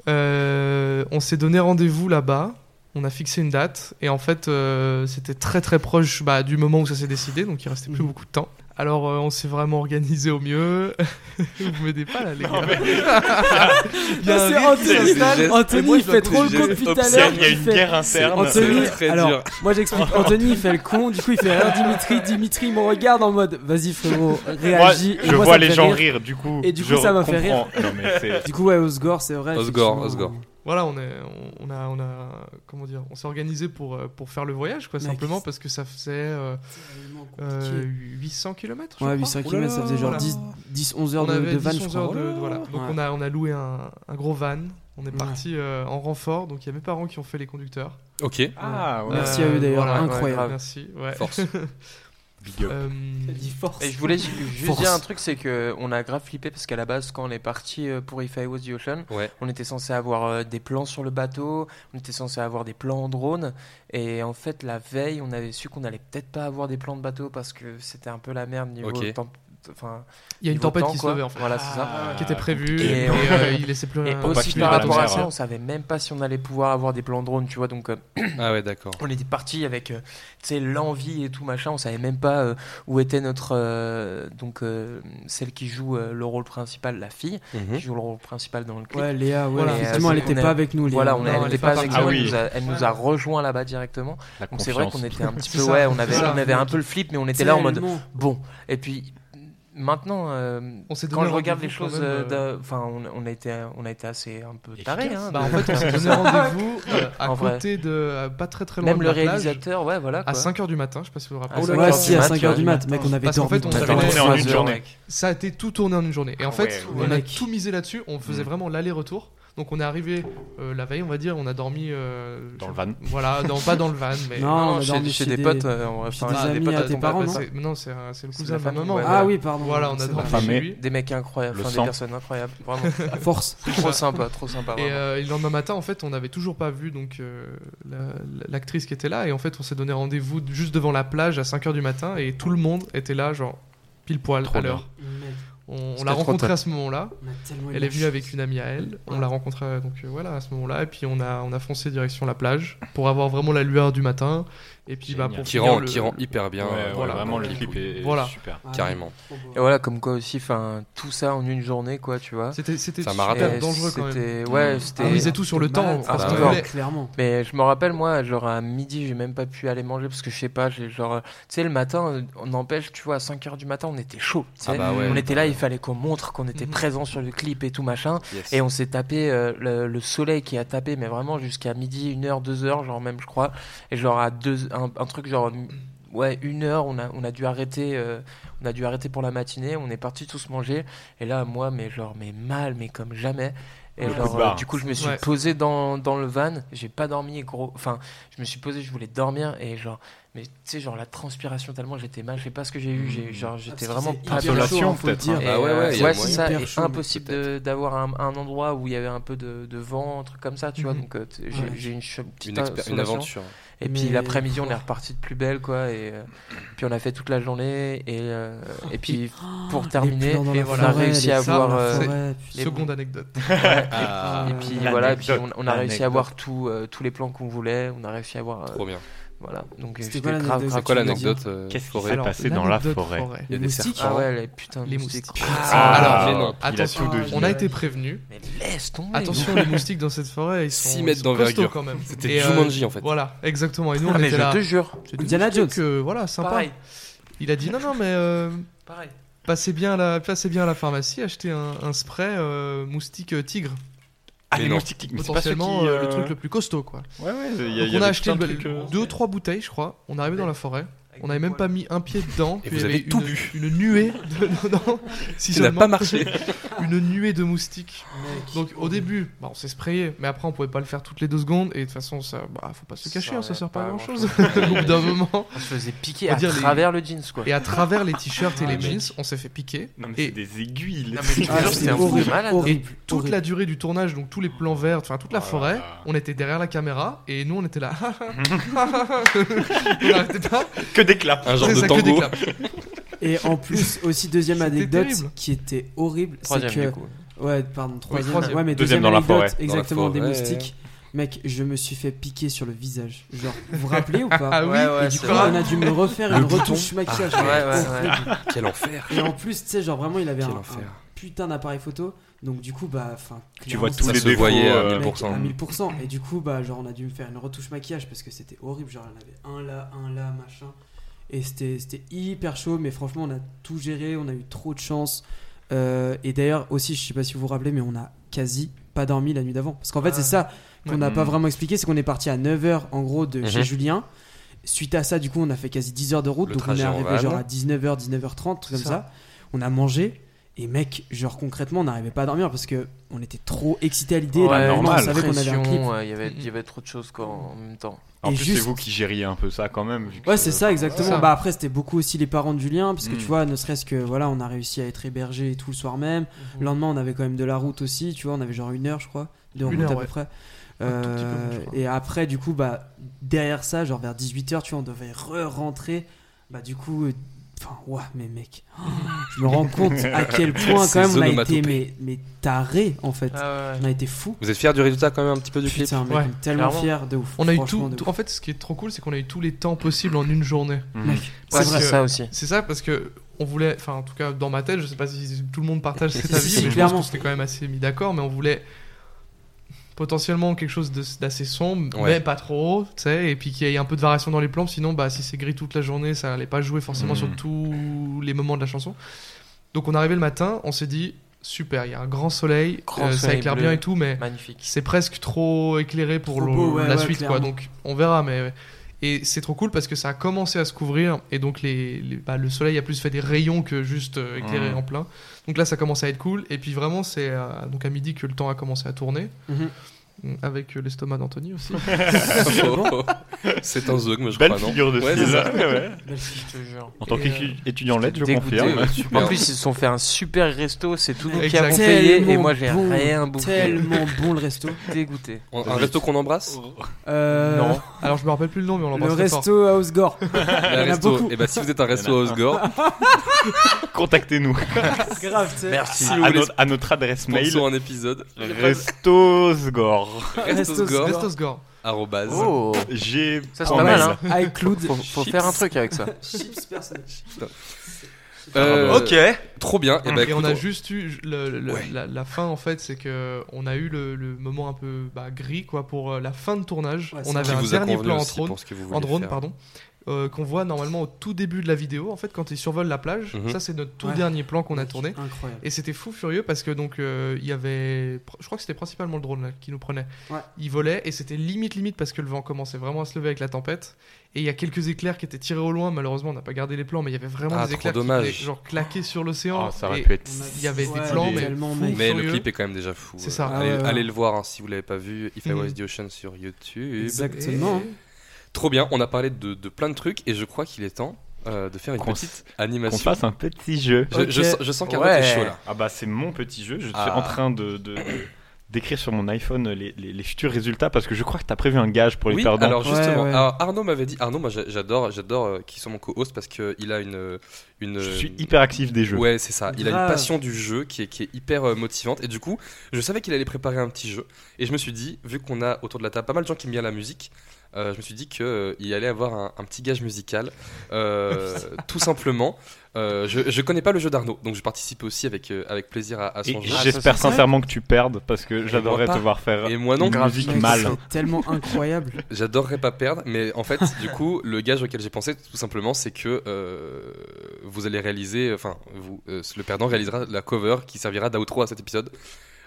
[SPEAKER 9] Euh, on s'est donné rendez-vous là-bas. On a fixé une date et en fait euh, c'était très très proche bah, du moment où ça s'est décidé donc il restait plus
[SPEAKER 6] Mhm.
[SPEAKER 9] beaucoup de temps. Alors euh, on s'est vraiment organisé au mieux. Vous m'aidez pas là les
[SPEAKER 7] Ah,
[SPEAKER 9] gars. il y a un
[SPEAKER 6] C'est
[SPEAKER 9] rire qui
[SPEAKER 6] Anthony,
[SPEAKER 9] s'installe.
[SPEAKER 8] gestes-
[SPEAKER 9] Et moi,
[SPEAKER 6] Anthony,
[SPEAKER 9] je
[SPEAKER 6] il fait
[SPEAKER 9] dois
[SPEAKER 6] trop le
[SPEAKER 8] corriger.
[SPEAKER 6] con depuis tout à l'heure.
[SPEAKER 7] Observe, il y a
[SPEAKER 6] il
[SPEAKER 7] une
[SPEAKER 6] fait-
[SPEAKER 7] guerre interne.
[SPEAKER 8] Anthony-
[SPEAKER 6] Anthony,
[SPEAKER 8] C'est très
[SPEAKER 6] alors,
[SPEAKER 8] dur.
[SPEAKER 6] moi j'explique. Anthony, il fait le con. Du coup, il fait rien. Dimitri, Dimitri, il me regarde en mode vas-y frérot,
[SPEAKER 7] Moi,
[SPEAKER 6] réagis. Et
[SPEAKER 7] je
[SPEAKER 6] moi, ça
[SPEAKER 7] vois
[SPEAKER 6] me
[SPEAKER 7] les
[SPEAKER 6] fait
[SPEAKER 7] gens
[SPEAKER 6] rire.
[SPEAKER 7] rire, du coup.
[SPEAKER 6] Et du coup,
[SPEAKER 7] je
[SPEAKER 6] ça m'a fait rire.
[SPEAKER 7] comprends. Non, mais c'est.
[SPEAKER 6] Du coup, ouais, Osgore, c'est vrai.
[SPEAKER 8] Osgore,
[SPEAKER 6] effectivement.
[SPEAKER 8] Osgore.
[SPEAKER 9] Voilà, on est on- on a on a comment dire, on s'est organisé pour euh, pour faire le voyage quoi
[SPEAKER 6] Mec,
[SPEAKER 9] simplement
[SPEAKER 6] c'est-
[SPEAKER 9] parce que ça faisait euh,
[SPEAKER 6] C'est vraiment compliqué.
[SPEAKER 9] euh, 800 km.
[SPEAKER 6] Ouais, 800 km, ça faisait genre 10, 10 11 heures
[SPEAKER 9] on
[SPEAKER 6] de,
[SPEAKER 9] avait
[SPEAKER 6] de van,
[SPEAKER 9] 10,
[SPEAKER 6] je
[SPEAKER 9] 11
[SPEAKER 6] crois.
[SPEAKER 9] heures de- voilà. Donc
[SPEAKER 6] Ouais.
[SPEAKER 9] on, a, on a loué un, un gros van. On est
[SPEAKER 6] Ouais.
[SPEAKER 9] parti euh, en renfort. Donc il y a mes parents qui ont fait les conducteurs. Euh,
[SPEAKER 8] Ok.
[SPEAKER 7] Ah, ouais.
[SPEAKER 6] Merci à eux d'ailleurs,
[SPEAKER 9] voilà, ouais,
[SPEAKER 6] incroyable.
[SPEAKER 10] grave.
[SPEAKER 9] Merci. Ouais.
[SPEAKER 8] Force.
[SPEAKER 7] Big up.
[SPEAKER 9] Euh,
[SPEAKER 6] Dis force.
[SPEAKER 10] Et je voulais ju- juste
[SPEAKER 6] Force.
[SPEAKER 10] dire un truc, c'est que on a grave flippé parce qu'à la base, quand on est parti euh, pour If I Was the Ocean,
[SPEAKER 8] Ouais.
[SPEAKER 10] on était censé avoir euh, des plans sur le bateau, on était censé avoir des plans en drone, et en fait, la veille, on avait su qu'on allait peut-être pas avoir des plans de bateau parce que c'était un peu la merde niveau
[SPEAKER 8] Ok.
[SPEAKER 10] temp- Enfin,
[SPEAKER 9] Il y a une
[SPEAKER 10] niveau
[SPEAKER 9] tempête
[SPEAKER 10] temps,
[SPEAKER 9] qui se
[SPEAKER 10] quoi.
[SPEAKER 9] levait en fait.
[SPEAKER 10] Voilà, c'est ça.
[SPEAKER 7] Ah,
[SPEAKER 9] Qui était prévue.
[SPEAKER 10] Et
[SPEAKER 9] Et,
[SPEAKER 10] on-
[SPEAKER 9] euh, il laissait plus
[SPEAKER 10] Et
[SPEAKER 9] rien.
[SPEAKER 7] pas
[SPEAKER 10] aussi
[SPEAKER 7] qu'il meure
[SPEAKER 10] par
[SPEAKER 7] à la
[SPEAKER 10] rapport à
[SPEAKER 7] mer,
[SPEAKER 10] ça,
[SPEAKER 7] ouais.
[SPEAKER 10] on savait même pas si on allait pouvoir avoir des plans drone, tu vois. Donc, euh,
[SPEAKER 8] Ah ouais, d'accord.
[SPEAKER 10] on était parti avec, euh, tu sais, l'envie et tout machin. On savait même pas euh, où était notre euh, donc euh, celle qui joue euh, le rôle principal, la fille, qui
[SPEAKER 8] Mhm.
[SPEAKER 10] joue le rôle principal dans le clip.
[SPEAKER 6] Ouais, Léa, ouais,
[SPEAKER 9] Voilà,
[SPEAKER 6] effectivement,
[SPEAKER 10] euh,
[SPEAKER 6] elle
[SPEAKER 10] c'est-
[SPEAKER 6] était
[SPEAKER 10] on est-
[SPEAKER 6] pas avec nous. Léa.
[SPEAKER 10] Voilà, on
[SPEAKER 9] Non, elle
[SPEAKER 10] n'était
[SPEAKER 9] est
[SPEAKER 10] pas
[SPEAKER 9] pas
[SPEAKER 10] avec
[SPEAKER 7] partie.
[SPEAKER 10] nous,
[SPEAKER 7] Ah
[SPEAKER 10] elle
[SPEAKER 7] oui.
[SPEAKER 10] nous a- elle nous a rejoint là-bas directement.
[SPEAKER 7] La
[SPEAKER 10] Donc c'est vrai qu'on
[SPEAKER 7] confiance.
[SPEAKER 10] était un petit
[SPEAKER 9] C'est
[SPEAKER 10] peu,
[SPEAKER 9] ça,
[SPEAKER 10] ouais, on avait,
[SPEAKER 9] c'est ça.
[SPEAKER 10] on avait un peu le flip, mais on était là en mode,
[SPEAKER 6] Tellement.
[SPEAKER 10] bon, et puis maintenant, euh,
[SPEAKER 9] On s'est
[SPEAKER 10] quand
[SPEAKER 9] donné
[SPEAKER 10] je regarde les
[SPEAKER 9] rendez-vous quand
[SPEAKER 10] choses,
[SPEAKER 9] même,
[SPEAKER 10] euh, d'un- enfin, on, on a été, on a été assez un peu hein, taré.
[SPEAKER 7] Efficace.
[SPEAKER 9] Bah, en fait, on s'est donné rendez-vous euh, à
[SPEAKER 10] En vrai.
[SPEAKER 9] côté de. euh, pas très très loin
[SPEAKER 10] Même
[SPEAKER 9] de
[SPEAKER 10] le
[SPEAKER 9] la plage,
[SPEAKER 10] réalisateur, ouais, voilà.
[SPEAKER 9] À
[SPEAKER 10] quoi.
[SPEAKER 9] 5h du matin, je sais pas si vous vous rappelez.
[SPEAKER 10] Ah,
[SPEAKER 6] Oh là
[SPEAKER 10] cinq
[SPEAKER 6] là,
[SPEAKER 10] heures
[SPEAKER 6] si
[SPEAKER 10] du
[SPEAKER 6] à 5 h du mat,
[SPEAKER 10] mat, tu vois.
[SPEAKER 6] mec, on avait
[SPEAKER 9] Parce qu'en
[SPEAKER 6] dormi.
[SPEAKER 9] fait, on
[SPEAKER 6] de
[SPEAKER 9] avait
[SPEAKER 10] Attends,
[SPEAKER 9] la-
[SPEAKER 7] tourné en
[SPEAKER 10] trois
[SPEAKER 7] une
[SPEAKER 10] heures,
[SPEAKER 7] journée.
[SPEAKER 10] mec.
[SPEAKER 9] Ça a été tout tourné en une journée. Et en
[SPEAKER 7] Ah
[SPEAKER 9] fait,
[SPEAKER 7] ouais,
[SPEAKER 9] on
[SPEAKER 6] ouais.
[SPEAKER 9] a
[SPEAKER 6] Mec.
[SPEAKER 9] tout misé là-dessus. On faisait
[SPEAKER 7] Mm.
[SPEAKER 9] vraiment l'aller-retour. Donc on est arrivé euh, la veille, on va dire. On a dormi. euh,
[SPEAKER 7] Dans le van.
[SPEAKER 9] Voilà, dans- pas dans le van, mais.
[SPEAKER 6] Non, on a
[SPEAKER 10] chez,
[SPEAKER 6] dormi
[SPEAKER 10] chez
[SPEAKER 6] chez
[SPEAKER 10] des,
[SPEAKER 6] des-
[SPEAKER 10] potes, euh, on va
[SPEAKER 6] chez
[SPEAKER 10] faire
[SPEAKER 6] des
[SPEAKER 10] un-
[SPEAKER 6] amis
[SPEAKER 10] potes
[SPEAKER 6] à
[SPEAKER 10] dont
[SPEAKER 6] tes
[SPEAKER 10] on
[SPEAKER 9] Bah,
[SPEAKER 6] parents,
[SPEAKER 10] va-
[SPEAKER 6] non
[SPEAKER 9] c'est- Non, c'est un- c'est le
[SPEAKER 10] C'est
[SPEAKER 9] cousin
[SPEAKER 10] la
[SPEAKER 9] de ma
[SPEAKER 10] famille,
[SPEAKER 9] maman.
[SPEAKER 10] ouais,
[SPEAKER 9] voilà.
[SPEAKER 6] Ah oui, pardon.
[SPEAKER 9] Voilà, on a
[SPEAKER 6] c'est
[SPEAKER 9] dormi
[SPEAKER 7] vrai.
[SPEAKER 9] chez
[SPEAKER 7] Famé.
[SPEAKER 9] lui.
[SPEAKER 10] Des mecs incroyables,
[SPEAKER 7] Le
[SPEAKER 10] enfin, des
[SPEAKER 7] sang.
[SPEAKER 10] personnes incroyables, vraiment.
[SPEAKER 6] vrai. Force.
[SPEAKER 10] trop sympa, trop sympa.
[SPEAKER 9] Et
[SPEAKER 10] vraiment.
[SPEAKER 9] euh, et le lendemain matin, en fait, on n'avait toujours pas vu donc euh, la- l'actrice qui était là. Et en fait, on s'est donné rendez-vous juste devant la plage à 5h du matin. Et tout le monde était là, genre pile poil
[SPEAKER 8] Trop
[SPEAKER 9] à l'heure.
[SPEAKER 6] Mec,
[SPEAKER 9] On, on
[SPEAKER 10] C'était
[SPEAKER 9] l'a
[SPEAKER 10] trop
[SPEAKER 9] rencontrée
[SPEAKER 10] top.
[SPEAKER 9] à ce moment-là.
[SPEAKER 6] on a tellement eu
[SPEAKER 9] Elle
[SPEAKER 6] la
[SPEAKER 9] est venue
[SPEAKER 6] chance.
[SPEAKER 9] avec une amie à elle. On l'a rencontrée euh, donc euh, voilà à ce moment-là. Et puis on a on a foncé direction la plage pour avoir vraiment la lueur du matin. Et puis bah
[SPEAKER 7] Génial.
[SPEAKER 9] pour
[SPEAKER 8] Qui
[SPEAKER 9] finir
[SPEAKER 8] rend,
[SPEAKER 9] le-
[SPEAKER 8] qui rend hyper bien.
[SPEAKER 7] Ouais, ouais,
[SPEAKER 8] euh,
[SPEAKER 9] voilà,
[SPEAKER 7] vraiment,
[SPEAKER 9] ouais.
[SPEAKER 7] le clip est
[SPEAKER 9] Voilà.
[SPEAKER 7] super.
[SPEAKER 6] Ah,
[SPEAKER 8] Carrément.
[SPEAKER 6] trop beau.
[SPEAKER 10] Et voilà, comme quoi aussi, enfin, tout ça en une journée, quoi, tu vois.
[SPEAKER 9] C'était c'était
[SPEAKER 8] C'est un
[SPEAKER 9] super
[SPEAKER 8] marathon.
[SPEAKER 10] Et
[SPEAKER 9] dangereux quand même.
[SPEAKER 10] c'était- Ouais,
[SPEAKER 6] Ah,
[SPEAKER 10] c'était.
[SPEAKER 9] On
[SPEAKER 6] oui,
[SPEAKER 9] misait tout sur le
[SPEAKER 6] c'était
[SPEAKER 9] temps. hein,
[SPEAKER 6] malade,
[SPEAKER 9] parce
[SPEAKER 8] Ah,
[SPEAKER 9] qu'on
[SPEAKER 8] ouais.
[SPEAKER 9] voulait-
[SPEAKER 6] Clairement.
[SPEAKER 10] Mais je me rappelle, moi, genre à midi, j'ai même pas pu aller manger parce que je sais pas, j'ai genre. euh, Tu sais, le matin, euh, on empêche, tu vois, à 5h du matin, on était chaud. tu sais.
[SPEAKER 8] Ah bah ouais.
[SPEAKER 10] on était là, il fallait qu'on montre qu'on était
[SPEAKER 9] Mhm.
[SPEAKER 10] présent sur le clip et tout machin.
[SPEAKER 8] Yes.
[SPEAKER 10] Et on s'est tapé euh, le, le soleil qui a tapé, mais vraiment jusqu'à midi, 1h, 2h, genre même, je crois. Et genre à deux, un, un truc genre. mm, Ouais, une heure, on a, on a dû arrêter, euh, on a dû arrêter pour la matinée, on est partis tous manger, et là, moi, mais genre, mais mal, mais comme jamais. Et
[SPEAKER 7] Le coup
[SPEAKER 10] genre,
[SPEAKER 7] de barre.
[SPEAKER 10] euh, du coup, je me suis
[SPEAKER 9] Ouais.
[SPEAKER 10] posé dans, dans le van, j'ai pas dormi, gros. Enfin, je me suis posé, je voulais dormir, et genre, mais tu sais, genre, la transpiration tellement j'étais mal, je sais pas ce que j'ai eu, j'ai, genre, j'étais
[SPEAKER 6] Ah, Parce
[SPEAKER 10] vraiment
[SPEAKER 6] que c'est
[SPEAKER 10] pas
[SPEAKER 6] hyper
[SPEAKER 10] bien.
[SPEAKER 7] Isolation,
[SPEAKER 6] chaud, hein, faut le
[SPEAKER 7] peut-être,
[SPEAKER 6] dire.
[SPEAKER 8] Ah
[SPEAKER 10] Et,
[SPEAKER 8] bah ouais, ouais,
[SPEAKER 10] euh,
[SPEAKER 8] il y a moyen.
[SPEAKER 10] ouais, c'est ça.
[SPEAKER 6] Hyper
[SPEAKER 10] Et
[SPEAKER 6] chaud,
[SPEAKER 10] impossible de- d'avoir un, un endroit où il y avait un peu de, de vent, un truc comme ça, tu vois.
[SPEAKER 9] Mhm.
[SPEAKER 10] Donc euh, t- j'ai
[SPEAKER 6] Ouais.
[SPEAKER 10] j'ai une ch- petite
[SPEAKER 8] Une, expé- une
[SPEAKER 10] insolation.
[SPEAKER 8] aventure.
[SPEAKER 10] Et puis
[SPEAKER 6] Mais-
[SPEAKER 10] l'après-midi, on est reparti de plus belle, quoi. Et euh, puis on a fait toute la journée. Et, euh, et puis
[SPEAKER 9] oh,
[SPEAKER 10] pour terminer,
[SPEAKER 6] plans dans la
[SPEAKER 10] on a
[SPEAKER 9] forêt,
[SPEAKER 10] réussi
[SPEAKER 6] les
[SPEAKER 10] à
[SPEAKER 9] plans dans
[SPEAKER 10] voir.
[SPEAKER 9] la
[SPEAKER 10] euh,
[SPEAKER 9] forêt.
[SPEAKER 10] les-
[SPEAKER 9] Seconde anecdote.
[SPEAKER 8] Ah,
[SPEAKER 10] et
[SPEAKER 6] Ah,
[SPEAKER 10] puis
[SPEAKER 6] l'anecdote,
[SPEAKER 10] voilà, et puis on, on a réussi à
[SPEAKER 7] l'anecdote.
[SPEAKER 10] voir tout, euh, tous les plans qu'on voulait. On a réussi à voir euh,
[SPEAKER 8] trop bien.
[SPEAKER 10] Voilà. Donc
[SPEAKER 6] C'était
[SPEAKER 10] j'étais
[SPEAKER 6] quoi l'anecdote
[SPEAKER 10] grave,
[SPEAKER 6] que
[SPEAKER 10] grave
[SPEAKER 6] tu voulais
[SPEAKER 10] curieux.
[SPEAKER 6] dire
[SPEAKER 8] euh, Qu'est-ce qui
[SPEAKER 9] Alors, l'anecdote forêt.
[SPEAKER 8] Il y a
[SPEAKER 9] Les
[SPEAKER 8] des
[SPEAKER 9] moustiques.
[SPEAKER 8] serpents.
[SPEAKER 10] Ah ouais, les putains de
[SPEAKER 9] Les
[SPEAKER 10] moustiques.
[SPEAKER 9] moustiques.
[SPEAKER 8] Ah,
[SPEAKER 9] Alors,
[SPEAKER 8] mais non,
[SPEAKER 7] il a
[SPEAKER 9] attention,
[SPEAKER 7] tout deviné.
[SPEAKER 9] on a été prévenu.
[SPEAKER 10] Mais laisse tomber.
[SPEAKER 9] Attention, les moustiques dans cette forêt, ils sont,
[SPEAKER 8] 6
[SPEAKER 9] ils
[SPEAKER 8] mètres
[SPEAKER 9] sont
[SPEAKER 8] d'envergure.
[SPEAKER 9] costauds quand même.
[SPEAKER 8] C'était
[SPEAKER 9] Et, euh,
[SPEAKER 8] Jumanji, en fait.
[SPEAKER 9] Voilà, exactement. Et nous,
[SPEAKER 10] Ah,
[SPEAKER 9] on
[SPEAKER 10] mais
[SPEAKER 9] était
[SPEAKER 10] je
[SPEAKER 9] là.
[SPEAKER 10] te jure.
[SPEAKER 9] C'est tout
[SPEAKER 6] Indiana
[SPEAKER 9] le truc,
[SPEAKER 6] Jones.
[SPEAKER 9] euh, voilà, sympa.
[SPEAKER 10] Pareil.
[SPEAKER 9] Il a dit non, non, mais euh,
[SPEAKER 10] Pareil.
[SPEAKER 9] passez bien, à la, passez bien à la pharmacie, achetez un, un spray euh, moustique euh, tigre.
[SPEAKER 7] Ah,
[SPEAKER 8] Mais
[SPEAKER 7] les
[SPEAKER 8] non.
[SPEAKER 7] moustiques tigres, mais c'est pas ceux qui.
[SPEAKER 9] Potentiellement euh, le
[SPEAKER 7] euh,
[SPEAKER 9] truc le plus costaud, quoi.
[SPEAKER 7] Ouais, ouais, il y
[SPEAKER 9] Donc
[SPEAKER 7] a- il y
[SPEAKER 9] on a
[SPEAKER 7] avait
[SPEAKER 9] acheté
[SPEAKER 7] plein
[SPEAKER 9] une-
[SPEAKER 7] de trucs, euh,
[SPEAKER 9] deux, trois bouteilles, je crois. On est arrivé dans la forêt.
[SPEAKER 10] Avec
[SPEAKER 9] On
[SPEAKER 10] des
[SPEAKER 9] n'avait même pas
[SPEAKER 10] poils.
[SPEAKER 9] mis un pied dedans.
[SPEAKER 8] Et vous
[SPEAKER 9] puis il y
[SPEAKER 8] avez
[SPEAKER 9] avait
[SPEAKER 8] tout
[SPEAKER 9] une-
[SPEAKER 8] bu.
[SPEAKER 9] Une nuée. De... non, non, si
[SPEAKER 8] Ça n'a
[SPEAKER 9] seulement.
[SPEAKER 8] pas marché.
[SPEAKER 9] Une nuée de moustiques. Donc au début, bah, on s'est sprayé, mais après on pouvait pas le faire toutes les deux secondes. Et de toute façon, ça, bah, faut pas se
[SPEAKER 10] Ça
[SPEAKER 9] cacher, hein, ça
[SPEAKER 10] servait
[SPEAKER 9] sert pas à
[SPEAKER 10] pas à
[SPEAKER 9] grand chose. Au bout d'un moment.
[SPEAKER 10] On se faisait piquer
[SPEAKER 9] On
[SPEAKER 10] à
[SPEAKER 9] va dire les-
[SPEAKER 10] travers le jeans quoi.
[SPEAKER 9] Et à travers les t-shirts et
[SPEAKER 10] Ah,
[SPEAKER 9] les
[SPEAKER 10] mec.
[SPEAKER 9] jeans, on s'est fait piquer.
[SPEAKER 7] Non, mais c'est
[SPEAKER 9] Et
[SPEAKER 7] des aiguilles. les
[SPEAKER 10] Non, mais
[SPEAKER 7] trucs.
[SPEAKER 10] Ah,
[SPEAKER 6] Ah,
[SPEAKER 10] c'était
[SPEAKER 6] c'est
[SPEAKER 10] un fou de
[SPEAKER 6] horrible,
[SPEAKER 10] malade.
[SPEAKER 6] horrible,
[SPEAKER 9] toute
[SPEAKER 6] horrible.
[SPEAKER 9] la durée du tournage, donc tous les plans verts, enfin toute la
[SPEAKER 7] Oh là
[SPEAKER 9] forêt,
[SPEAKER 7] là.
[SPEAKER 9] on était derrière la caméra et nous on était là. on n'arrêtait pas.
[SPEAKER 7] Que des claps.
[SPEAKER 8] Un genre
[SPEAKER 9] C'est
[SPEAKER 8] de
[SPEAKER 9] ça, que des
[SPEAKER 8] tango.
[SPEAKER 9] claps.
[SPEAKER 6] Et en plus, aussi, deuxième
[SPEAKER 9] C'était
[SPEAKER 6] anecdote
[SPEAKER 9] terrible.
[SPEAKER 6] qui était horrible, c'est
[SPEAKER 10] Troisième
[SPEAKER 6] que.
[SPEAKER 10] du coup.
[SPEAKER 6] Ouais, pardon, troisième.
[SPEAKER 9] troisième.
[SPEAKER 6] Ouais, mais deuxième,
[SPEAKER 7] Deuxième dans la
[SPEAKER 6] anecdote,
[SPEAKER 7] forêt.
[SPEAKER 6] Exactement,
[SPEAKER 8] Dans la
[SPEAKER 6] des
[SPEAKER 8] forêt.
[SPEAKER 6] moustiques. Mec, je me suis fait piquer sur le visage. Genre, vous vous rappelez ou pas
[SPEAKER 9] Ah oui,
[SPEAKER 10] Ouais, ouais,
[SPEAKER 9] et du
[SPEAKER 10] c'est
[SPEAKER 9] coup,
[SPEAKER 6] Ouais,
[SPEAKER 10] vrai. Ah,
[SPEAKER 9] on
[SPEAKER 6] on a dû me refaire
[SPEAKER 8] Le
[SPEAKER 6] une
[SPEAKER 8] bouton.
[SPEAKER 6] retouche maquillage.
[SPEAKER 10] Ouais, ouais, ouais.
[SPEAKER 8] Quel enfer.
[SPEAKER 6] Et en plus, tu sais, genre vraiment, il avait un,
[SPEAKER 8] Quel
[SPEAKER 6] un
[SPEAKER 8] enfer.
[SPEAKER 6] putain d'appareil photo. Donc, du coup, bah, enfin.
[SPEAKER 7] Tu vois
[SPEAKER 6] clairement,
[SPEAKER 7] tous
[SPEAKER 8] Ça
[SPEAKER 7] les
[SPEAKER 8] se
[SPEAKER 7] défauts.
[SPEAKER 8] voyait à
[SPEAKER 7] euh,
[SPEAKER 8] 1000%.
[SPEAKER 6] Mec, à 1000%. Et du coup, bah, genre, on a dû me faire une retouche maquillage parce que c'était horrible. Genre, il y en avait un là, un là, machin. Et c'était c'était hyper chaud, mais franchement, on a tout géré, on a eu trop de chance. Euh, et d'ailleurs, aussi, je sais pas si vous vous rappelez, mais on a quasi pas dormi la nuit d'avant. Parce qu'en fait,
[SPEAKER 9] Ah.
[SPEAKER 6] c'est ça qu'on n'a
[SPEAKER 7] Mhm.
[SPEAKER 6] pas vraiment expliqué c'est qu'on est parti à 9h en gros de chez
[SPEAKER 8] Mm. Mhm.
[SPEAKER 6] Julien. Suite à ça, du coup, on a fait quasi 10 heures de route,
[SPEAKER 8] Le
[SPEAKER 6] donc on est
[SPEAKER 8] trajet en
[SPEAKER 6] arrivé
[SPEAKER 8] van.
[SPEAKER 6] genre à 19h, 19h30, truc comme
[SPEAKER 9] Ça.
[SPEAKER 6] ça. On a mangé. Et mec, genre concrètement, on n'arrivait pas à dormir parce que on était trop excités à l'idée.
[SPEAKER 10] Ouais,
[SPEAKER 6] là, vraiment,
[SPEAKER 7] normal.
[SPEAKER 6] On savait euh, qu'on avait un clip.
[SPEAKER 10] Pression, ouais, Il y avait, il y avait trop de choses quoi en même temps.
[SPEAKER 7] En
[SPEAKER 6] Et
[SPEAKER 7] plus, c'est
[SPEAKER 6] juste-
[SPEAKER 7] vous qui gériez un peu ça quand même. vu que-
[SPEAKER 6] Ouais, c'est ça, exactement.
[SPEAKER 9] ça.
[SPEAKER 6] Bah après, c'était beaucoup aussi les parents de Julien, parce que
[SPEAKER 7] Mm.
[SPEAKER 6] tu vois, ne serait-ce que voilà, on a réussi à être hébergé et tout le soir même.
[SPEAKER 9] Mhm.
[SPEAKER 6] Le lendemain, on avait quand même de la route aussi, tu vois, on avait genre une heure, je crois, de route
[SPEAKER 9] heure,
[SPEAKER 6] à peu
[SPEAKER 9] ouais.
[SPEAKER 6] près.
[SPEAKER 9] Un tout petit peu moins, je
[SPEAKER 6] Euh,
[SPEAKER 9] crois.
[SPEAKER 6] et après, du coup, bah derrière ça, genre vers 18h, tu vois, on devait re-rentrer. Bah du coup, euh, enfin, ouais, mais mec, je me rends compte à quel point
[SPEAKER 8] Ces
[SPEAKER 6] quand même on a été
[SPEAKER 8] onomatopées.
[SPEAKER 6] mais, mais taré en fait.
[SPEAKER 10] Ah
[SPEAKER 6] On a été fou.
[SPEAKER 8] Vous êtes fier du résultat quand même un petit peu du clip
[SPEAKER 6] Putain, mec,
[SPEAKER 9] Ouais.
[SPEAKER 6] on est tellement
[SPEAKER 10] Clairement.
[SPEAKER 6] fier de ouf.
[SPEAKER 9] on a eu
[SPEAKER 6] franchement,
[SPEAKER 9] tout.
[SPEAKER 6] de
[SPEAKER 9] tout-
[SPEAKER 6] ouf.
[SPEAKER 9] En fait, ce qui est trop cool, c'est qu'on a eu tous les temps possibles en une journée.
[SPEAKER 7] Mhm.
[SPEAKER 6] Mec,
[SPEAKER 10] Ouais,
[SPEAKER 9] Parce
[SPEAKER 10] c'est
[SPEAKER 9] que-
[SPEAKER 10] ça aussi.
[SPEAKER 9] C'est ça parce que on voulait, enfin en tout cas dans ma tête, je sais pas si tout le monde partage cet avis,
[SPEAKER 6] si,
[SPEAKER 9] mais je pense
[SPEAKER 6] clairement.
[SPEAKER 9] qu'on s'était quand même assez mis d'accord, mais on voulait potentiellement quelque chose de- d'assez sombre,
[SPEAKER 8] Ouais.
[SPEAKER 9] mais pas trop, tu sais, et puis qu'il y ait un peu de variation dans les plans, sinon bah si c'est gris toute la journée, ça allait pas jouer forcément
[SPEAKER 7] Mm.
[SPEAKER 9] sur tous les moments de la chanson. Donc on est arrivé le matin, on s'est dit super, il y a un grand soleil,
[SPEAKER 10] Grand
[SPEAKER 9] euh, ça
[SPEAKER 10] soleil
[SPEAKER 9] éclaire
[SPEAKER 10] bleu.
[SPEAKER 9] bien et tout, mais
[SPEAKER 10] Magnifique.
[SPEAKER 9] c'est presque trop éclairé pour
[SPEAKER 6] Trop
[SPEAKER 9] le-
[SPEAKER 6] beau, ouais,
[SPEAKER 9] la
[SPEAKER 6] ouais,
[SPEAKER 9] suite quoi
[SPEAKER 6] clairement.
[SPEAKER 9] donc on verra mais et c'est trop cool parce que ça a commencé à se couvrir et donc les, les- bah, le soleil a plus fait des rayons que juste euh, éclairé
[SPEAKER 6] Mmh.
[SPEAKER 7] Mhm.
[SPEAKER 9] en plein donc là ça commence à être cool et puis vraiment c'est euh, donc à midi que le temps a commencé à tourner
[SPEAKER 6] Mhm.
[SPEAKER 9] avec euh, l'estomac d'Anthony aussi
[SPEAKER 8] Oh, oh. C'est un zoog, moi je
[SPEAKER 7] Belle
[SPEAKER 8] crois, non
[SPEAKER 7] figure de
[SPEAKER 8] Ouais,
[SPEAKER 7] style.
[SPEAKER 8] c'est ça.
[SPEAKER 7] Ouais, ouais.
[SPEAKER 10] Je te jure. euh,
[SPEAKER 7] En tant
[SPEAKER 9] Et,
[SPEAKER 7] qu'étudiant lettres, je
[SPEAKER 10] dégoûté,
[SPEAKER 7] confirme.
[SPEAKER 10] ouais.
[SPEAKER 8] Super.
[SPEAKER 10] En plus, ils se sont fait un super resto, c'est tout nous qui
[SPEAKER 9] Exact.
[SPEAKER 10] avons payé et
[SPEAKER 6] Tellement
[SPEAKER 10] moi j'ai
[SPEAKER 6] bon,
[SPEAKER 10] rien bouffé.
[SPEAKER 6] Tellement bon le resto.
[SPEAKER 10] dégoûté.
[SPEAKER 8] Un resto qu'on embrasse
[SPEAKER 6] Euh,
[SPEAKER 9] non alors je me rappelle plus le nom mais on
[SPEAKER 6] Le
[SPEAKER 9] l'embrasse très fort
[SPEAKER 6] resto à Osgore.
[SPEAKER 8] Un
[SPEAKER 6] Il y en a
[SPEAKER 8] resto.
[SPEAKER 6] beaucoup.
[SPEAKER 8] Et bah si vous êtes un resto à Osgore,
[SPEAKER 7] Contactez-nous
[SPEAKER 6] Grave, tu sais.
[SPEAKER 8] Ah,
[SPEAKER 10] Merci.
[SPEAKER 7] à, à notre, à notre adresse mail
[SPEAKER 8] sur un épisode.
[SPEAKER 7] restosgore.
[SPEAKER 6] Restosgore.
[SPEAKER 9] Restosgore
[SPEAKER 8] Arrobase.
[SPEAKER 10] Oh,
[SPEAKER 7] J'ai
[SPEAKER 10] ça c'est pas mal hein.
[SPEAKER 6] iCloud.
[SPEAKER 10] Faut, faut faire un truc avec ça.
[SPEAKER 6] Chips personnage.
[SPEAKER 7] Ah bah,
[SPEAKER 8] Euh,
[SPEAKER 11] Ok.
[SPEAKER 8] Trop bien. Et bah
[SPEAKER 9] et on
[SPEAKER 8] écoute,
[SPEAKER 9] a
[SPEAKER 8] on-
[SPEAKER 9] juste eu le- le- la, la fin en fait, c'est que on a eu le, le moment un peu bah, gris quoi pour euh, la fin de tournage.
[SPEAKER 6] Ouais, c'est
[SPEAKER 9] on
[SPEAKER 6] vrai.
[SPEAKER 9] avait
[SPEAKER 8] qui
[SPEAKER 9] un
[SPEAKER 8] vous a
[SPEAKER 9] dernier
[SPEAKER 8] convenu
[SPEAKER 9] plan en
[SPEAKER 8] aussi
[SPEAKER 9] drone,
[SPEAKER 8] pour ce que vous
[SPEAKER 9] en
[SPEAKER 8] voulez
[SPEAKER 9] drone
[SPEAKER 8] faire.
[SPEAKER 9] pardon, euh, qu'on voit normalement au tout début de la vidéo. En fait, quand ils survolent la plage,
[SPEAKER 8] Mhm.
[SPEAKER 9] ça c'est notre tout
[SPEAKER 6] Ouais.
[SPEAKER 9] dernier plan qu'on a tourné.
[SPEAKER 6] Incroyable.
[SPEAKER 9] Et c'était fou furieux parce que donc euh, il y avait, je crois que c'était principalement le drone là, qui nous prenait.
[SPEAKER 6] Ouais.
[SPEAKER 9] Il volait et c'était limite limite parce que le vent commençait vraiment à se lever avec la tempête. Et il y a quelques éclairs qui étaient tirés au loin. Malheureusement, on n'a pas gardé les plans, mais il y avait vraiment
[SPEAKER 8] Ah,
[SPEAKER 9] des
[SPEAKER 8] trop
[SPEAKER 9] éclairs
[SPEAKER 8] dommage. Ah,
[SPEAKER 9] qui venaient, genre claqués sur l'océan.
[SPEAKER 7] Oh, ça aurait
[SPEAKER 9] Et
[SPEAKER 7] pu être.
[SPEAKER 6] On a-
[SPEAKER 9] il y avait
[SPEAKER 6] Ouais,
[SPEAKER 9] des plans, mais
[SPEAKER 6] tellement,
[SPEAKER 9] fou,
[SPEAKER 6] mec.
[SPEAKER 8] Mais le
[SPEAKER 9] furieux.
[SPEAKER 8] clip est quand même déjà fou.
[SPEAKER 9] C'est ça.
[SPEAKER 8] Euh, Allez,
[SPEAKER 6] Ah ouais, ouais.
[SPEAKER 8] allez le voir hein, si vous l'avez pas vu. If I
[SPEAKER 9] Mhm.
[SPEAKER 8] Was the Ocean sur YouTube.
[SPEAKER 6] Exactement.
[SPEAKER 8] Trop bien. On a parlé de, de plein de trucs et je crois qu'il est temps euh, de faire une
[SPEAKER 7] Qu'on
[SPEAKER 8] petite
[SPEAKER 7] Qu'on
[SPEAKER 8] animation.
[SPEAKER 7] fasse un petit jeu.
[SPEAKER 8] Je, je
[SPEAKER 6] Ok.
[SPEAKER 8] sens- je sens qu'un
[SPEAKER 10] Ouais.
[SPEAKER 8] est chaud là.
[SPEAKER 7] Ah bah c'est mon petit jeu. Je suis
[SPEAKER 8] Ah.
[SPEAKER 7] en train de. de- de- d'écrire sur mon iPhone les, les- les futurs résultats parce que je crois que t'as prévu un gage pour les
[SPEAKER 8] oui,
[SPEAKER 7] perdants.
[SPEAKER 8] alors
[SPEAKER 6] Ouais,
[SPEAKER 8] justement,
[SPEAKER 6] ouais.
[SPEAKER 8] alors, Arnaud m'avait dit, Arnaud, moi j'a- j'adore, j'adore euh, qu'il soit mon co-host parce qu'il a une, une.
[SPEAKER 7] je suis hyper actif des jeux.
[SPEAKER 8] euh, Ouais, c'est ça. Il a une
[SPEAKER 6] Grave.
[SPEAKER 8] passion du jeu qui est, qui est hyper euh, motivante. Et du coup, je savais qu'il allait préparer un petit jeu. Et je me suis dit, vu qu'on a autour de la table pas mal de gens qui aiment bien la musique, euh, je me suis dit qu'il allait avoir un, un petit gage musical, euh, tout simplement. Euh, je, je connais pas le jeu d'Arnaud, donc je participe aussi avec, euh, avec plaisir à, à son
[SPEAKER 7] Et
[SPEAKER 8] jeu.
[SPEAKER 7] j'espère Ah, sincèrement que tu perdes parce que j'adorerais
[SPEAKER 8] moi
[SPEAKER 7] te
[SPEAKER 8] pas.
[SPEAKER 7] voir faire
[SPEAKER 8] Et moi non.
[SPEAKER 7] une musique
[SPEAKER 8] Graphique,
[SPEAKER 7] mal.
[SPEAKER 8] c'est
[SPEAKER 6] tellement incroyable.
[SPEAKER 8] J'adorerais pas perdre, mais en fait, du coup, le gage auquel j'ai pensé, tout simplement, c'est que euh, vous allez réaliser, enfin, vous, euh, le perdant réalisera la cover qui servira d'outro à cet épisode.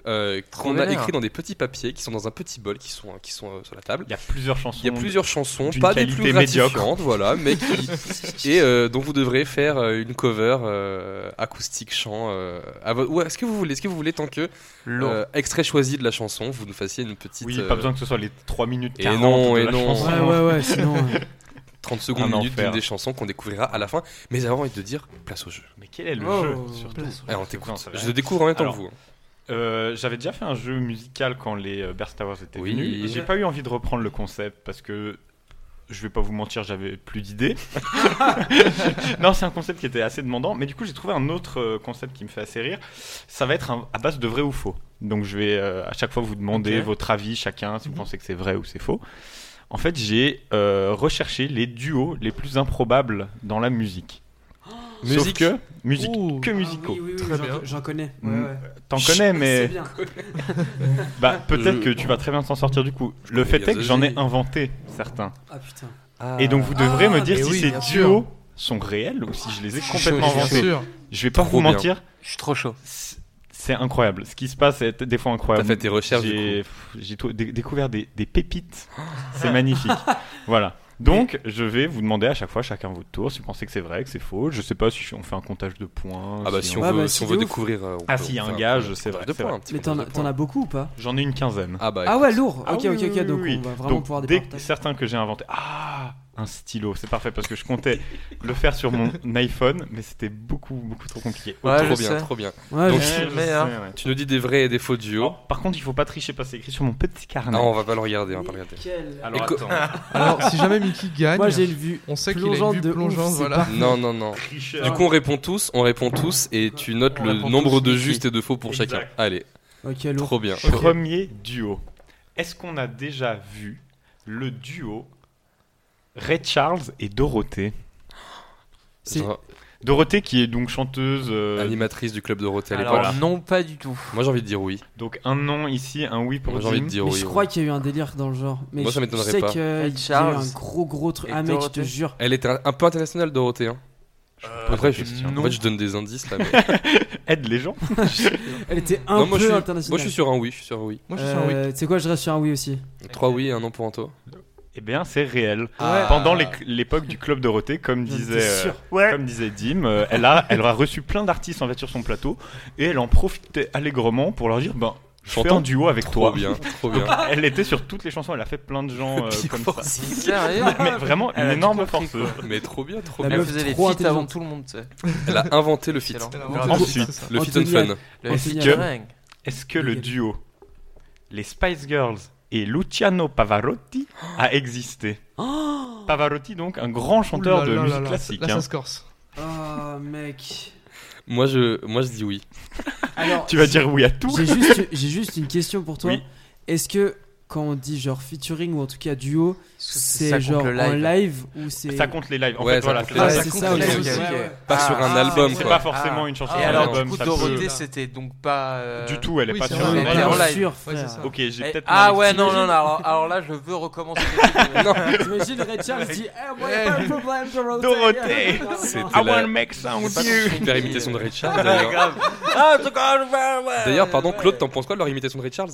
[SPEAKER 8] euh, qu'on a
[SPEAKER 7] bien.
[SPEAKER 8] écrit dans des petits papiers qui sont dans un petit bol qui sont qui sont euh, sur la table.
[SPEAKER 7] Il y a plusieurs chansons.
[SPEAKER 8] Il y a plusieurs chansons,
[SPEAKER 7] d'une
[SPEAKER 8] pas des
[SPEAKER 7] qualité
[SPEAKER 8] plus
[SPEAKER 7] médiocre.
[SPEAKER 8] gratifiantes, voilà, mais qui et euh, dont vous devrez faire euh, une cover euh, acoustique chant. euh, à vo- ou est-ce que vous voulez, est-ce que vous voulez tant que
[SPEAKER 7] Lourd.
[SPEAKER 8] euh, extrait choisi de la chanson, vous nous fassiez une petite.
[SPEAKER 7] Oui, pas besoin que ce soit les 3 minutes
[SPEAKER 8] euh, Et
[SPEAKER 7] 40
[SPEAKER 8] non,
[SPEAKER 7] de
[SPEAKER 8] et
[SPEAKER 7] la
[SPEAKER 8] non.
[SPEAKER 7] chanson. Ouais, ouais, ouais, sinon, euh,
[SPEAKER 8] 30
[SPEAKER 7] Un
[SPEAKER 8] secondes, minutes,
[SPEAKER 7] enfer.
[SPEAKER 8] d'une des chansons qu'on découvrira à la fin. Mais avant, envie de dire place au jeu.
[SPEAKER 7] Mais quel est le
[SPEAKER 8] Oh,
[SPEAKER 7] jeu
[SPEAKER 8] place
[SPEAKER 7] surtout
[SPEAKER 8] au jeu. Alors, t'écoutes.
[SPEAKER 7] Non, ça va.
[SPEAKER 8] Je le découvre en même temps que vous. hein.
[SPEAKER 7] euh, J'avais déjà fait un jeu musical quand les euh, Bear Towers étaient
[SPEAKER 8] Oui.
[SPEAKER 7] venus. et J'ai pas eu envie de reprendre le concept parce que je vais pas vous mentir, j'avais plus d'idées. non, c'est un concept qui était assez demandant. Mais du coup, j'ai trouvé un autre euh, concept qui me fait assez rire. Ça va être un- à base de vrai ou faux. Donc, je vais euh, à chaque fois vous demander
[SPEAKER 8] Ok.
[SPEAKER 7] votre avis chacun, si vous
[SPEAKER 8] Mhm.
[SPEAKER 7] pensez que c'est vrai ou c'est faux. En fait, j'ai euh, recherché les duos les plus improbables dans la musique. Sauf
[SPEAKER 8] Musique.
[SPEAKER 7] que musique
[SPEAKER 6] Ouh.
[SPEAKER 7] que
[SPEAKER 6] Ah oui,
[SPEAKER 7] musicaux.
[SPEAKER 6] oui, oui, j'en- J'en connais. Ouais,
[SPEAKER 7] Mm.
[SPEAKER 6] ouais.
[SPEAKER 7] T'en connais,
[SPEAKER 6] C'est
[SPEAKER 7] mais.
[SPEAKER 6] bien.
[SPEAKER 7] bah, peut-être
[SPEAKER 8] Je-
[SPEAKER 7] que tu vas très bien t'en sortir du coup. Le
[SPEAKER 8] connais
[SPEAKER 7] fait
[SPEAKER 8] bien
[SPEAKER 7] est que j'en ai
[SPEAKER 8] Zazie.
[SPEAKER 7] inventé certains.
[SPEAKER 6] Ah, putain.
[SPEAKER 7] Et donc vous devrez
[SPEAKER 6] Ah,
[SPEAKER 7] me dire
[SPEAKER 6] mais
[SPEAKER 7] si
[SPEAKER 6] oui,
[SPEAKER 7] ces
[SPEAKER 6] bien
[SPEAKER 7] duos
[SPEAKER 6] sûr.
[SPEAKER 7] sont réels ou si je les ai
[SPEAKER 10] suis
[SPEAKER 7] complètement
[SPEAKER 10] chaud, je suis
[SPEAKER 7] inventés.
[SPEAKER 10] sûr.
[SPEAKER 7] Je vais pas
[SPEAKER 10] Trop
[SPEAKER 7] vous
[SPEAKER 10] bien.
[SPEAKER 7] mentir.
[SPEAKER 10] Je suis trop chaud.
[SPEAKER 7] C'est- C'est incroyable. Ce qui se passe est des fois incroyable.
[SPEAKER 8] T'as fait tes recherches, du
[SPEAKER 7] J'ai pff, j'ai tout- dé- découvert des, des pépites. C'est magnifique. voilà. Donc, je vais vous demander à chaque fois, chacun votre tour, si vous pensez que c'est vrai, que c'est faux. Je sais pas si on fait un comptage de points.
[SPEAKER 8] Ah bah si on
[SPEAKER 6] Ah
[SPEAKER 8] veut,
[SPEAKER 6] bah,
[SPEAKER 8] si
[SPEAKER 6] si
[SPEAKER 8] on
[SPEAKER 6] de
[SPEAKER 8] veut
[SPEAKER 6] ouf.
[SPEAKER 8] découvrir. euh, on
[SPEAKER 7] Ah
[SPEAKER 8] peut-
[SPEAKER 7] si, il y a
[SPEAKER 8] enfin,
[SPEAKER 7] un gage,
[SPEAKER 8] petit
[SPEAKER 7] c'est vrai,
[SPEAKER 8] comptage de
[SPEAKER 7] c'est
[SPEAKER 8] points,
[SPEAKER 7] vrai.
[SPEAKER 8] un petit
[SPEAKER 6] Mais
[SPEAKER 8] comptage
[SPEAKER 6] t'en as-
[SPEAKER 8] de
[SPEAKER 6] t'en
[SPEAKER 8] points.
[SPEAKER 6] as beaucoup ou pas
[SPEAKER 7] J'en ai une quinzaine.
[SPEAKER 8] Ah bah
[SPEAKER 6] Ah ouais, lourd.
[SPEAKER 7] Ah
[SPEAKER 6] Ok,
[SPEAKER 7] oui,
[SPEAKER 6] ok,
[SPEAKER 7] oui,
[SPEAKER 6] ok.
[SPEAKER 7] oui,
[SPEAKER 6] donc
[SPEAKER 7] oui.
[SPEAKER 6] on va vraiment
[SPEAKER 7] Donc,
[SPEAKER 6] pouvoir
[SPEAKER 7] dès
[SPEAKER 6] départager.
[SPEAKER 7] que certains que j'ai inventé. Ah, un stylo, c'est parfait parce que je comptais le faire sur mon iPhone, mais c'était beaucoup beaucoup trop compliqué.
[SPEAKER 10] Ouais,
[SPEAKER 8] trop
[SPEAKER 10] je
[SPEAKER 8] bien,
[SPEAKER 10] sais.
[SPEAKER 8] trop bien.
[SPEAKER 6] Ouais,
[SPEAKER 8] Donc,
[SPEAKER 6] je
[SPEAKER 7] Ouais,
[SPEAKER 10] suis le
[SPEAKER 7] je
[SPEAKER 10] meilleur.
[SPEAKER 7] sais, ouais.
[SPEAKER 8] Tu hein. nous dis des vrais et des faux duos.
[SPEAKER 7] Oh, par contre, il faut pas tricher parce que c'est écrit sur mon petit carnet.
[SPEAKER 8] Non, on va pas le regarder, on va pas le regarder.
[SPEAKER 6] Nickel.
[SPEAKER 7] Alors
[SPEAKER 8] Et co-
[SPEAKER 7] attends,
[SPEAKER 9] Alors, si jamais Mickey gagne,
[SPEAKER 6] Moi j'ai le vu.
[SPEAKER 9] on sait qu'il a une
[SPEAKER 6] plongeante
[SPEAKER 9] vue
[SPEAKER 6] de ouf,
[SPEAKER 9] plongeante,
[SPEAKER 6] c'est
[SPEAKER 9] voilà.
[SPEAKER 6] parfait.
[SPEAKER 8] Non, non, non.
[SPEAKER 7] tricheur.
[SPEAKER 8] Du coup, on répond tous, on répond tous, et tu notes
[SPEAKER 10] On
[SPEAKER 8] le
[SPEAKER 10] répond
[SPEAKER 8] nombre
[SPEAKER 10] tous,
[SPEAKER 8] de
[SPEAKER 10] Mickey.
[SPEAKER 8] justes et de faux pour
[SPEAKER 7] Exact.
[SPEAKER 8] chacun. Allez,
[SPEAKER 6] Ok, lourd.
[SPEAKER 8] trop bien.
[SPEAKER 7] Premier duo. Est-ce qu'on a déjà vu le duo Ray Charles et Dorothée
[SPEAKER 6] C'est-
[SPEAKER 8] Genre,
[SPEAKER 7] Euh, Dorothée qui est donc chanteuse. euh,
[SPEAKER 8] Animatrice du club Dorothée à
[SPEAKER 10] Alors,
[SPEAKER 8] l'époque.
[SPEAKER 7] voilà.
[SPEAKER 10] non, pas du tout.
[SPEAKER 8] Moi, j'ai envie de dire oui.
[SPEAKER 7] donc un non ici, un oui pour
[SPEAKER 8] Moi, j'ai envie de
[SPEAKER 7] Jim.
[SPEAKER 8] dire
[SPEAKER 6] Mais
[SPEAKER 8] oui.
[SPEAKER 6] je
[SPEAKER 8] oui.
[SPEAKER 6] crois qu'il y a eu un délire dans le genre. Mais
[SPEAKER 8] Moi,
[SPEAKER 6] je-
[SPEAKER 8] ça m'étonnerait
[SPEAKER 6] Je sais
[SPEAKER 8] pas.
[SPEAKER 6] qu'il y a
[SPEAKER 10] Ed
[SPEAKER 6] eu
[SPEAKER 10] Charles
[SPEAKER 6] un gros gros truc.
[SPEAKER 10] et
[SPEAKER 6] Ah mec, je te
[SPEAKER 10] Dorothée.
[SPEAKER 6] jure.
[SPEAKER 8] Elle était un un peu internationale, Dorothée. Hein. Après, je,
[SPEAKER 7] Euh, question.
[SPEAKER 8] en fait, je donne des indices là. mais-
[SPEAKER 7] Aide les gens.
[SPEAKER 6] Elle était un
[SPEAKER 8] Non, moi,
[SPEAKER 6] peu
[SPEAKER 8] je suis...
[SPEAKER 6] internationale.
[SPEAKER 8] moi, je suis sur un oui. Je suis sur un oui.
[SPEAKER 9] Moi, je suis un oui.
[SPEAKER 6] Euh, Tu sais quoi, je reste sur un oui aussi.
[SPEAKER 8] Trois oui et un non pour Anto.
[SPEAKER 7] Eh bien, c'est réel.
[SPEAKER 8] Ah.
[SPEAKER 7] Pendant les- l'époque du club Dorothée, comme
[SPEAKER 6] J'en
[SPEAKER 7] disait,
[SPEAKER 6] étais
[SPEAKER 7] euh,
[SPEAKER 6] sûr.
[SPEAKER 7] comme disait Dim, euh, elle a, elle a reçu plein d'artistes en fait sur son plateau et elle en profitait allègrement pour leur dire, ben, je fais
[SPEAKER 8] J'entends
[SPEAKER 7] un duo avec
[SPEAKER 8] Trop
[SPEAKER 7] toi.
[SPEAKER 8] bien, trop bien.
[SPEAKER 7] Elle était sur toutes les chansons, elle a fait plein de gens euh, comme ça.
[SPEAKER 10] Sérieux
[SPEAKER 7] Mais vraiment
[SPEAKER 10] Elle
[SPEAKER 7] une
[SPEAKER 10] a tout
[SPEAKER 7] énorme
[SPEAKER 10] compris,
[SPEAKER 7] forceuse.
[SPEAKER 8] Mais trop bien, trop
[SPEAKER 6] La
[SPEAKER 8] bien.
[SPEAKER 10] Elle
[SPEAKER 6] meuf
[SPEAKER 10] faisait les
[SPEAKER 6] trop
[SPEAKER 10] feats avant
[SPEAKER 6] intelligente.
[SPEAKER 10] tout le monde, tu sais.
[SPEAKER 8] Elle a inventé le fit.
[SPEAKER 10] Excellent.
[SPEAKER 7] Ensuite,
[SPEAKER 9] C'est ça.
[SPEAKER 8] Le fit on
[SPEAKER 6] Anthony
[SPEAKER 8] fun.
[SPEAKER 10] Le
[SPEAKER 6] Anthony
[SPEAKER 10] feat
[SPEAKER 7] Adam.
[SPEAKER 10] dingue.
[SPEAKER 7] Est-ce que le duo les Spice Girls et Luciano Pavarotti a existé
[SPEAKER 6] Oh,
[SPEAKER 7] Pavarotti donc un grand chanteur
[SPEAKER 9] Ouh Oh là
[SPEAKER 7] de
[SPEAKER 9] là
[SPEAKER 7] musique
[SPEAKER 9] là là,
[SPEAKER 7] classique.
[SPEAKER 9] Là,
[SPEAKER 7] hein.
[SPEAKER 9] ça se corse.
[SPEAKER 6] oh, mec.
[SPEAKER 8] Moi je, moi je dis oui.
[SPEAKER 6] Alors,
[SPEAKER 7] Tu vas dire oui à tout.
[SPEAKER 6] J'ai juste, j'ai juste une question pour toi.
[SPEAKER 7] Oui.
[SPEAKER 6] Est-ce que quand on dit genre featuring ou en tout cas duo,
[SPEAKER 10] ça
[SPEAKER 6] c'est
[SPEAKER 10] compte
[SPEAKER 6] genre
[SPEAKER 10] le
[SPEAKER 6] en
[SPEAKER 10] live.
[SPEAKER 6] live ou c'est
[SPEAKER 7] Ça compte les lives. En
[SPEAKER 8] Ouais,
[SPEAKER 7] fait,
[SPEAKER 8] ça
[SPEAKER 7] voilà,
[SPEAKER 8] compte
[SPEAKER 7] c'est
[SPEAKER 8] les
[SPEAKER 6] Ah,
[SPEAKER 8] lives.
[SPEAKER 7] ça, ça
[SPEAKER 6] c'est
[SPEAKER 7] compte
[SPEAKER 6] ça,
[SPEAKER 7] les
[SPEAKER 6] ok,
[SPEAKER 7] lives.
[SPEAKER 6] ok,
[SPEAKER 10] lives.
[SPEAKER 6] ouais.
[SPEAKER 8] Pas sur un album
[SPEAKER 7] C'est
[SPEAKER 8] quoi.
[SPEAKER 7] pas forcément une chanson
[SPEAKER 10] Ah, Et
[SPEAKER 7] sur
[SPEAKER 10] alors,
[SPEAKER 7] l'album,
[SPEAKER 10] du coup,
[SPEAKER 7] ça
[SPEAKER 10] Dorothée,
[SPEAKER 7] peut-
[SPEAKER 10] c'était donc pas. euh,
[SPEAKER 7] Du tout, elle est
[SPEAKER 9] oui,
[SPEAKER 7] pas
[SPEAKER 9] c'est
[SPEAKER 7] sur
[SPEAKER 9] vrai,
[SPEAKER 7] un
[SPEAKER 10] elle est
[SPEAKER 7] album.
[SPEAKER 10] en
[SPEAKER 6] Bien
[SPEAKER 10] live.
[SPEAKER 6] sûr,
[SPEAKER 9] Ouais, c'est
[SPEAKER 6] frère.
[SPEAKER 9] ça.
[SPEAKER 7] Ok, j'ai
[SPEAKER 10] eh,
[SPEAKER 7] peut-être.
[SPEAKER 10] Ah
[SPEAKER 7] mal
[SPEAKER 10] ouais,
[SPEAKER 7] expliqué.
[SPEAKER 10] non, non, non, alors, alors là, je veux recommencer. quelque chose.
[SPEAKER 6] T'imagines Ray Charles dit Eh, moi, y'a pas de problème, Dorothée.
[SPEAKER 7] Dorothée.
[SPEAKER 6] Non, non.
[SPEAKER 8] C'était
[SPEAKER 7] I
[SPEAKER 8] la
[SPEAKER 7] wanna make sound with
[SPEAKER 10] C'est pas
[SPEAKER 7] you.
[SPEAKER 10] ton
[SPEAKER 8] super imitation de Ray Charles d'ailleurs.
[SPEAKER 10] Grave. Ah, c'est quand même- ouais, ouais,
[SPEAKER 8] D'ailleurs, pardon,
[SPEAKER 10] ouais.
[SPEAKER 8] Claude, t'en penses quoi de leur imitation de Ray Charles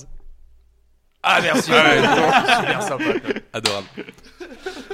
[SPEAKER 10] Ah, merci. ouais, non, super sympa. quoi.
[SPEAKER 8] Adorable.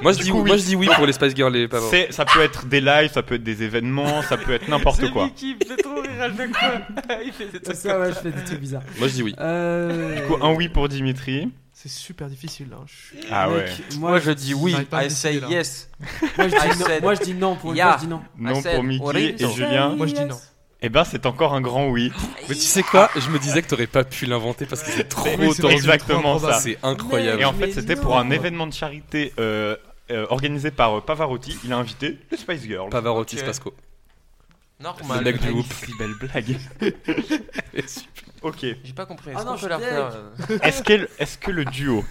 [SPEAKER 8] Moi je
[SPEAKER 7] Du
[SPEAKER 8] dis
[SPEAKER 7] coup,
[SPEAKER 8] oui.
[SPEAKER 7] oui.
[SPEAKER 8] moi je dis oui pour les Spice Girls et pas
[SPEAKER 7] C'est- ça peut être des lives, ça peut être des événements, ça peut être n'importe quoi.
[SPEAKER 10] Mickey, il me fait trop rire à chaque fois. Il fait des
[SPEAKER 6] C'est
[SPEAKER 10] trucs
[SPEAKER 6] ça, ouais, je fais des trucs bizarres.
[SPEAKER 8] Moi je dis oui.
[SPEAKER 6] Euh,
[SPEAKER 7] Du coup, un oui pour Dimitri.
[SPEAKER 9] C'est super difficile. Hein. Je suis-
[SPEAKER 7] Ah ouais.
[SPEAKER 6] mec,
[SPEAKER 10] Moi je dis oui,
[SPEAKER 9] J'arrive pas à me
[SPEAKER 10] I say
[SPEAKER 9] décider, là.
[SPEAKER 10] yes.
[SPEAKER 6] moi, je
[SPEAKER 10] I
[SPEAKER 6] dis non,
[SPEAKER 10] said-
[SPEAKER 6] moi, je dis non pour une
[SPEAKER 10] Yeah.
[SPEAKER 6] fois, je dis non.
[SPEAKER 7] Non
[SPEAKER 10] I said
[SPEAKER 7] pour Mickey
[SPEAKER 10] orange.
[SPEAKER 7] et
[SPEAKER 6] Ah,
[SPEAKER 7] Julien.
[SPEAKER 9] Moi, je dis non.
[SPEAKER 7] Eh ben, c'est encore un grand oui.
[SPEAKER 8] Mais tu sais quoi Je me disais que t'aurais pas pu l'inventer parce que c'est trop
[SPEAKER 7] Oui, c'est
[SPEAKER 8] tendu.
[SPEAKER 7] exactement
[SPEAKER 9] trop
[SPEAKER 7] ça.
[SPEAKER 8] C'est incroyable.
[SPEAKER 7] Et en
[SPEAKER 6] Mais
[SPEAKER 7] fait, c'était
[SPEAKER 6] non.
[SPEAKER 7] pour un événement de charité euh, euh, organisé par euh, Pavarotti. Il a invité les Spice Girls.
[SPEAKER 8] Pavarotti
[SPEAKER 10] Ok.
[SPEAKER 8] Spasco.
[SPEAKER 10] Normal.
[SPEAKER 8] Le mec du groupe.
[SPEAKER 7] Si belle blague. ok.
[SPEAKER 10] J'ai pas compris.
[SPEAKER 6] Ah
[SPEAKER 10] Est-ce
[SPEAKER 6] non,
[SPEAKER 10] qu'on
[SPEAKER 6] je
[SPEAKER 10] peut la
[SPEAKER 6] suis
[SPEAKER 10] refaire
[SPEAKER 6] deg.
[SPEAKER 10] euh
[SPEAKER 7] Est-ce que, est-ce que le duo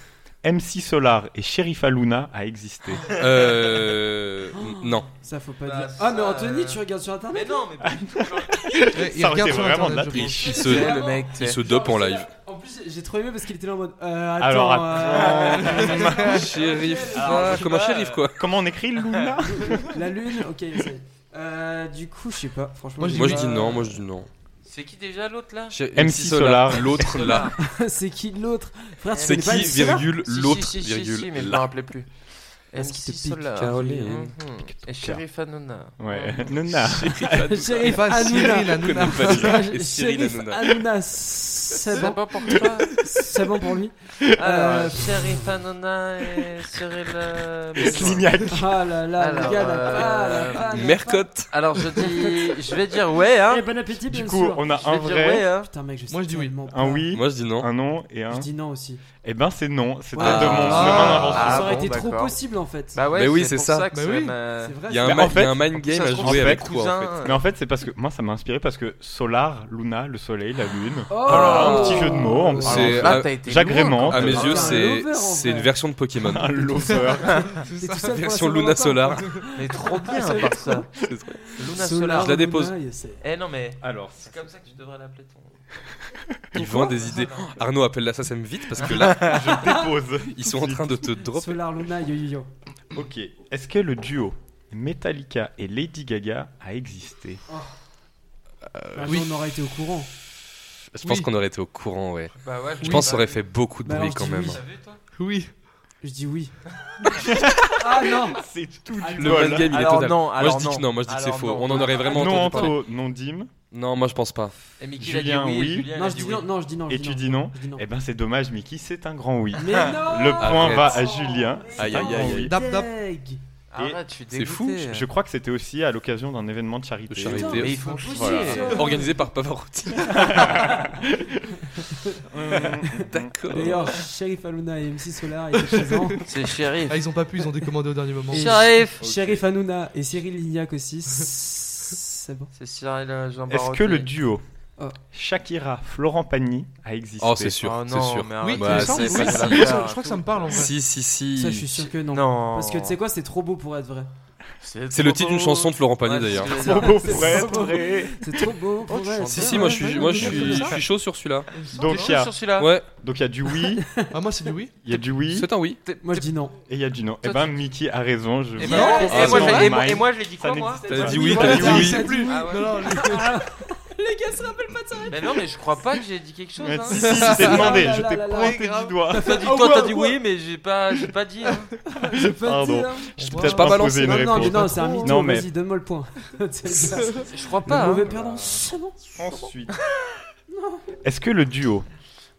[SPEAKER 7] MC Solar et Sherifa Luna a existé
[SPEAKER 8] Euh. Non.
[SPEAKER 6] Ça faut pas
[SPEAKER 11] Bah,
[SPEAKER 6] dire.
[SPEAKER 11] ça,
[SPEAKER 6] Ah, mais Anthony,
[SPEAKER 11] euh,
[SPEAKER 6] tu regardes sur internet
[SPEAKER 11] Mais non, mais pas du tout. genre.
[SPEAKER 7] Ça aurait été vraiment de la
[SPEAKER 8] Il, il
[SPEAKER 7] triche.
[SPEAKER 8] se,
[SPEAKER 10] Ouais, le mec,
[SPEAKER 8] il
[SPEAKER 10] t'sais.
[SPEAKER 8] se dope en live.
[SPEAKER 6] En plus, j'ai trop aimé parce qu'il était là en mode. Euh, attends.
[SPEAKER 7] Alors,
[SPEAKER 8] Ah,
[SPEAKER 6] euh,
[SPEAKER 8] Shérif,
[SPEAKER 7] Alors, je sais
[SPEAKER 8] comme un
[SPEAKER 7] pas, euh,
[SPEAKER 8] shérif quoi.
[SPEAKER 7] Comment on écrit Luna
[SPEAKER 6] La lune, ok, ça y est. Euh, du coup, je sais pas, euh, franchement.
[SPEAKER 9] Moi,
[SPEAKER 8] Moi je
[SPEAKER 9] Bah,
[SPEAKER 8] dis non, moi je dis non.
[SPEAKER 11] C'est qui déjà l'autre là
[SPEAKER 8] Chez-
[SPEAKER 7] MC Solar.
[SPEAKER 8] l'autre là.
[SPEAKER 6] c'est qui l'autre Frère, tu
[SPEAKER 8] C'est
[SPEAKER 6] connais pas
[SPEAKER 8] qui,
[SPEAKER 6] MC Solar
[SPEAKER 8] virgule,
[SPEAKER 10] Si, si,
[SPEAKER 8] l'autre,
[SPEAKER 10] si, si, si,
[SPEAKER 8] virgule,
[SPEAKER 10] mais je me
[SPEAKER 8] là.
[SPEAKER 10] rappelais plus.
[SPEAKER 6] Est-ce qu'il te
[SPEAKER 10] MC
[SPEAKER 6] pique,
[SPEAKER 10] Solar.
[SPEAKER 8] Caroline
[SPEAKER 10] Mhm. Et Sheriff Hanouna.
[SPEAKER 7] Ouais, Nona.
[SPEAKER 6] Euh, Shérif
[SPEAKER 9] Pas Cyril
[SPEAKER 6] Hanouna.
[SPEAKER 9] Hanouna.
[SPEAKER 8] Connais pas déjà. Et Cyril
[SPEAKER 6] Shérif
[SPEAKER 8] Hanouna.
[SPEAKER 6] Hanouna, c'est
[SPEAKER 10] C'est
[SPEAKER 6] bon,
[SPEAKER 10] pas pour toi.
[SPEAKER 6] c'est bon pour lui. Euh,
[SPEAKER 10] Alors, Sheriff Hanouna et Cyril. euh, Benoît.
[SPEAKER 7] Lignac.
[SPEAKER 6] Ah là là, le
[SPEAKER 10] Alors,
[SPEAKER 6] gars, la ah,
[SPEAKER 10] euh,
[SPEAKER 6] la ah, la
[SPEAKER 8] Mercotte.
[SPEAKER 10] Alors je dis, je vais dire ouais hein.
[SPEAKER 6] Eh, bon appétit, bien
[SPEAKER 7] Du coup,
[SPEAKER 6] sûr.
[SPEAKER 7] on a
[SPEAKER 10] Je
[SPEAKER 7] un
[SPEAKER 10] vais dire ouais
[SPEAKER 7] vrai,
[SPEAKER 10] hein.
[SPEAKER 6] Putain, mec, je sais
[SPEAKER 9] Moi, je dis oui.
[SPEAKER 6] tellement pas.
[SPEAKER 7] un oui,
[SPEAKER 8] Moi je dis non.
[SPEAKER 7] un non et un.
[SPEAKER 6] Je dis non aussi.
[SPEAKER 7] Eh ben c'est non, c'était
[SPEAKER 10] Ah.
[SPEAKER 7] de mon, de mon invention.
[SPEAKER 10] Ah,
[SPEAKER 6] ça aurait
[SPEAKER 10] bon,
[SPEAKER 6] été trop
[SPEAKER 10] d'accord.
[SPEAKER 6] possible en fait.
[SPEAKER 10] Bah ouais.
[SPEAKER 8] Mais oui,
[SPEAKER 10] c'est
[SPEAKER 8] c'est
[SPEAKER 10] pour
[SPEAKER 8] ça.
[SPEAKER 10] que
[SPEAKER 9] Bah
[SPEAKER 10] ça
[SPEAKER 9] oui.
[SPEAKER 10] m'a-
[SPEAKER 6] c'est vrai.
[SPEAKER 8] Il y a
[SPEAKER 7] Mais
[SPEAKER 8] un,
[SPEAKER 7] en
[SPEAKER 8] ma- il y
[SPEAKER 7] fait-
[SPEAKER 8] a un mind game
[SPEAKER 10] ça se
[SPEAKER 8] à
[SPEAKER 10] trouve,
[SPEAKER 8] jouer
[SPEAKER 10] c'est
[SPEAKER 8] avec
[SPEAKER 10] mon
[SPEAKER 8] toi en fait.
[SPEAKER 10] cousin.
[SPEAKER 7] Mais en fait, c'est parce que moi, ça m'a inspiré parce que Solar, Luna, le soleil, la lune.
[SPEAKER 6] Oh
[SPEAKER 7] Voilà, un petit jeu de mots, en-
[SPEAKER 8] C'est-
[SPEAKER 10] Alors là,
[SPEAKER 8] euh,
[SPEAKER 10] t'as été
[SPEAKER 7] j'agrémente.
[SPEAKER 10] loin,
[SPEAKER 8] À
[SPEAKER 10] quand
[SPEAKER 8] mes
[SPEAKER 10] même.
[SPEAKER 8] yeux,
[SPEAKER 6] un
[SPEAKER 8] c'est
[SPEAKER 6] lover, en
[SPEAKER 8] c'est
[SPEAKER 6] vrai.
[SPEAKER 8] une version de Pokémon.
[SPEAKER 7] Un lover.
[SPEAKER 6] T'es tout seul pour
[SPEAKER 8] version
[SPEAKER 6] la
[SPEAKER 8] Luna
[SPEAKER 6] Saint-Valentin.
[SPEAKER 8] Solar.
[SPEAKER 10] Mais trop bien à part ça. Luna
[SPEAKER 6] Solar,
[SPEAKER 10] Solar.
[SPEAKER 8] Je Ah. la dépose.
[SPEAKER 6] Luna, yes, c'est-
[SPEAKER 10] Eh non mais
[SPEAKER 7] Alors,
[SPEAKER 10] c'est comme ça que tu devrais l'appeler ton.
[SPEAKER 8] Il vend des idées. Arnaud appelle l'assassin vite parce que là,
[SPEAKER 7] je dépose.
[SPEAKER 8] ils sont en train de te drop.
[SPEAKER 6] Solar, Luna, yo yo yo.
[SPEAKER 7] Ok. Est-ce que le duo Metallica et Lady Gaga a existé Euh,
[SPEAKER 6] Bah, On aurait été au courant.
[SPEAKER 8] Je pense
[SPEAKER 9] Oui.
[SPEAKER 8] qu'on aurait été au courant, ouais.
[SPEAKER 11] Bah ouais,
[SPEAKER 8] Je pense que ça aurait fait beaucoup de
[SPEAKER 6] Bah,
[SPEAKER 8] bruit
[SPEAKER 6] on
[SPEAKER 8] quand
[SPEAKER 6] dit
[SPEAKER 8] même.
[SPEAKER 6] oui.
[SPEAKER 11] T'as vu toi
[SPEAKER 9] Oui.
[SPEAKER 6] Je dis oui. ah non
[SPEAKER 7] C'est tout
[SPEAKER 8] Le mind game, il est
[SPEAKER 10] Alors
[SPEAKER 8] total.
[SPEAKER 10] non,
[SPEAKER 8] Moi
[SPEAKER 10] alors
[SPEAKER 8] je dis que
[SPEAKER 10] non.
[SPEAKER 8] non, moi je dis que c'est
[SPEAKER 10] Alors
[SPEAKER 8] faux.
[SPEAKER 10] non.
[SPEAKER 8] On en aurait vraiment
[SPEAKER 7] Non,
[SPEAKER 8] entendu parler.
[SPEAKER 7] Anto, non, Dim.
[SPEAKER 8] Non, moi je pense pas.
[SPEAKER 10] Et Mickey
[SPEAKER 7] Julien,
[SPEAKER 10] a dit
[SPEAKER 7] oui.
[SPEAKER 10] oui. Julien, il
[SPEAKER 6] non
[SPEAKER 10] a
[SPEAKER 6] je,
[SPEAKER 10] Eh, dit
[SPEAKER 6] dis
[SPEAKER 10] oui.
[SPEAKER 6] non, non, je dis non. je
[SPEAKER 7] Et
[SPEAKER 6] dis
[SPEAKER 7] tu
[SPEAKER 6] non.
[SPEAKER 7] dis non
[SPEAKER 6] Je dis non.
[SPEAKER 7] Eh ben, c'est dommage, Mickey, c'est un grand oui.
[SPEAKER 6] Mais non
[SPEAKER 7] Le point
[SPEAKER 8] Arrête.
[SPEAKER 7] va à Julien. c'est
[SPEAKER 8] Aïe,
[SPEAKER 7] un
[SPEAKER 8] aïe,
[SPEAKER 7] grand
[SPEAKER 8] aïe.
[SPEAKER 7] oui.
[SPEAKER 9] Dap, dap.
[SPEAKER 6] Deg.
[SPEAKER 10] Arrête, je suis
[SPEAKER 8] C'est fou,
[SPEAKER 10] dégoûté.
[SPEAKER 7] Je crois que c'était aussi à l'occasion d'un événement de charité.
[SPEAKER 8] De charité.
[SPEAKER 6] Putain,
[SPEAKER 8] Mais
[SPEAKER 10] il faut
[SPEAKER 6] c'est
[SPEAKER 10] pousser.
[SPEAKER 6] impossible.
[SPEAKER 8] Euh, Organisé par Pavarotti. D'accord.
[SPEAKER 6] D'ailleurs, Sheriff Aluna et MC Solar étaient présents.
[SPEAKER 10] C'est Sheriff.
[SPEAKER 9] Ah, ils ont pas pu, ils ont décommandé au dernier moment.
[SPEAKER 6] Et-
[SPEAKER 10] Sheriff.
[SPEAKER 6] Sheriff Hanouna et Cyril Lignac aussi. C'est bon.
[SPEAKER 10] C'est Cyril euh, Jean
[SPEAKER 7] Est-ce
[SPEAKER 10] Barotti.
[SPEAKER 7] que le duo
[SPEAKER 6] Oh.
[SPEAKER 7] Shakira, Florent Pagny a existé
[SPEAKER 8] Oh, c'est sûr,
[SPEAKER 10] Oh
[SPEAKER 8] c'est
[SPEAKER 10] non,
[SPEAKER 8] sûr.
[SPEAKER 10] mais
[SPEAKER 9] Oui,
[SPEAKER 10] arrête,
[SPEAKER 8] Bah,
[SPEAKER 9] il me semble,
[SPEAKER 8] c'est
[SPEAKER 9] oui,
[SPEAKER 8] pas
[SPEAKER 9] si,
[SPEAKER 8] ça.
[SPEAKER 9] il me semble, je crois que ça me parle en vrai.
[SPEAKER 8] Si, si, si.
[SPEAKER 6] Ça, je suis sûr que non.
[SPEAKER 10] Non.
[SPEAKER 6] Parce que tu sais quoi, c'est trop beau pour être vrai.
[SPEAKER 8] C'est le titre d'une chanson de Florent Pagny
[SPEAKER 10] Ouais,
[SPEAKER 8] d'ailleurs.
[SPEAKER 10] c'est ce que
[SPEAKER 7] Trop
[SPEAKER 10] j'allais
[SPEAKER 7] beau
[SPEAKER 6] C'est
[SPEAKER 7] pour être
[SPEAKER 6] trop beau.
[SPEAKER 7] vrai.
[SPEAKER 6] C'est trop beau pour
[SPEAKER 10] tu
[SPEAKER 6] être
[SPEAKER 10] chantes
[SPEAKER 8] Si,
[SPEAKER 10] bien.
[SPEAKER 8] si, moi je suis, moi, je suis, je
[SPEAKER 9] Ouais.
[SPEAKER 8] suis chaud sur celui-là.
[SPEAKER 7] Donc il y a,
[SPEAKER 10] sur celui-là.
[SPEAKER 8] Ouais,
[SPEAKER 7] donc il y a du oui,
[SPEAKER 9] Ah, moi, c'est du oui.
[SPEAKER 7] il y a du oui
[SPEAKER 8] c'est un oui.
[SPEAKER 6] Moi je dis non.
[SPEAKER 7] et il y a du non. Eh
[SPEAKER 10] Toi,
[SPEAKER 7] ben Mickey a raison. Je
[SPEAKER 10] Et,
[SPEAKER 7] vous-
[SPEAKER 10] ben,
[SPEAKER 6] Non,
[SPEAKER 10] et
[SPEAKER 7] Ah,
[SPEAKER 10] moi,
[SPEAKER 7] non,
[SPEAKER 10] je l'ai- et moi-
[SPEAKER 7] mine.
[SPEAKER 10] et moi, je l'ai dit
[SPEAKER 7] Ça
[SPEAKER 10] quoi moi
[SPEAKER 7] n'existe
[SPEAKER 8] T'as
[SPEAKER 7] pas.
[SPEAKER 8] dit oui, t'as dit oui.
[SPEAKER 6] Ça dit oui.
[SPEAKER 10] Ah ouais.
[SPEAKER 9] Non, non,
[SPEAKER 6] Les gars se rappellent pas de ça.
[SPEAKER 10] Mais non mais je crois pas que j'ai dit quelque chose.
[SPEAKER 7] Mais
[SPEAKER 10] hein.
[SPEAKER 7] si, si, je t'ai demandé, je t'ai
[SPEAKER 6] Ah,
[SPEAKER 7] pointé du doigt.
[SPEAKER 10] T'as dit toi t'as dit oui mais j'ai pas j'ai pas dit. hein.
[SPEAKER 6] Je peux te
[SPEAKER 7] Pardon.
[SPEAKER 6] dire.
[SPEAKER 7] Je t'ai
[SPEAKER 9] Wow.
[SPEAKER 7] peut-être
[SPEAKER 8] Pas
[SPEAKER 7] pas
[SPEAKER 8] balancé.
[SPEAKER 7] posé une
[SPEAKER 6] hein. Non, non, mais
[SPEAKER 7] réponse.
[SPEAKER 6] non, c'est un mytho.
[SPEAKER 7] Non, mais-
[SPEAKER 6] Vas-y, donne-moi le point. C'est le gars.
[SPEAKER 10] Je crois
[SPEAKER 6] Le
[SPEAKER 10] pas.
[SPEAKER 6] mauvais
[SPEAKER 10] hein.
[SPEAKER 6] perdant. C'est bon.
[SPEAKER 7] Ensuite, est-ce que le duo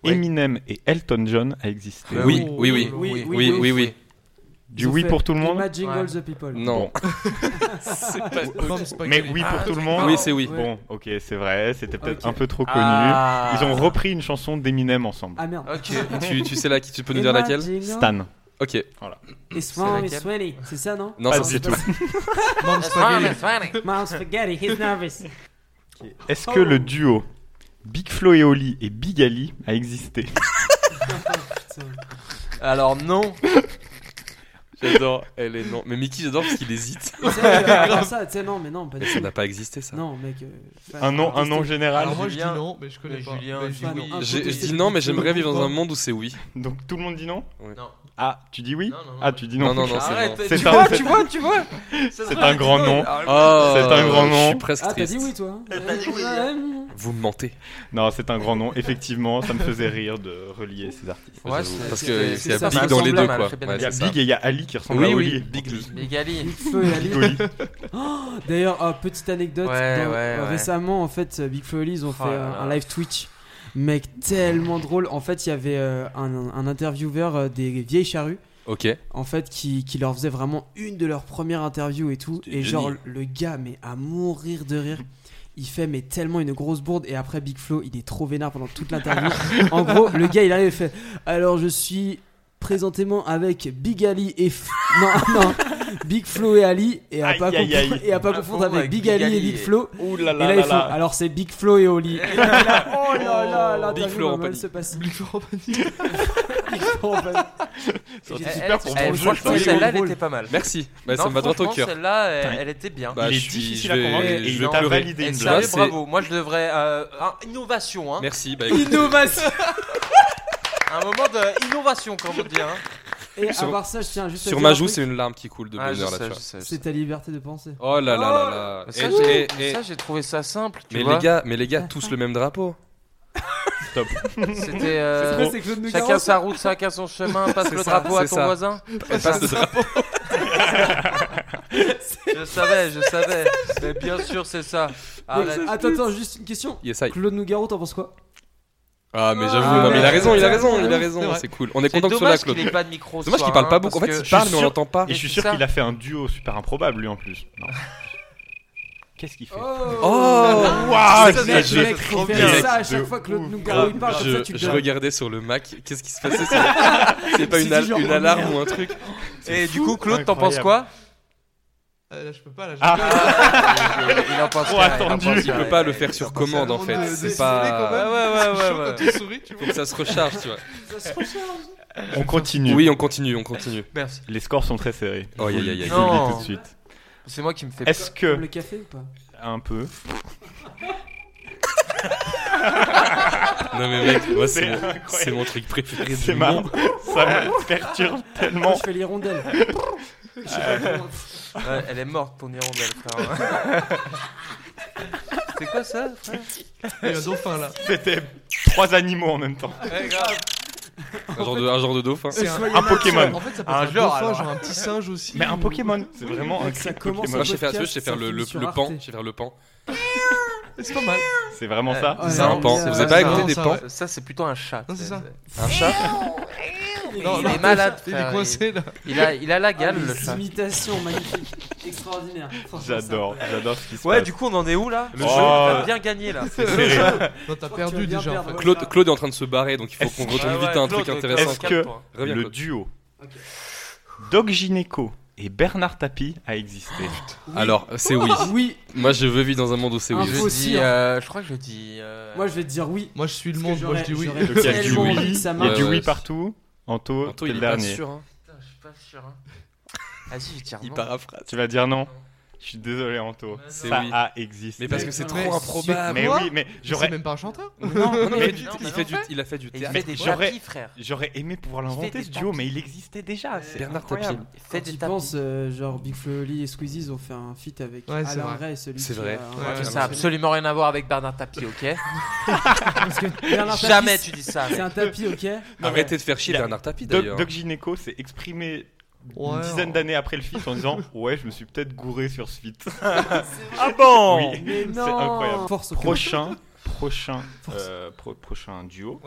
[SPEAKER 10] Ouais.
[SPEAKER 7] Eminem et Elton John a existé
[SPEAKER 10] Bah
[SPEAKER 8] Oui, oui, oui.
[SPEAKER 6] Oui, oui,
[SPEAKER 8] Oui, oui, oui.
[SPEAKER 7] Du oui pour tout le monde
[SPEAKER 6] Imagine all the people.
[SPEAKER 8] Non.
[SPEAKER 7] Bon.
[SPEAKER 8] C'est pas-
[SPEAKER 7] Mais oui pour tout le monde
[SPEAKER 8] Oui, c'est oui.
[SPEAKER 6] Ouais.
[SPEAKER 7] Bon, ok, c'est vrai, c'était peut-être
[SPEAKER 6] Ok.
[SPEAKER 7] un peu trop connu.
[SPEAKER 10] Ah.
[SPEAKER 7] Ils ont repris une chanson d'Eminem ensemble.
[SPEAKER 6] Ah merde.
[SPEAKER 10] Ok.
[SPEAKER 8] Tu, tu sais là, qui tu peux nous dire laquelle
[SPEAKER 6] Imagine all-
[SPEAKER 7] Stan.
[SPEAKER 8] Ok.
[SPEAKER 6] It's warm, it's
[SPEAKER 10] laquelle
[SPEAKER 6] sweaty. C'est ça, non
[SPEAKER 8] Non, ça,
[SPEAKER 7] Pas du
[SPEAKER 8] c'est
[SPEAKER 7] tout.
[SPEAKER 10] That's funny, that's funny.
[SPEAKER 6] Miles spaghetti, he's nervous.
[SPEAKER 7] Est-ce que le duo Big Flo et Oli et Big Ali a existé
[SPEAKER 10] Alors non.
[SPEAKER 8] J'adore, elle est non. Mais Mickey, j'adore parce qu'il hésite.
[SPEAKER 6] Tu sais, euh, comme ça, tu sais, non, mais non, pas du
[SPEAKER 8] Ça
[SPEAKER 6] tout.
[SPEAKER 8] n'a pas existé ça.
[SPEAKER 6] Non, mec. euh,
[SPEAKER 7] Un nom, un nom
[SPEAKER 6] contester.
[SPEAKER 7] général.
[SPEAKER 9] Alors, moi, je dis
[SPEAKER 10] Julien.
[SPEAKER 9] non, mais je connais
[SPEAKER 10] Mais
[SPEAKER 9] pas.
[SPEAKER 10] Julien,
[SPEAKER 9] Mais
[SPEAKER 10] je dis
[SPEAKER 9] non.
[SPEAKER 10] oui.
[SPEAKER 6] Ah,
[SPEAKER 8] J'ai- Je
[SPEAKER 6] contester.
[SPEAKER 8] dis non, mais j'aimerais vivre dans un monde où c'est oui.
[SPEAKER 7] Donc tout le monde dit non
[SPEAKER 10] Non.
[SPEAKER 7] Ah, tu dis oui
[SPEAKER 10] Non, non, non.
[SPEAKER 7] Ah, tu dis non.
[SPEAKER 8] Non, non, non, c'est non.
[SPEAKER 10] Arrête.
[SPEAKER 7] C'est
[SPEAKER 10] Tu
[SPEAKER 7] un-
[SPEAKER 10] vois
[SPEAKER 7] c'est-
[SPEAKER 10] tu vois tu vois.
[SPEAKER 7] C'est un grand nom.
[SPEAKER 8] Oh,
[SPEAKER 7] C'est un grand
[SPEAKER 8] Je
[SPEAKER 7] nom.
[SPEAKER 8] suis presque
[SPEAKER 6] Ah, t'as
[SPEAKER 8] triste.
[SPEAKER 6] dit oui, toi hein Ouais.
[SPEAKER 8] Vous me mentez.
[SPEAKER 7] Non, c'est un grand nom. Effectivement, ça me faisait rire de relier ces artistes.
[SPEAKER 10] Ouais,
[SPEAKER 8] J'avoue.
[SPEAKER 10] c'est-
[SPEAKER 8] parce
[SPEAKER 6] c'est-
[SPEAKER 8] que
[SPEAKER 6] c'est
[SPEAKER 8] c'est
[SPEAKER 6] ça,
[SPEAKER 8] Big
[SPEAKER 6] ça
[SPEAKER 8] dans les
[SPEAKER 10] ressemble
[SPEAKER 8] deux
[SPEAKER 10] à
[SPEAKER 8] quoi.
[SPEAKER 10] Alfred
[SPEAKER 8] Ouais,
[SPEAKER 10] Bennett.
[SPEAKER 7] Il y a
[SPEAKER 8] Ah, c'est ça.
[SPEAKER 7] Big et il y a Ali qui ressemble
[SPEAKER 8] Oui,
[SPEAKER 7] à
[SPEAKER 8] oui,
[SPEAKER 7] Oli.
[SPEAKER 8] Big Lee.
[SPEAKER 10] Mégali.
[SPEAKER 6] Feu et Ali.
[SPEAKER 7] Big Oli.
[SPEAKER 6] D'ailleurs, ah, petite anecdote,
[SPEAKER 10] Ouais,
[SPEAKER 6] dans-
[SPEAKER 10] ouais,
[SPEAKER 6] euh,
[SPEAKER 10] ouais.
[SPEAKER 6] récemment en fait, euh, Big Flo et Oli, ils ont fait
[SPEAKER 10] là
[SPEAKER 6] euh,
[SPEAKER 10] là.
[SPEAKER 6] un live Twitch. Mec, tellement drôle. En fait, il y avait euh, un, un intervieweur euh, des vieilles charrues,
[SPEAKER 8] Ok.
[SPEAKER 6] en fait, qui, qui leur faisait vraiment une de leurs premières interviews et tout.
[SPEAKER 8] C'était
[SPEAKER 6] Et
[SPEAKER 8] génial.
[SPEAKER 6] genre, le gars, mais à mourir de rire. Il fait mais tellement une grosse bourde et après Big Flo il est trop vénard pendant toute l'interview. en gros le gars il arrive et fait alors je suis présentément avec Big Ali et F- non non Big Flo et Ali et à
[SPEAKER 7] Aïe,
[SPEAKER 6] pas
[SPEAKER 7] aïe,
[SPEAKER 6] confondre-
[SPEAKER 7] aïe.
[SPEAKER 6] et à pas
[SPEAKER 10] Ah,
[SPEAKER 6] confondre
[SPEAKER 10] avec
[SPEAKER 6] avec Big
[SPEAKER 10] Big
[SPEAKER 6] Ali et
[SPEAKER 10] Ali
[SPEAKER 6] Big
[SPEAKER 10] et-
[SPEAKER 6] Flo
[SPEAKER 7] Ouh Oh là
[SPEAKER 6] et là, ils font, alors c'est Big Flo et Oli. Et là, il est là, oh là là,
[SPEAKER 8] Big
[SPEAKER 6] l'interview
[SPEAKER 8] Flo en
[SPEAKER 6] va mal
[SPEAKER 8] panique.
[SPEAKER 6] se passer.
[SPEAKER 9] Big Florent Pagny.
[SPEAKER 6] Big Flo en panique.
[SPEAKER 7] Ça aurait
[SPEAKER 10] Eh,
[SPEAKER 7] été
[SPEAKER 10] eh,
[SPEAKER 7] super pour
[SPEAKER 10] eh,
[SPEAKER 7] vous.
[SPEAKER 10] franchement, celle-là, elle était pas mal.
[SPEAKER 8] Merci. Bah,
[SPEAKER 10] Non,
[SPEAKER 8] ça me va droit au
[SPEAKER 10] franchement,
[SPEAKER 8] cœur.
[SPEAKER 10] Celle-là, elle, elle était bien.
[SPEAKER 8] Bah,
[SPEAKER 7] Il est
[SPEAKER 8] je suis-
[SPEAKER 7] difficile
[SPEAKER 8] je
[SPEAKER 7] à
[SPEAKER 8] vais-
[SPEAKER 7] convalider,
[SPEAKER 8] je vais
[SPEAKER 7] il t'a
[SPEAKER 8] pleurer.
[SPEAKER 7] validé
[SPEAKER 10] Eh,
[SPEAKER 7] une
[SPEAKER 10] sérieux,
[SPEAKER 8] blague. C'est-
[SPEAKER 10] bravo. Moi, je devrais. euh, un- innovation, hein.
[SPEAKER 8] Merci. Bah, écoute,
[SPEAKER 6] Innovation
[SPEAKER 10] Un moment d'innovation, comme on dit. Hein.
[SPEAKER 6] Et
[SPEAKER 8] Sur-
[SPEAKER 6] avoir ça, je tiens juste à
[SPEAKER 8] sur
[SPEAKER 6] dire
[SPEAKER 8] ma
[SPEAKER 6] un
[SPEAKER 8] joue,
[SPEAKER 6] truc,
[SPEAKER 8] c'est une larme qui coule de
[SPEAKER 10] Ah, je
[SPEAKER 8] bonheur là,
[SPEAKER 10] sais,
[SPEAKER 8] tu
[SPEAKER 10] je
[SPEAKER 8] vois.
[SPEAKER 10] sais, je
[SPEAKER 6] c'est
[SPEAKER 10] sais.
[SPEAKER 6] ta liberté de penser.
[SPEAKER 8] Oh là là là là.
[SPEAKER 10] Ça,
[SPEAKER 8] Eh,
[SPEAKER 10] j'ai-
[SPEAKER 8] eh, eh.
[SPEAKER 10] ça, j'ai trouvé ça simple. Tu
[SPEAKER 8] Mais
[SPEAKER 10] vois.
[SPEAKER 8] les gars, mais les gars, tous le même drapeau.
[SPEAKER 7] Top.
[SPEAKER 10] C'était. euh,
[SPEAKER 6] C'est quoi, c'est Claude Nougaro,
[SPEAKER 10] Chacun
[SPEAKER 6] ça
[SPEAKER 10] sa route, chacun son chemin, passe
[SPEAKER 8] C'est
[SPEAKER 10] le
[SPEAKER 8] ça,
[SPEAKER 10] drapeau à
[SPEAKER 8] c'est
[SPEAKER 10] ton
[SPEAKER 8] ça.
[SPEAKER 10] voisin.
[SPEAKER 8] Elle passe de drapeau.
[SPEAKER 10] Je savais, je savais. Mais bien sûr, c'est ça.
[SPEAKER 6] Mais-
[SPEAKER 10] Arrête.
[SPEAKER 6] Attends, attends, juste une question.
[SPEAKER 8] Yes, I.
[SPEAKER 6] Claude Nougaro, t'en penses quoi
[SPEAKER 8] Ah mais j'avoue,
[SPEAKER 10] Ah,
[SPEAKER 8] non mais il a raison, il a raison, il a
[SPEAKER 10] C'est
[SPEAKER 8] raison,
[SPEAKER 10] vrai.
[SPEAKER 8] c'est cool. On est
[SPEAKER 10] C'est
[SPEAKER 8] content que ce soit là,
[SPEAKER 10] dommage
[SPEAKER 8] Claude.
[SPEAKER 10] qu'il ait pas de micro.
[SPEAKER 8] C'est dommage
[SPEAKER 10] ce
[SPEAKER 8] qu'il
[SPEAKER 10] soir,
[SPEAKER 8] parle pas
[SPEAKER 10] hein,
[SPEAKER 8] beaucoup. En
[SPEAKER 10] parce
[SPEAKER 8] fait,
[SPEAKER 10] que-
[SPEAKER 8] il parle mais on
[SPEAKER 7] sûr-
[SPEAKER 8] l'entend pas.
[SPEAKER 7] Et je suis
[SPEAKER 10] c'est
[SPEAKER 7] sûr
[SPEAKER 10] ça.
[SPEAKER 7] qu'il a fait un duo super improbable lui en plus. Non. Qu'est-ce qu'il fait
[SPEAKER 6] Ah,
[SPEAKER 8] Oh
[SPEAKER 10] Ah,
[SPEAKER 7] Waouh,
[SPEAKER 6] Mec,
[SPEAKER 7] ça, je-
[SPEAKER 6] mec,
[SPEAKER 7] trop
[SPEAKER 6] il fait
[SPEAKER 7] bien.
[SPEAKER 6] ça à
[SPEAKER 7] De
[SPEAKER 6] chaque fois que Claude
[SPEAKER 7] ouf.
[SPEAKER 6] Nougaro il parle, comme ça tu
[SPEAKER 8] je, je
[SPEAKER 6] gagnes.
[SPEAKER 8] regardais sur le Mac, qu'est-ce qui se passait C'est- C'est pas
[SPEAKER 6] C'est
[SPEAKER 8] une, al-
[SPEAKER 6] du genre,
[SPEAKER 8] une
[SPEAKER 6] oh,
[SPEAKER 8] alarme ou un truc
[SPEAKER 10] Et du coup, Claude, t'en
[SPEAKER 7] Incroyable.
[SPEAKER 10] penses quoi
[SPEAKER 9] Euh, là, je peux pas, là, je
[SPEAKER 7] Ah,
[SPEAKER 10] Il en pense
[SPEAKER 7] Trop
[SPEAKER 10] quoi, il en pense
[SPEAKER 7] attendu.
[SPEAKER 10] quoi,
[SPEAKER 7] Il
[SPEAKER 8] Tu peux
[SPEAKER 10] ouais.
[SPEAKER 8] pas le faire sur commande en fait. C'est pas.
[SPEAKER 10] Ouais, ouais, ouais, ouais.
[SPEAKER 9] Tu Ah, souris, tu
[SPEAKER 8] Faut que ça se recharge, tu vois.
[SPEAKER 7] On continue.
[SPEAKER 8] Oui, on continue, on continue.
[SPEAKER 10] Merci.
[SPEAKER 7] Les scores sont très serrés.
[SPEAKER 8] Oh, aïe, aïe, aïe.
[SPEAKER 7] Je vous le
[SPEAKER 10] Non.
[SPEAKER 7] dis tout de suite.
[SPEAKER 10] C'est moi qui me fais.
[SPEAKER 7] Est-ce que
[SPEAKER 6] Le café ou pas
[SPEAKER 7] un peu
[SPEAKER 8] Non mais mec, moi c'est
[SPEAKER 7] C'est
[SPEAKER 8] mon,
[SPEAKER 7] incroyable.
[SPEAKER 8] c'est mon truc préféré
[SPEAKER 7] C'est
[SPEAKER 8] du
[SPEAKER 7] marrant.
[SPEAKER 8] monde.
[SPEAKER 7] Ça me perturbe
[SPEAKER 6] Moi
[SPEAKER 7] tellement.
[SPEAKER 6] je fais l'hirondelle. Je sais pas comment-
[SPEAKER 10] Ouais, elle est morte ton hirondelle, frère. C'est quoi ça, frère
[SPEAKER 9] Il y a un dauphin, là.
[SPEAKER 7] C'était trois animaux en même
[SPEAKER 9] Ah,
[SPEAKER 7] temps.
[SPEAKER 10] Ouais, grave.
[SPEAKER 8] Un genre de, un genre de dauphin.
[SPEAKER 9] C'est un,
[SPEAKER 7] Un Pokémon.
[SPEAKER 9] En fait, ça peut
[SPEAKER 10] Un
[SPEAKER 9] être un
[SPEAKER 10] genre,
[SPEAKER 9] dauphin,
[SPEAKER 10] alors.
[SPEAKER 9] genre un petit singe aussi.
[SPEAKER 7] Mais un
[SPEAKER 9] ou-
[SPEAKER 7] Pokémon. C'est vraiment un
[SPEAKER 6] Ça
[SPEAKER 7] cri de
[SPEAKER 6] commence
[SPEAKER 7] Pokémon.
[SPEAKER 8] Moi je sais faire,
[SPEAKER 6] podcast,
[SPEAKER 8] je sais faire
[SPEAKER 6] ça
[SPEAKER 8] le, le,
[SPEAKER 6] finit
[SPEAKER 8] le
[SPEAKER 6] sur
[SPEAKER 8] pan,
[SPEAKER 6] Arte.
[SPEAKER 8] je sais faire le pan.
[SPEAKER 9] C'est pas mal.
[SPEAKER 7] C'est vraiment
[SPEAKER 10] Ouais.
[SPEAKER 7] ça.
[SPEAKER 6] Ouais,
[SPEAKER 8] C'est un
[SPEAKER 6] mais
[SPEAKER 8] pan.
[SPEAKER 6] ça-
[SPEAKER 8] Vous avez pas
[SPEAKER 10] Non,
[SPEAKER 8] écouté des
[SPEAKER 9] ça,
[SPEAKER 8] pans
[SPEAKER 9] ouais.
[SPEAKER 10] Euh, Ça, c'est plutôt un chat.
[SPEAKER 9] Non, c'est ça.
[SPEAKER 8] Un chat
[SPEAKER 10] Non, il est malade.
[SPEAKER 9] Il
[SPEAKER 10] frère,
[SPEAKER 9] est coincé, là.
[SPEAKER 10] Il, il a, il a la
[SPEAKER 6] Ah,
[SPEAKER 10] gale, le
[SPEAKER 6] Les
[SPEAKER 10] chat.
[SPEAKER 6] imitations magnifiques, extraordinaires. Franchement,
[SPEAKER 7] J'adore, j'adore ce qui se passe.
[SPEAKER 10] Ouais, du coup, on en est où là
[SPEAKER 7] Le
[SPEAKER 10] Oh,
[SPEAKER 7] jeu.
[SPEAKER 10] t'as bien gagné là.
[SPEAKER 9] Non, t'as
[SPEAKER 6] crois que tu vas
[SPEAKER 9] perdu
[SPEAKER 6] bien
[SPEAKER 9] déjà, en
[SPEAKER 6] perdre.
[SPEAKER 9] fait.
[SPEAKER 8] Claude, Claude est en train de se barrer, donc il faut qu'on
[SPEAKER 10] Ouais,
[SPEAKER 8] retourne
[SPEAKER 10] Ah ouais,
[SPEAKER 8] vite à un
[SPEAKER 10] Claude,
[SPEAKER 8] truc intéressant.
[SPEAKER 10] Claude,
[SPEAKER 7] Est-ce que-
[SPEAKER 10] calme-toi.
[SPEAKER 8] Reviens,
[SPEAKER 7] le
[SPEAKER 8] Claude.
[SPEAKER 7] duo.
[SPEAKER 6] Ok.
[SPEAKER 7] Doc Gynéco et Bernard Tapie a existé.
[SPEAKER 8] Alors, c'est oui.
[SPEAKER 6] ça- Oui,
[SPEAKER 8] Moi, je veux vivre dans un monde où c'est oui.
[SPEAKER 6] Info.
[SPEAKER 10] Je
[SPEAKER 6] Faut
[SPEAKER 10] dis,
[SPEAKER 6] aussi, hein.
[SPEAKER 10] euh, je crois que je dis. euh,
[SPEAKER 6] moi je vais te dire oui.
[SPEAKER 9] Moi, je suis le
[SPEAKER 6] Parce que
[SPEAKER 9] monde, moi, je dis oui.
[SPEAKER 6] j'aurais-
[SPEAKER 7] Donc il y
[SPEAKER 6] j'aurais
[SPEAKER 7] a du
[SPEAKER 6] Ah, tellement
[SPEAKER 7] oui,
[SPEAKER 6] envie que ça
[SPEAKER 7] Il y a
[SPEAKER 6] marche.
[SPEAKER 7] du
[SPEAKER 8] Ouais,
[SPEAKER 7] oui
[SPEAKER 8] ouais.
[SPEAKER 7] partout. Anto,
[SPEAKER 8] Anto,
[SPEAKER 7] t'es
[SPEAKER 8] il
[SPEAKER 7] le
[SPEAKER 8] est pas
[SPEAKER 7] dernier.
[SPEAKER 8] sûr. hein.
[SPEAKER 10] Putain, je suis pas sûr. Hein. Vas-y, je tire.
[SPEAKER 8] Il
[SPEAKER 10] non.
[SPEAKER 8] paraphrase.
[SPEAKER 7] Tu vas dire non. Je suis désolé, Anto.
[SPEAKER 8] C'est
[SPEAKER 7] Ça
[SPEAKER 8] oui.
[SPEAKER 7] a existé.
[SPEAKER 8] Mais parce que c'est
[SPEAKER 6] Mais-
[SPEAKER 8] trop improbable.
[SPEAKER 7] Mais
[SPEAKER 9] Quoi
[SPEAKER 7] oui, mais
[SPEAKER 9] C'est
[SPEAKER 7] j'aurais
[SPEAKER 9] même pas un chanteur.
[SPEAKER 8] Non, non, il
[SPEAKER 7] Mais-
[SPEAKER 8] fait du-
[SPEAKER 10] Non,
[SPEAKER 8] il
[SPEAKER 10] mais
[SPEAKER 8] fait
[SPEAKER 10] non.
[SPEAKER 8] du- il a fait du
[SPEAKER 10] Et il
[SPEAKER 8] théâtre.
[SPEAKER 10] fait des
[SPEAKER 7] j'aurais-
[SPEAKER 10] tapis, frère.
[SPEAKER 7] j'aurais aimé pouvoir
[SPEAKER 10] Il fait
[SPEAKER 7] l'inventer
[SPEAKER 10] des
[SPEAKER 7] ce duo,
[SPEAKER 10] tapis.
[SPEAKER 7] mais il existait déjà. Ah, C'est
[SPEAKER 8] Bernard
[SPEAKER 7] incroyable.
[SPEAKER 8] Tapie.
[SPEAKER 10] Il
[SPEAKER 6] Quand
[SPEAKER 10] fait des
[SPEAKER 6] tu
[SPEAKER 10] tapis.
[SPEAKER 6] penses, euh, genre Big Flo et Oli et Squeezie, ils ont fait un feat avec
[SPEAKER 9] Ouais, c'est
[SPEAKER 6] Alain
[SPEAKER 9] vrai.
[SPEAKER 6] Ray et celui
[SPEAKER 8] C'est
[SPEAKER 6] qui euh,
[SPEAKER 8] vrai.
[SPEAKER 6] a-
[SPEAKER 9] Ouais,
[SPEAKER 6] a-
[SPEAKER 9] ça
[SPEAKER 10] Ça a absolument rien à voir avec Bernard Tapie, ok
[SPEAKER 6] Parce que Bernard Tapie,
[SPEAKER 10] Jamais tu dis ça.
[SPEAKER 6] C'est un tapis, ok
[SPEAKER 8] Arrêtez de faire chier
[SPEAKER 7] Il a-
[SPEAKER 8] Bernard Tapie
[SPEAKER 7] Doc,
[SPEAKER 8] d'ailleurs.
[SPEAKER 7] Doc Gynéco s'est exprimé
[SPEAKER 9] Ouais,
[SPEAKER 7] une dizaine
[SPEAKER 9] on-
[SPEAKER 7] d'années après le feat en disant Ouais, je me suis peut-être gouré sur ce feat.
[SPEAKER 10] Ah bon
[SPEAKER 7] Oui.
[SPEAKER 6] Mais
[SPEAKER 7] C'est
[SPEAKER 6] non
[SPEAKER 7] incroyable.
[SPEAKER 6] Force au
[SPEAKER 7] Prochain, prochain, euh, pro- prochain duo.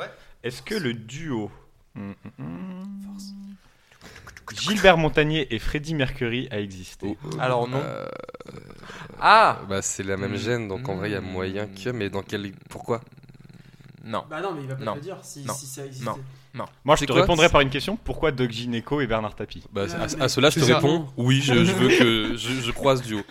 [SPEAKER 7] Est-ce que le duo Hum, hum, hum. Gilbert Montagnier et Freddie Mercury a existé
[SPEAKER 8] Oh, oh.
[SPEAKER 10] Alors non.
[SPEAKER 8] Euh,
[SPEAKER 10] Ah
[SPEAKER 8] Bah, c'est la même gêne, donc en vrai, il y a moyen que. Mais dans quel. Pourquoi
[SPEAKER 10] Non.
[SPEAKER 6] Bah non, mais il va pas
[SPEAKER 10] Non.
[SPEAKER 6] te le dire si,
[SPEAKER 10] Non.
[SPEAKER 6] si ça existe.
[SPEAKER 10] Non.
[SPEAKER 7] Moi, je
[SPEAKER 8] C'est
[SPEAKER 7] te
[SPEAKER 8] quoi
[SPEAKER 7] répondrais par une question pourquoi Doc Gineco et Bernard Tapie
[SPEAKER 8] Bah,
[SPEAKER 6] Ouais,
[SPEAKER 8] à, à
[SPEAKER 6] mais-
[SPEAKER 8] cela, je te
[SPEAKER 9] C'est ça.
[SPEAKER 8] réponds oui, je, je veux que je, je croise du haut.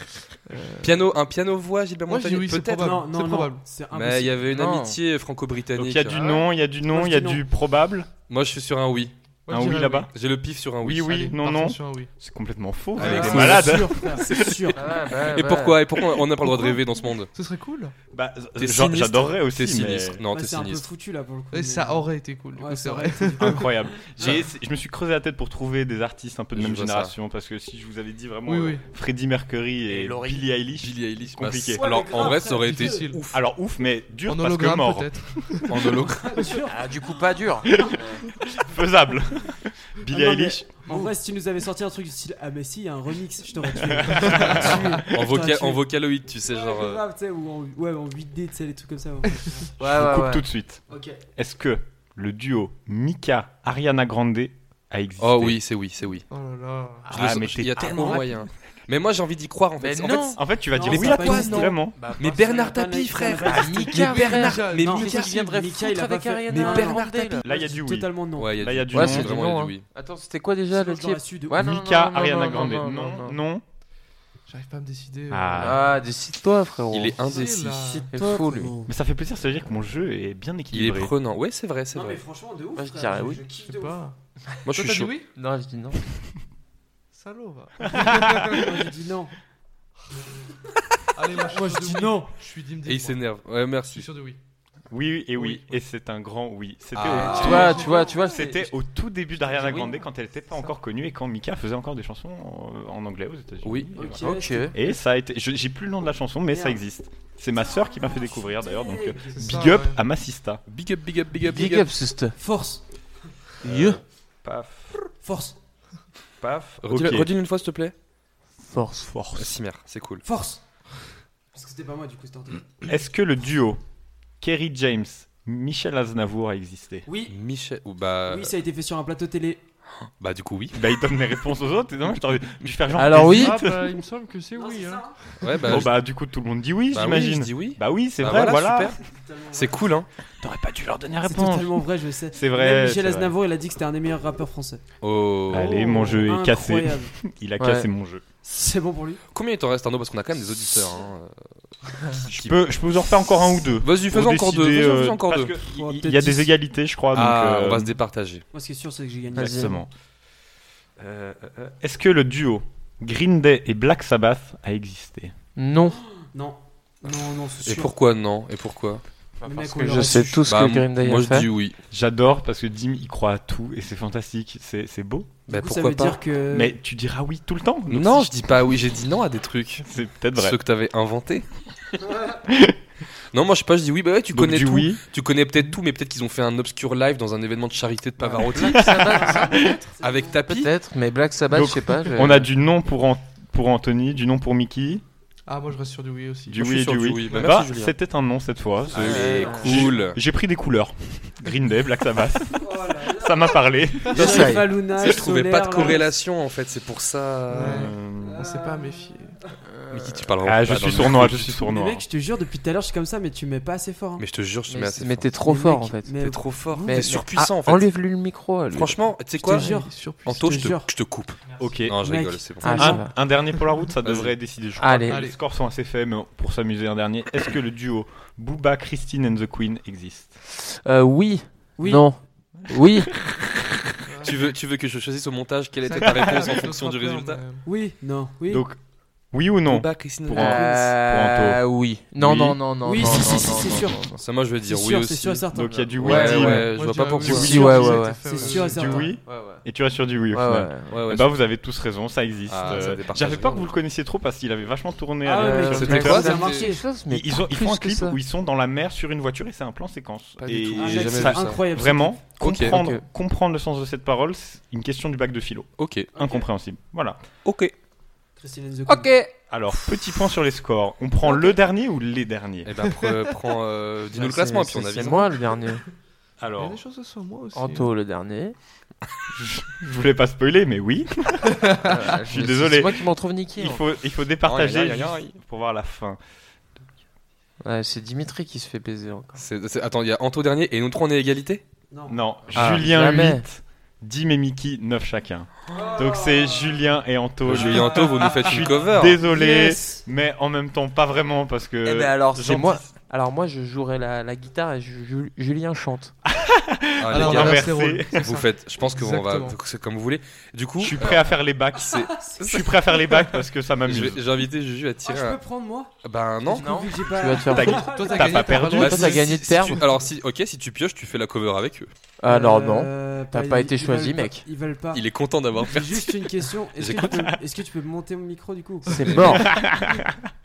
[SPEAKER 8] Piano, un piano-voix, Gilbert
[SPEAKER 9] Moi, je
[SPEAKER 8] Montagnier,
[SPEAKER 9] dis oui, c'est
[SPEAKER 8] peut-être.
[SPEAKER 9] probable.
[SPEAKER 6] Non, non,
[SPEAKER 9] C'est
[SPEAKER 6] non,
[SPEAKER 9] probable.
[SPEAKER 6] c'est
[SPEAKER 8] Mais il
[SPEAKER 6] impossible.
[SPEAKER 8] y avait une
[SPEAKER 10] Non.
[SPEAKER 8] amitié
[SPEAKER 7] Donc, il
[SPEAKER 8] franco-britannique.
[SPEAKER 7] y a du
[SPEAKER 8] hein.
[SPEAKER 7] non, il y a du
[SPEAKER 6] Moi,
[SPEAKER 7] non,
[SPEAKER 6] je
[SPEAKER 7] il y a
[SPEAKER 6] dis
[SPEAKER 7] du probable.
[SPEAKER 8] Moi, je suis sur un oui.
[SPEAKER 9] Moi,
[SPEAKER 7] un
[SPEAKER 9] je
[SPEAKER 7] oui
[SPEAKER 9] dirais
[SPEAKER 7] là-bas
[SPEAKER 8] J'ai le pif sur un oui.
[SPEAKER 7] Oui, oui,
[SPEAKER 9] Allez,
[SPEAKER 7] non,
[SPEAKER 9] partons
[SPEAKER 7] non.
[SPEAKER 9] sur un oui.
[SPEAKER 7] C'est complètement faux.
[SPEAKER 8] Allez,
[SPEAKER 7] T'es
[SPEAKER 8] Ah, c'est
[SPEAKER 6] C'est
[SPEAKER 7] malade.
[SPEAKER 6] sûr, frère, c'est sûr.
[SPEAKER 10] Ah, bah,
[SPEAKER 8] Et
[SPEAKER 10] bah.
[SPEAKER 8] pourquoi Et pourquoi on n'a pas le droit de rêver dans ce monde
[SPEAKER 9] Ce serait cool.
[SPEAKER 7] Bah,
[SPEAKER 8] T'es
[SPEAKER 7] j'a-
[SPEAKER 8] sinistre.
[SPEAKER 7] J'adorerais aussi.
[SPEAKER 8] T'es sinistre.
[SPEAKER 7] mais-
[SPEAKER 8] Non,
[SPEAKER 6] Ouais,
[SPEAKER 8] t'es
[SPEAKER 6] c'est un peu
[SPEAKER 8] sinistre.
[SPEAKER 6] foutu là pour le coup.
[SPEAKER 9] Et
[SPEAKER 6] mais-
[SPEAKER 9] ça aurait été cool, du
[SPEAKER 6] Ouais,
[SPEAKER 9] coup, c'est vrai.
[SPEAKER 6] c'est du coup-
[SPEAKER 7] Incroyable. J'ai essayé- je me suis creusé la tête pour trouver des artistes un peu de
[SPEAKER 8] Je
[SPEAKER 7] même
[SPEAKER 8] vois ça.
[SPEAKER 7] génération parce que si je vous avais dit vraiment
[SPEAKER 9] Oui,
[SPEAKER 7] euh,
[SPEAKER 9] oui.
[SPEAKER 7] Freddie Mercury et,
[SPEAKER 10] Et Laurie.
[SPEAKER 7] Billie Eilish,
[SPEAKER 8] Billie Eilish, bah,
[SPEAKER 7] Compliqué.
[SPEAKER 8] c'est- alors
[SPEAKER 6] Ouais, mais
[SPEAKER 8] en vrai,
[SPEAKER 6] grave,
[SPEAKER 8] ça aurait été
[SPEAKER 9] difficile.
[SPEAKER 8] ouf.
[SPEAKER 7] alors ouf, mais dur
[SPEAKER 9] En
[SPEAKER 7] parce que
[SPEAKER 9] hologramme,
[SPEAKER 7] mort,
[SPEAKER 9] peut-être.
[SPEAKER 8] En hologramme.
[SPEAKER 9] oh.
[SPEAKER 10] Ah, du coup, pas dur.
[SPEAKER 7] faisable. Billie
[SPEAKER 6] Ah non, mais-
[SPEAKER 7] Eilish,
[SPEAKER 6] En vrai, si tu nous avais sorti un truc du style Ah, mais si, il y a un remix, je t'aurais tué. Je t'aurais tué.
[SPEAKER 8] En,
[SPEAKER 6] Je t'aurais
[SPEAKER 8] vocal,
[SPEAKER 6] tué.
[SPEAKER 8] en vocaloïde, tu sais,
[SPEAKER 6] Ouais,
[SPEAKER 8] genre. euh,
[SPEAKER 6] grave, tu sais, ou en, ouais, en 8D, tu sais, les trucs comme ça. Ah ouais.
[SPEAKER 10] Ouais,
[SPEAKER 7] on
[SPEAKER 10] ouais,
[SPEAKER 7] coupe
[SPEAKER 10] ouais.
[SPEAKER 7] tout de suite.
[SPEAKER 6] ok.
[SPEAKER 7] Est-ce que le duo Mika Ariana Grande a existé
[SPEAKER 8] Oh oui, c'est oui, c'est oui.
[SPEAKER 9] Oh là là.
[SPEAKER 8] Je le
[SPEAKER 7] Ah,
[SPEAKER 8] sens-
[SPEAKER 7] mais
[SPEAKER 8] Il y a
[SPEAKER 7] t'es
[SPEAKER 8] tellement
[SPEAKER 7] taré.
[SPEAKER 8] moyen. Mais moi, j'ai envie d'y croire en fait.
[SPEAKER 10] Mais
[SPEAKER 8] En
[SPEAKER 10] non.
[SPEAKER 8] fait,
[SPEAKER 7] En fait, tu vas
[SPEAKER 6] Non,
[SPEAKER 7] dire
[SPEAKER 6] mais
[SPEAKER 7] oui,
[SPEAKER 6] ça a pas
[SPEAKER 7] toi,
[SPEAKER 6] existé.
[SPEAKER 7] vraiment.
[SPEAKER 10] Bah,
[SPEAKER 8] mais
[SPEAKER 10] bah,
[SPEAKER 8] Bernard
[SPEAKER 6] c'est-
[SPEAKER 8] Tapie, frère.
[SPEAKER 6] Ah,
[SPEAKER 10] Mika,
[SPEAKER 8] Mais Bernard,
[SPEAKER 9] Bernard-
[SPEAKER 8] mais
[SPEAKER 6] Non,
[SPEAKER 10] c'est-
[SPEAKER 8] Mika.
[SPEAKER 10] qui viendrait
[SPEAKER 6] Mika, il
[SPEAKER 10] foutre
[SPEAKER 6] a pas
[SPEAKER 10] avec
[SPEAKER 6] fait-
[SPEAKER 10] Ariana
[SPEAKER 6] Mais Bernard
[SPEAKER 10] Grande, là.
[SPEAKER 6] Tapie.
[SPEAKER 7] Là, il y a du oui.
[SPEAKER 6] Totalement non.
[SPEAKER 8] Ouais, il y a
[SPEAKER 7] Là,
[SPEAKER 8] du-
[SPEAKER 7] il y a du
[SPEAKER 10] Ouais,
[SPEAKER 8] non,
[SPEAKER 10] c'est du
[SPEAKER 8] vraiment,
[SPEAKER 10] non,
[SPEAKER 8] il y a
[SPEAKER 10] hein.
[SPEAKER 8] du oui.
[SPEAKER 10] Attends, c'était quoi déjà le
[SPEAKER 6] Sinon, je l'aurais
[SPEAKER 10] type
[SPEAKER 6] su de
[SPEAKER 10] Ouais, non, non,
[SPEAKER 7] Mika
[SPEAKER 10] non, non,
[SPEAKER 7] Ariana
[SPEAKER 10] non,
[SPEAKER 7] Grande,
[SPEAKER 10] non,
[SPEAKER 7] non,
[SPEAKER 10] non,
[SPEAKER 7] non.
[SPEAKER 10] non.
[SPEAKER 9] J'arrive pas à me décider.
[SPEAKER 7] Ah.
[SPEAKER 10] Ah, décide-toi, frérot.
[SPEAKER 8] Il est indécis.
[SPEAKER 9] là.
[SPEAKER 10] C'est
[SPEAKER 6] Toi,
[SPEAKER 10] fou, lui.
[SPEAKER 6] gros.
[SPEAKER 7] Mais ça fait plaisir, ça veut dire que mon jeu est bien
[SPEAKER 8] Il est
[SPEAKER 7] équilibré.
[SPEAKER 8] prenant. Ouais, c'est vrai, c'est
[SPEAKER 6] Non, mais
[SPEAKER 8] vrai.
[SPEAKER 6] franchement, de ouf.
[SPEAKER 10] Moi, je
[SPEAKER 6] frère,
[SPEAKER 10] dirais oui.
[SPEAKER 6] Je
[SPEAKER 9] Je
[SPEAKER 6] kiffe de
[SPEAKER 9] sais
[SPEAKER 6] ouf.
[SPEAKER 9] pas.
[SPEAKER 8] Moi, je
[SPEAKER 9] Toi,
[SPEAKER 8] suis
[SPEAKER 9] t'as dit
[SPEAKER 8] chaud.
[SPEAKER 9] oui
[SPEAKER 10] Non, je dis non.
[SPEAKER 9] Salaud, va.
[SPEAKER 6] Moi, je dis non.
[SPEAKER 9] Allez, moi, je,
[SPEAKER 6] Moi,
[SPEAKER 9] suis
[SPEAKER 6] je
[SPEAKER 9] de
[SPEAKER 6] dis
[SPEAKER 9] oui.
[SPEAKER 6] non.
[SPEAKER 9] Je suis dim
[SPEAKER 8] Et il s'énerve. Ouais,
[SPEAKER 9] Je suis
[SPEAKER 8] merci.
[SPEAKER 9] sûr de oui.
[SPEAKER 7] Oui, oui, et oui, et c'est un grand oui. C'était
[SPEAKER 8] Ah.
[SPEAKER 7] au-
[SPEAKER 10] Tu vois, tu vois, tu vois. c'est-
[SPEAKER 7] C'était au tout début d'Ariana
[SPEAKER 10] Oui.
[SPEAKER 7] Grande quand elle n'était pas encore connue et quand Mika faisait encore des chansons en, en anglais aux États-Unis.
[SPEAKER 8] Oui.
[SPEAKER 7] Et, voilà.
[SPEAKER 10] Ok.
[SPEAKER 7] Et ça a été. je- J'ai plus le nom de la chanson, mais ça
[SPEAKER 6] Merde.
[SPEAKER 7] existe. C'est ma sœur qui m'a fait découvrir d'ailleurs, donc euh,
[SPEAKER 9] C'est ça,
[SPEAKER 7] big up
[SPEAKER 9] ouais.
[SPEAKER 7] à Massista.
[SPEAKER 8] Big up, big up, big up,
[SPEAKER 10] Big up, sister.
[SPEAKER 6] Force,
[SPEAKER 10] Yo.
[SPEAKER 7] Paf,
[SPEAKER 6] force,
[SPEAKER 7] paf.
[SPEAKER 8] Redis-
[SPEAKER 7] ok.
[SPEAKER 8] Redis-le une fois, s'il te plaît.
[SPEAKER 10] Force.
[SPEAKER 8] Ah, Si, merde, c'est cool.
[SPEAKER 6] force. Parce que c'était pas moi, du coup, c'était Anthony.
[SPEAKER 7] Est-ce que le duo Kerry James, Michel Aznavour a existé
[SPEAKER 6] Oui,
[SPEAKER 8] Michel. Ou bah.
[SPEAKER 6] oui, ça a été fait sur un plateau télé.
[SPEAKER 8] Bah, du coup, oui.
[SPEAKER 7] Bah, il donne les réponses aux autres, et non, je t'aurais dû faire genre.
[SPEAKER 10] Alors oui.
[SPEAKER 7] hésite.
[SPEAKER 9] Ah, bah, il me semble que c'est oui. hein.
[SPEAKER 8] Ouais, bah.
[SPEAKER 7] Bon,
[SPEAKER 8] je-
[SPEAKER 7] bah, du coup, tout le monde dit oui,
[SPEAKER 8] bah oui,
[SPEAKER 7] j'imagine.
[SPEAKER 8] je dis oui.
[SPEAKER 7] Bah, oui, c'est
[SPEAKER 8] Bah
[SPEAKER 7] vrai, voilà.
[SPEAKER 8] super. C'est cool, hein.
[SPEAKER 7] T'aurais pas dû leur donner la
[SPEAKER 6] C'est
[SPEAKER 7] réponse.
[SPEAKER 6] totalement vrai, je sais.
[SPEAKER 7] C'est vrai,
[SPEAKER 6] Même
[SPEAKER 7] c'est
[SPEAKER 6] Michel
[SPEAKER 7] vrai.
[SPEAKER 6] Aznavour, il a dit que c'était un des meilleurs rappeurs français.
[SPEAKER 8] Oh.
[SPEAKER 7] Allez, mon jeu est cassé.
[SPEAKER 6] Incroyable.
[SPEAKER 7] Il a
[SPEAKER 10] Ouais.
[SPEAKER 7] cassé mon jeu.
[SPEAKER 6] C'est bon pour lui.
[SPEAKER 8] Combien il t'en reste, Arnaud Parce qu'on a quand même des auditeurs. hein.
[SPEAKER 7] Je peux, je peux vous en refaire encore un ou deux.
[SPEAKER 8] Vas-y, fais
[SPEAKER 7] Pour
[SPEAKER 8] encore deux.
[SPEAKER 7] décider,
[SPEAKER 8] Vas-y,
[SPEAKER 7] euh,
[SPEAKER 8] fais encore
[SPEAKER 7] parce
[SPEAKER 8] deux.
[SPEAKER 7] que
[SPEAKER 6] On va
[SPEAKER 7] Il il y a
[SPEAKER 6] peut-être
[SPEAKER 7] des
[SPEAKER 6] dix.
[SPEAKER 7] égalités, je crois.
[SPEAKER 8] Ah,
[SPEAKER 7] donc, euh,
[SPEAKER 8] on va se départager.
[SPEAKER 6] Moi, ce qui est sûr, c'est que j'ai gagné.
[SPEAKER 7] Exactement. Euh, euh, euh, Est-ce que le duo Green Day et Black Sabbath a existé
[SPEAKER 10] Non.
[SPEAKER 6] Non, non, non, c'est
[SPEAKER 8] Et
[SPEAKER 6] sûr.
[SPEAKER 8] pourquoi non Et pourquoi
[SPEAKER 6] Le mec,
[SPEAKER 10] Parce
[SPEAKER 6] on
[SPEAKER 10] que je
[SPEAKER 6] l'aurait
[SPEAKER 10] sais
[SPEAKER 6] su.
[SPEAKER 10] tout ce
[SPEAKER 8] Bah,
[SPEAKER 10] que Green Day
[SPEAKER 8] Moi,
[SPEAKER 10] a
[SPEAKER 8] je dis
[SPEAKER 10] fait.
[SPEAKER 8] oui.
[SPEAKER 7] J'adore parce que Dim il croit à tout et c'est fantastique, c'est c'est beau.
[SPEAKER 6] Du
[SPEAKER 8] Bah,
[SPEAKER 6] coup, ça
[SPEAKER 8] pourquoi
[SPEAKER 6] veut
[SPEAKER 8] pas
[SPEAKER 6] dire que.
[SPEAKER 10] Euh.
[SPEAKER 7] Mais tu diras oui tout le temps. donc
[SPEAKER 8] Non,
[SPEAKER 7] si-
[SPEAKER 8] je dis pas oui, j'ai dit non à des trucs.
[SPEAKER 7] c'est peut-être vrai.
[SPEAKER 8] Ceux que t'avais inventés. Non, moi je sais pas, je dis oui, bah ouais, tu
[SPEAKER 7] Donc,
[SPEAKER 8] connais
[SPEAKER 7] du
[SPEAKER 8] tout.
[SPEAKER 7] oui.
[SPEAKER 8] Tu connais peut-être tout, mais peut-être qu'ils ont fait un obscur live dans un événement de charité de Pavarotti
[SPEAKER 6] hein,
[SPEAKER 8] avec tapis.
[SPEAKER 10] Peut-être, mais Black Sabbath,
[SPEAKER 7] Donc,
[SPEAKER 10] Ah bah, je sais pas. je-
[SPEAKER 7] On a du non pour, An- pour Anthony, du non pour Mickey,
[SPEAKER 9] Ah, moi, je reste sûr du oui aussi.
[SPEAKER 7] du
[SPEAKER 8] Moi, je suis
[SPEAKER 7] oui et
[SPEAKER 8] sur
[SPEAKER 7] du
[SPEAKER 8] du
[SPEAKER 7] oui.
[SPEAKER 8] oui. Bah,
[SPEAKER 7] Bah,
[SPEAKER 8] merci, Julien.
[SPEAKER 7] c'était un non cette fois. c'est-
[SPEAKER 8] Allez,
[SPEAKER 7] J'ai-
[SPEAKER 8] cool.
[SPEAKER 7] J'ai pris des couleurs. Green Day, Black Sabbath,
[SPEAKER 6] Oh là là.
[SPEAKER 7] ça m'a parlé.
[SPEAKER 10] Yes,
[SPEAKER 6] Jeff
[SPEAKER 10] I.
[SPEAKER 6] Halouna,
[SPEAKER 8] Je trouvais
[SPEAKER 6] Soler,
[SPEAKER 8] pas de
[SPEAKER 6] là.
[SPEAKER 8] corrélation en fait, c'est pour ça.
[SPEAKER 9] Ouais.
[SPEAKER 7] Euh,
[SPEAKER 9] On s'est pas méfié.
[SPEAKER 8] Mais qui tu parles vraiment
[SPEAKER 7] Ah, je
[SPEAKER 8] pas Bah, dans
[SPEAKER 7] suis
[SPEAKER 8] le
[SPEAKER 7] sournois, je
[SPEAKER 8] micro.
[SPEAKER 7] suis
[SPEAKER 6] Mais
[SPEAKER 7] sournois.
[SPEAKER 6] mec, je te jure, depuis tout à l'heure, je suis comme ça, mais tu mets pas assez fort. hein.
[SPEAKER 8] Mais je te jure, je te mets
[SPEAKER 10] Mais-
[SPEAKER 8] assez
[SPEAKER 10] Mais
[SPEAKER 8] fort.
[SPEAKER 10] t'es trop
[SPEAKER 6] Mais
[SPEAKER 10] fort en
[SPEAKER 6] mec,
[SPEAKER 10] fait. Ah,
[SPEAKER 6] mais- hein
[SPEAKER 8] T'es trop fort,
[SPEAKER 6] Mais-
[SPEAKER 8] t'es
[SPEAKER 6] mais-
[SPEAKER 8] surpuissant en fait.
[SPEAKER 10] Enlève-lui le micro. lui.
[SPEAKER 8] Franchement, tu sais
[SPEAKER 6] Je te
[SPEAKER 8] quoi
[SPEAKER 6] jure.
[SPEAKER 9] Il est surpuissant.
[SPEAKER 8] Anto,
[SPEAKER 6] Je
[SPEAKER 8] je
[SPEAKER 6] te
[SPEAKER 8] te,
[SPEAKER 6] jure.
[SPEAKER 8] je te coupe.
[SPEAKER 7] Ok.
[SPEAKER 8] Non, je
[SPEAKER 6] Mec.
[SPEAKER 8] rigole, c'est bon.
[SPEAKER 10] Ah, ça
[SPEAKER 7] Un,
[SPEAKER 10] va.
[SPEAKER 7] un dernier pour la route, ça
[SPEAKER 8] Vas-y.
[SPEAKER 7] devrait décider. Je crois.
[SPEAKER 10] Allez.
[SPEAKER 7] Les scores sont assez faibles, mais pour s'amuser un dernier. Est-ce que le duo Booba, Christine and the Queen existe
[SPEAKER 10] Euh, oui.
[SPEAKER 6] Oui.
[SPEAKER 10] Non. Oui.
[SPEAKER 8] Tu veux, tu veux que je choisisse au montage quelle était ta réponse en fonction du résultat
[SPEAKER 6] Oui, non, oui.
[SPEAKER 7] Donc, oui ou non
[SPEAKER 8] Booba, Christine
[SPEAKER 7] Pour
[SPEAKER 8] Anna.
[SPEAKER 10] Euh, oui. Non,
[SPEAKER 7] Oui.
[SPEAKER 10] non, non, non.
[SPEAKER 6] Oui,
[SPEAKER 10] non,
[SPEAKER 6] si,
[SPEAKER 10] non,
[SPEAKER 6] si, si,
[SPEAKER 10] non,
[SPEAKER 6] c'est
[SPEAKER 10] non,
[SPEAKER 6] sûr.
[SPEAKER 10] non, non.
[SPEAKER 8] Ça, moi, je vais dire
[SPEAKER 6] C'est
[SPEAKER 8] oui
[SPEAKER 6] sûr, c'est
[SPEAKER 8] aussi.
[SPEAKER 6] sûr et certain.
[SPEAKER 7] Donc il y a du oui,
[SPEAKER 8] Ouais,
[SPEAKER 7] Dim,
[SPEAKER 8] ouais, je
[SPEAKER 9] Moi,
[SPEAKER 8] vois pas
[SPEAKER 9] dirais oui.
[SPEAKER 8] pourquoi.
[SPEAKER 7] Du
[SPEAKER 10] Si, ouais, ouais, ouais.
[SPEAKER 6] C'est sûr et
[SPEAKER 7] du
[SPEAKER 6] certain.
[SPEAKER 7] oui,
[SPEAKER 10] Ouais, ouais.
[SPEAKER 7] et tu vas sur du oui au
[SPEAKER 10] Ouais,
[SPEAKER 7] final.
[SPEAKER 10] ouais.
[SPEAKER 8] Ouais, ouais,
[SPEAKER 7] Eh ben, vous avez tous raison, ça existe.
[SPEAKER 8] Ah, ça
[SPEAKER 7] Euh,
[SPEAKER 8] départage.
[SPEAKER 7] J'avais peur que vous le connaissiez trop parce qu'il avait vachement tourné
[SPEAKER 6] Ah
[SPEAKER 7] à
[SPEAKER 6] ouais,
[SPEAKER 7] l'époque
[SPEAKER 6] mais
[SPEAKER 7] sur
[SPEAKER 8] c'était
[SPEAKER 7] Twitter.
[SPEAKER 8] quoi,
[SPEAKER 6] ça a
[SPEAKER 8] c'était-
[SPEAKER 6] marché.
[SPEAKER 10] Mais
[SPEAKER 7] ils, ont, ils font
[SPEAKER 10] plus
[SPEAKER 7] un
[SPEAKER 10] que
[SPEAKER 7] clip
[SPEAKER 10] ça.
[SPEAKER 7] où ils sont dans la mer sur une voiture et c'est un plan séquence.
[SPEAKER 9] Pas du
[SPEAKER 7] Et
[SPEAKER 9] tout.
[SPEAKER 6] Ah,
[SPEAKER 8] J'ai
[SPEAKER 6] mec,
[SPEAKER 8] jamais
[SPEAKER 6] c'est
[SPEAKER 8] vu ça.
[SPEAKER 6] incroyable.
[SPEAKER 7] vraiment,
[SPEAKER 8] Ok,
[SPEAKER 7] comprendre,
[SPEAKER 10] ok.
[SPEAKER 7] comprendre le sens de cette parole, c'est une question du bac de philo.
[SPEAKER 8] Ok,
[SPEAKER 7] Incompréhensible. Voilà.
[SPEAKER 8] ok.
[SPEAKER 6] Christine and the Queen.
[SPEAKER 10] Ok.
[SPEAKER 7] Alors, petit point sur les scores. On prend le dernier ou les derniers
[SPEAKER 8] Eh ben, pre- prends. euh, Dis-nous le classement, et puis on
[SPEAKER 10] Ah, C'est
[SPEAKER 8] avise.
[SPEAKER 10] moi le dernier.
[SPEAKER 9] Il y a
[SPEAKER 7] Alors,
[SPEAKER 9] des choses sur moi aussi.
[SPEAKER 10] Anto le dernier.
[SPEAKER 7] je voulais pas spoiler, mais oui.
[SPEAKER 8] Ah,
[SPEAKER 10] Ah, Je
[SPEAKER 7] suis désolé.
[SPEAKER 10] C'est moi qui m'en trouve niqué. hein.
[SPEAKER 7] Il
[SPEAKER 10] en
[SPEAKER 7] faut, il faut départager
[SPEAKER 8] Aïe, aïe, aïe, aïe.
[SPEAKER 7] juste pour voir la fin.
[SPEAKER 10] fait. Ouais, C'est Dimitri qui se fait baiser encore.
[SPEAKER 8] C'est- c'est- Attends, il y a Anto dernier et nous trois, on est égalité
[SPEAKER 6] Non.
[SPEAKER 7] Non,
[SPEAKER 10] Ah,
[SPEAKER 7] Julien
[SPEAKER 10] jamais.
[SPEAKER 7] 8, Dim et Mickey 9 chacun. Donc c'est Julien et Anto.
[SPEAKER 8] Bah, Julien Anto, vous nous faites
[SPEAKER 7] Je
[SPEAKER 8] une
[SPEAKER 7] suis
[SPEAKER 8] cover.
[SPEAKER 7] Désolé,
[SPEAKER 6] Yes.
[SPEAKER 7] mais en même temps pas vraiment parce que.
[SPEAKER 10] Eh ben alors,
[SPEAKER 7] j'en-
[SPEAKER 10] c'est moi. Alors moi je jouerai la, la guitare et je- Ju- Julien chante.
[SPEAKER 8] Ah, les
[SPEAKER 9] Alors,
[SPEAKER 8] gars,
[SPEAKER 9] on inverse
[SPEAKER 7] inversé.
[SPEAKER 9] les rôles. C'est
[SPEAKER 8] vous
[SPEAKER 9] ça.
[SPEAKER 8] faites. Je pense que on va.
[SPEAKER 9] Exactement.
[SPEAKER 8] C'est comme vous voulez. Du coup,
[SPEAKER 7] Je suis prêt à faire les bacs.
[SPEAKER 10] Ah,
[SPEAKER 7] Je suis prêt à faire les bacs parce que ça
[SPEAKER 8] je
[SPEAKER 7] m'amuse.
[SPEAKER 8] vais- j'ai invité Juju à
[SPEAKER 6] Ah,
[SPEAKER 8] tirer.
[SPEAKER 6] je peux
[SPEAKER 8] un-
[SPEAKER 6] prendre moi
[SPEAKER 8] Ben non.
[SPEAKER 10] Non.
[SPEAKER 6] Vu que j'ai
[SPEAKER 10] Tu vas
[SPEAKER 6] pas. euh,
[SPEAKER 10] te faire
[SPEAKER 7] T'as-
[SPEAKER 10] foutre.
[SPEAKER 9] Toi,
[SPEAKER 7] T'as
[SPEAKER 9] t'as gagné,
[SPEAKER 7] pas
[SPEAKER 9] t'as
[SPEAKER 7] perdu.
[SPEAKER 9] le droit
[SPEAKER 10] Bah,
[SPEAKER 9] de-
[SPEAKER 10] t'as gagné de
[SPEAKER 8] si
[SPEAKER 10] terme.
[SPEAKER 8] tu- Alors si, ok, si tu pioches, tu fais la cover avec eux.
[SPEAKER 10] Alors
[SPEAKER 6] Euh,
[SPEAKER 10] Ah, non. T'as pas été
[SPEAKER 6] ils
[SPEAKER 10] choisi,
[SPEAKER 6] veulent pas-
[SPEAKER 10] mec.
[SPEAKER 6] Ils veulent pas.
[SPEAKER 8] Il est content d'avoir
[SPEAKER 6] J'ai
[SPEAKER 8] perdu.
[SPEAKER 6] juste une question. Est-ce que, tu
[SPEAKER 8] J'écoute.
[SPEAKER 6] peux- est-ce que tu peux monter mon micro du coup
[SPEAKER 10] C'est mort.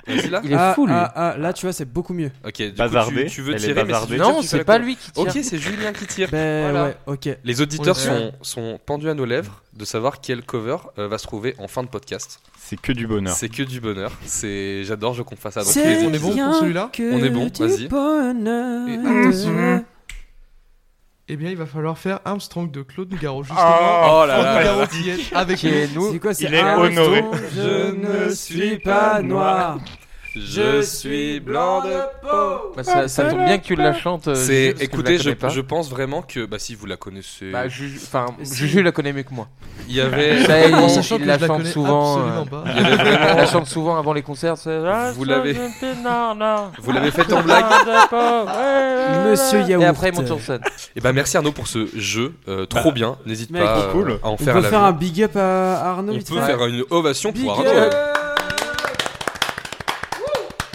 [SPEAKER 8] Vas-y là.
[SPEAKER 10] Il est
[SPEAKER 6] ah,
[SPEAKER 10] fou lui.
[SPEAKER 6] ah, ah, là tu vois, c'est beaucoup mieux.
[SPEAKER 8] Ok. Du
[SPEAKER 7] Bazardé,
[SPEAKER 8] coup, tu, tu veux
[SPEAKER 7] elle est
[SPEAKER 8] tirer, mais si tu
[SPEAKER 7] bazardée.
[SPEAKER 8] veux tirer,
[SPEAKER 10] Non,
[SPEAKER 8] tu fais
[SPEAKER 10] c'est
[SPEAKER 8] la
[SPEAKER 10] pas
[SPEAKER 8] cover.
[SPEAKER 10] lui qui tire.
[SPEAKER 8] Ok, c'est Julien qui tire.
[SPEAKER 6] Ben
[SPEAKER 10] Voilà.
[SPEAKER 6] ouais, ok.
[SPEAKER 8] Les auditeurs
[SPEAKER 9] On est
[SPEAKER 8] sont, sont pendus à nos lèvres de savoir quelle cover euh, va se trouver en fin de podcast.
[SPEAKER 7] C'est que du bonheur.
[SPEAKER 8] C'est que du bonheur. C'est j'adore, je qu'on fasse ça. dans tous les
[SPEAKER 6] C'est
[SPEAKER 9] on est bon pour
[SPEAKER 6] rien
[SPEAKER 9] celui-là
[SPEAKER 6] que
[SPEAKER 8] On est bon,
[SPEAKER 6] du
[SPEAKER 8] vas-y.
[SPEAKER 6] bonheur.
[SPEAKER 9] Et attention. Eh bien, il va falloir faire Armstrong de Claude Nougaro, justement.
[SPEAKER 8] Oh là
[SPEAKER 9] Claude
[SPEAKER 8] là.
[SPEAKER 9] Nougaro qui est avec
[SPEAKER 10] Qui est nous
[SPEAKER 6] C'est quoi, c'est
[SPEAKER 7] Il est
[SPEAKER 6] Armstrong,
[SPEAKER 7] honoré.
[SPEAKER 6] Je ne suis pas noir.
[SPEAKER 8] Je suis blanc de peau.
[SPEAKER 10] Bah, ça- ça tombe bien que tu la chantes, euh, Juju,
[SPEAKER 8] C'est,
[SPEAKER 10] parce que je la
[SPEAKER 8] écoutez, je,
[SPEAKER 10] connais pas.
[SPEAKER 8] je pense vraiment que, bah, si vous la connaissez.
[SPEAKER 10] Bah, Juju- enfin, Juju la connaît mieux que moi.
[SPEAKER 8] Il y avait.
[SPEAKER 10] Ça, Eh, il,
[SPEAKER 8] En
[SPEAKER 10] il
[SPEAKER 8] sachant que
[SPEAKER 10] la
[SPEAKER 8] je la
[SPEAKER 10] chante
[SPEAKER 8] connais
[SPEAKER 10] souvent.
[SPEAKER 8] absolument pas.
[SPEAKER 10] euh, il y avait vraiment- la chante souvent avant les concerts. c'est-
[SPEAKER 8] Vous l'avez-
[SPEAKER 10] Non, non.
[SPEAKER 8] Vous l'avez fait en blague
[SPEAKER 10] Monsieur Yaourt. Et après, il monte sur scène.
[SPEAKER 8] Et bah, merci Arnaud pour ce jeu, euh, trop
[SPEAKER 10] Bah,
[SPEAKER 8] bien. N'hésite
[SPEAKER 10] mec,
[SPEAKER 8] pas
[SPEAKER 10] trop cool.
[SPEAKER 8] euh, à en
[SPEAKER 6] On
[SPEAKER 8] faire à
[SPEAKER 6] peut
[SPEAKER 8] la
[SPEAKER 6] faire un big up à Arnaud
[SPEAKER 8] On
[SPEAKER 6] vite
[SPEAKER 8] peut
[SPEAKER 6] fait
[SPEAKER 8] faire une ovation pour
[SPEAKER 6] Big
[SPEAKER 8] Arnaud.
[SPEAKER 6] up.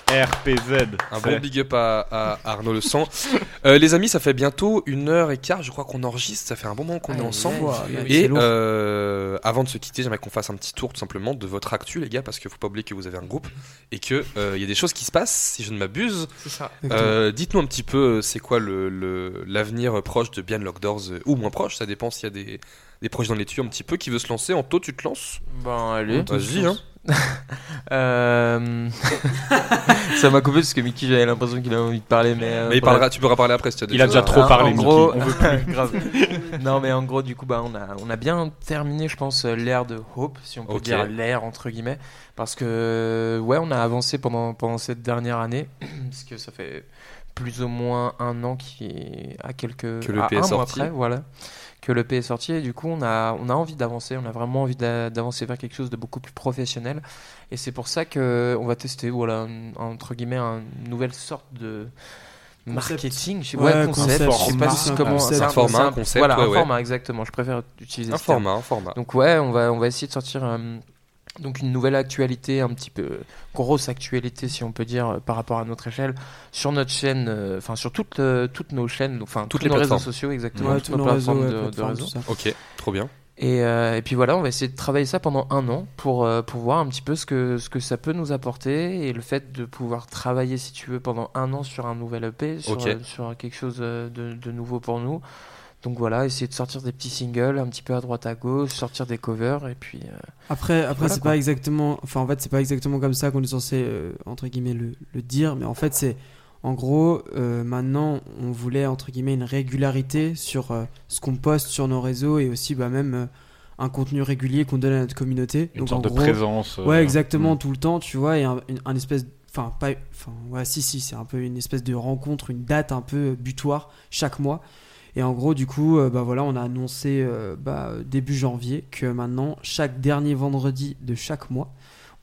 [SPEAKER 7] RPZ.
[SPEAKER 8] Un
[SPEAKER 7] C'est-
[SPEAKER 8] bon big up à, à Arnaud Le Sang. Euh, les amis, ça fait bientôt une heure et quart, je crois qu'on enregistre, ça fait un bon moment
[SPEAKER 6] Ah
[SPEAKER 8] qu'on
[SPEAKER 10] Aïe,
[SPEAKER 8] est
[SPEAKER 10] aïe,
[SPEAKER 8] ensemble.
[SPEAKER 10] aïe, aïe, c'est
[SPEAKER 8] Et
[SPEAKER 10] lourd.
[SPEAKER 8] euh, avant de se quitter, j'aimerais qu'on fasse un petit tour tout simplement de votre actu, les gars, parce qu'il faut pas oublier que vous avez un groupe et qu'il il y a des choses qui se passent, si je ne m'abuse.
[SPEAKER 9] C'est ça.
[SPEAKER 8] Euh, Dites-nous un petit peu, euh, c'est quoi l'avenir le, l'avenir proche de Bien Lock Doors, euh, ou moins proche, ça dépend s'il y a des, des projets dans les tuyaux un petit peu qui veut se lancer. En taux, tu te lances
[SPEAKER 10] Bon, bah, allez.
[SPEAKER 8] Vas-y, hein.
[SPEAKER 10] Euh, ça m'a coupé parce que Mickey, j'avais l'impression qu'il avait envie de parler, mais. euh,
[SPEAKER 8] Mais il
[SPEAKER 10] bref.
[SPEAKER 8] parlera- tu pourras parler après si tu as des
[SPEAKER 7] Il a
[SPEAKER 8] choses
[SPEAKER 7] déjà
[SPEAKER 8] à-
[SPEAKER 7] trop
[SPEAKER 10] Ah,
[SPEAKER 7] parlé,
[SPEAKER 10] en gros,
[SPEAKER 7] Mickey, on veut plus.
[SPEAKER 10] grave. Non, mais en gros, du coup, bah, on a, on a bien terminé, je pense, euh, l'ère de Hope, si on peut
[SPEAKER 8] Ok.
[SPEAKER 10] dire l'ère entre guillemets, parce que euh, ouais, on a avancé pendant pendant cette dernière année, parce que ça fait plus ou moins un an qui à quelques
[SPEAKER 8] Que l'EP est
[SPEAKER 10] à un mois
[SPEAKER 8] sorti.
[SPEAKER 10] après, voilà, que le P est sorti et du coup, on a on a envie d'avancer, on a vraiment envie d'a- d'avancer vers quelque chose de beaucoup plus professionnel, et c'est pour ça que euh, on va tester, voilà, un- entre guillemets, une nouvelle sorte de
[SPEAKER 6] Concept.
[SPEAKER 10] marketing, je sais,
[SPEAKER 6] Ouais,
[SPEAKER 10] ouais,
[SPEAKER 6] concept,
[SPEAKER 10] concept, je sais pas
[SPEAKER 6] format,
[SPEAKER 10] si- comment
[SPEAKER 6] concept.
[SPEAKER 10] c'est
[SPEAKER 8] Un format,
[SPEAKER 10] c'est
[SPEAKER 8] un concept,
[SPEAKER 10] voilà,
[SPEAKER 8] ouais,
[SPEAKER 10] un
[SPEAKER 8] ouais.
[SPEAKER 10] format exactement, je préfère utiliser
[SPEAKER 8] Un
[SPEAKER 10] ce terme.
[SPEAKER 8] format, un format.
[SPEAKER 10] Donc ouais, on va on va essayer de sortir euh, donc une nouvelle actualité un petit peu grosse actualité si on peut dire euh, par rapport à notre échelle sur notre chaîne euh, enfin sur toutes euh, toutes nos chaînes donc, enfin
[SPEAKER 8] Toutes
[SPEAKER 10] tous
[SPEAKER 8] les
[SPEAKER 10] nos réseaux
[SPEAKER 8] plateformes.
[SPEAKER 10] sociaux exactement
[SPEAKER 6] Ouais, tous
[SPEAKER 10] toutes nos
[SPEAKER 6] nos réseaux,
[SPEAKER 10] plateformes
[SPEAKER 6] ouais,
[SPEAKER 10] de- de,
[SPEAKER 6] plateformes,
[SPEAKER 10] réseaux.
[SPEAKER 6] tout ça.
[SPEAKER 8] Ok, trop bien.
[SPEAKER 10] Et, euh, et puis voilà, on va essayer de travailler ça pendant un an pour, euh, pour voir un petit peu ce que, ce que ça peut nous apporter et le fait de pouvoir travailler, si tu veux, pendant un an sur un nouvel EP, sur,
[SPEAKER 8] Ok.
[SPEAKER 10] euh, sur quelque chose euh, de, de nouveau pour nous. Donc voilà, essayer de sortir des petits singles un petit peu à droite à gauche, sortir des covers et puis. euh,
[SPEAKER 6] Après, après
[SPEAKER 10] Voilà,
[SPEAKER 6] c'est
[SPEAKER 10] quoi.
[SPEAKER 6] pas exactement. Enfin, en fait, c'est pas exactement comme ça qu'on est censé euh, entre guillemets le, le dire, mais en fait, c'est en gros euh, maintenant on voulait entre guillemets une régularité sur euh, ce qu'on poste sur nos réseaux et aussi bah même euh, un contenu régulier qu'on donne à notre communauté.
[SPEAKER 7] Une
[SPEAKER 6] Donc
[SPEAKER 7] sorte
[SPEAKER 6] en
[SPEAKER 7] de
[SPEAKER 6] gros,
[SPEAKER 7] présence, euh,
[SPEAKER 6] ouais, exactement
[SPEAKER 7] mm.
[SPEAKER 6] tout le temps, tu vois, et un, une- un espèce. Enfin, pas. Enfin, ouais, si, si, c'est un peu une espèce de rencontre, une date un peu euh, butoir chaque mois. Et en gros, du coup, euh, bah voilà, on a annoncé euh, bah, euh, début janvier que maintenant, chaque dernier vendredi de chaque mois,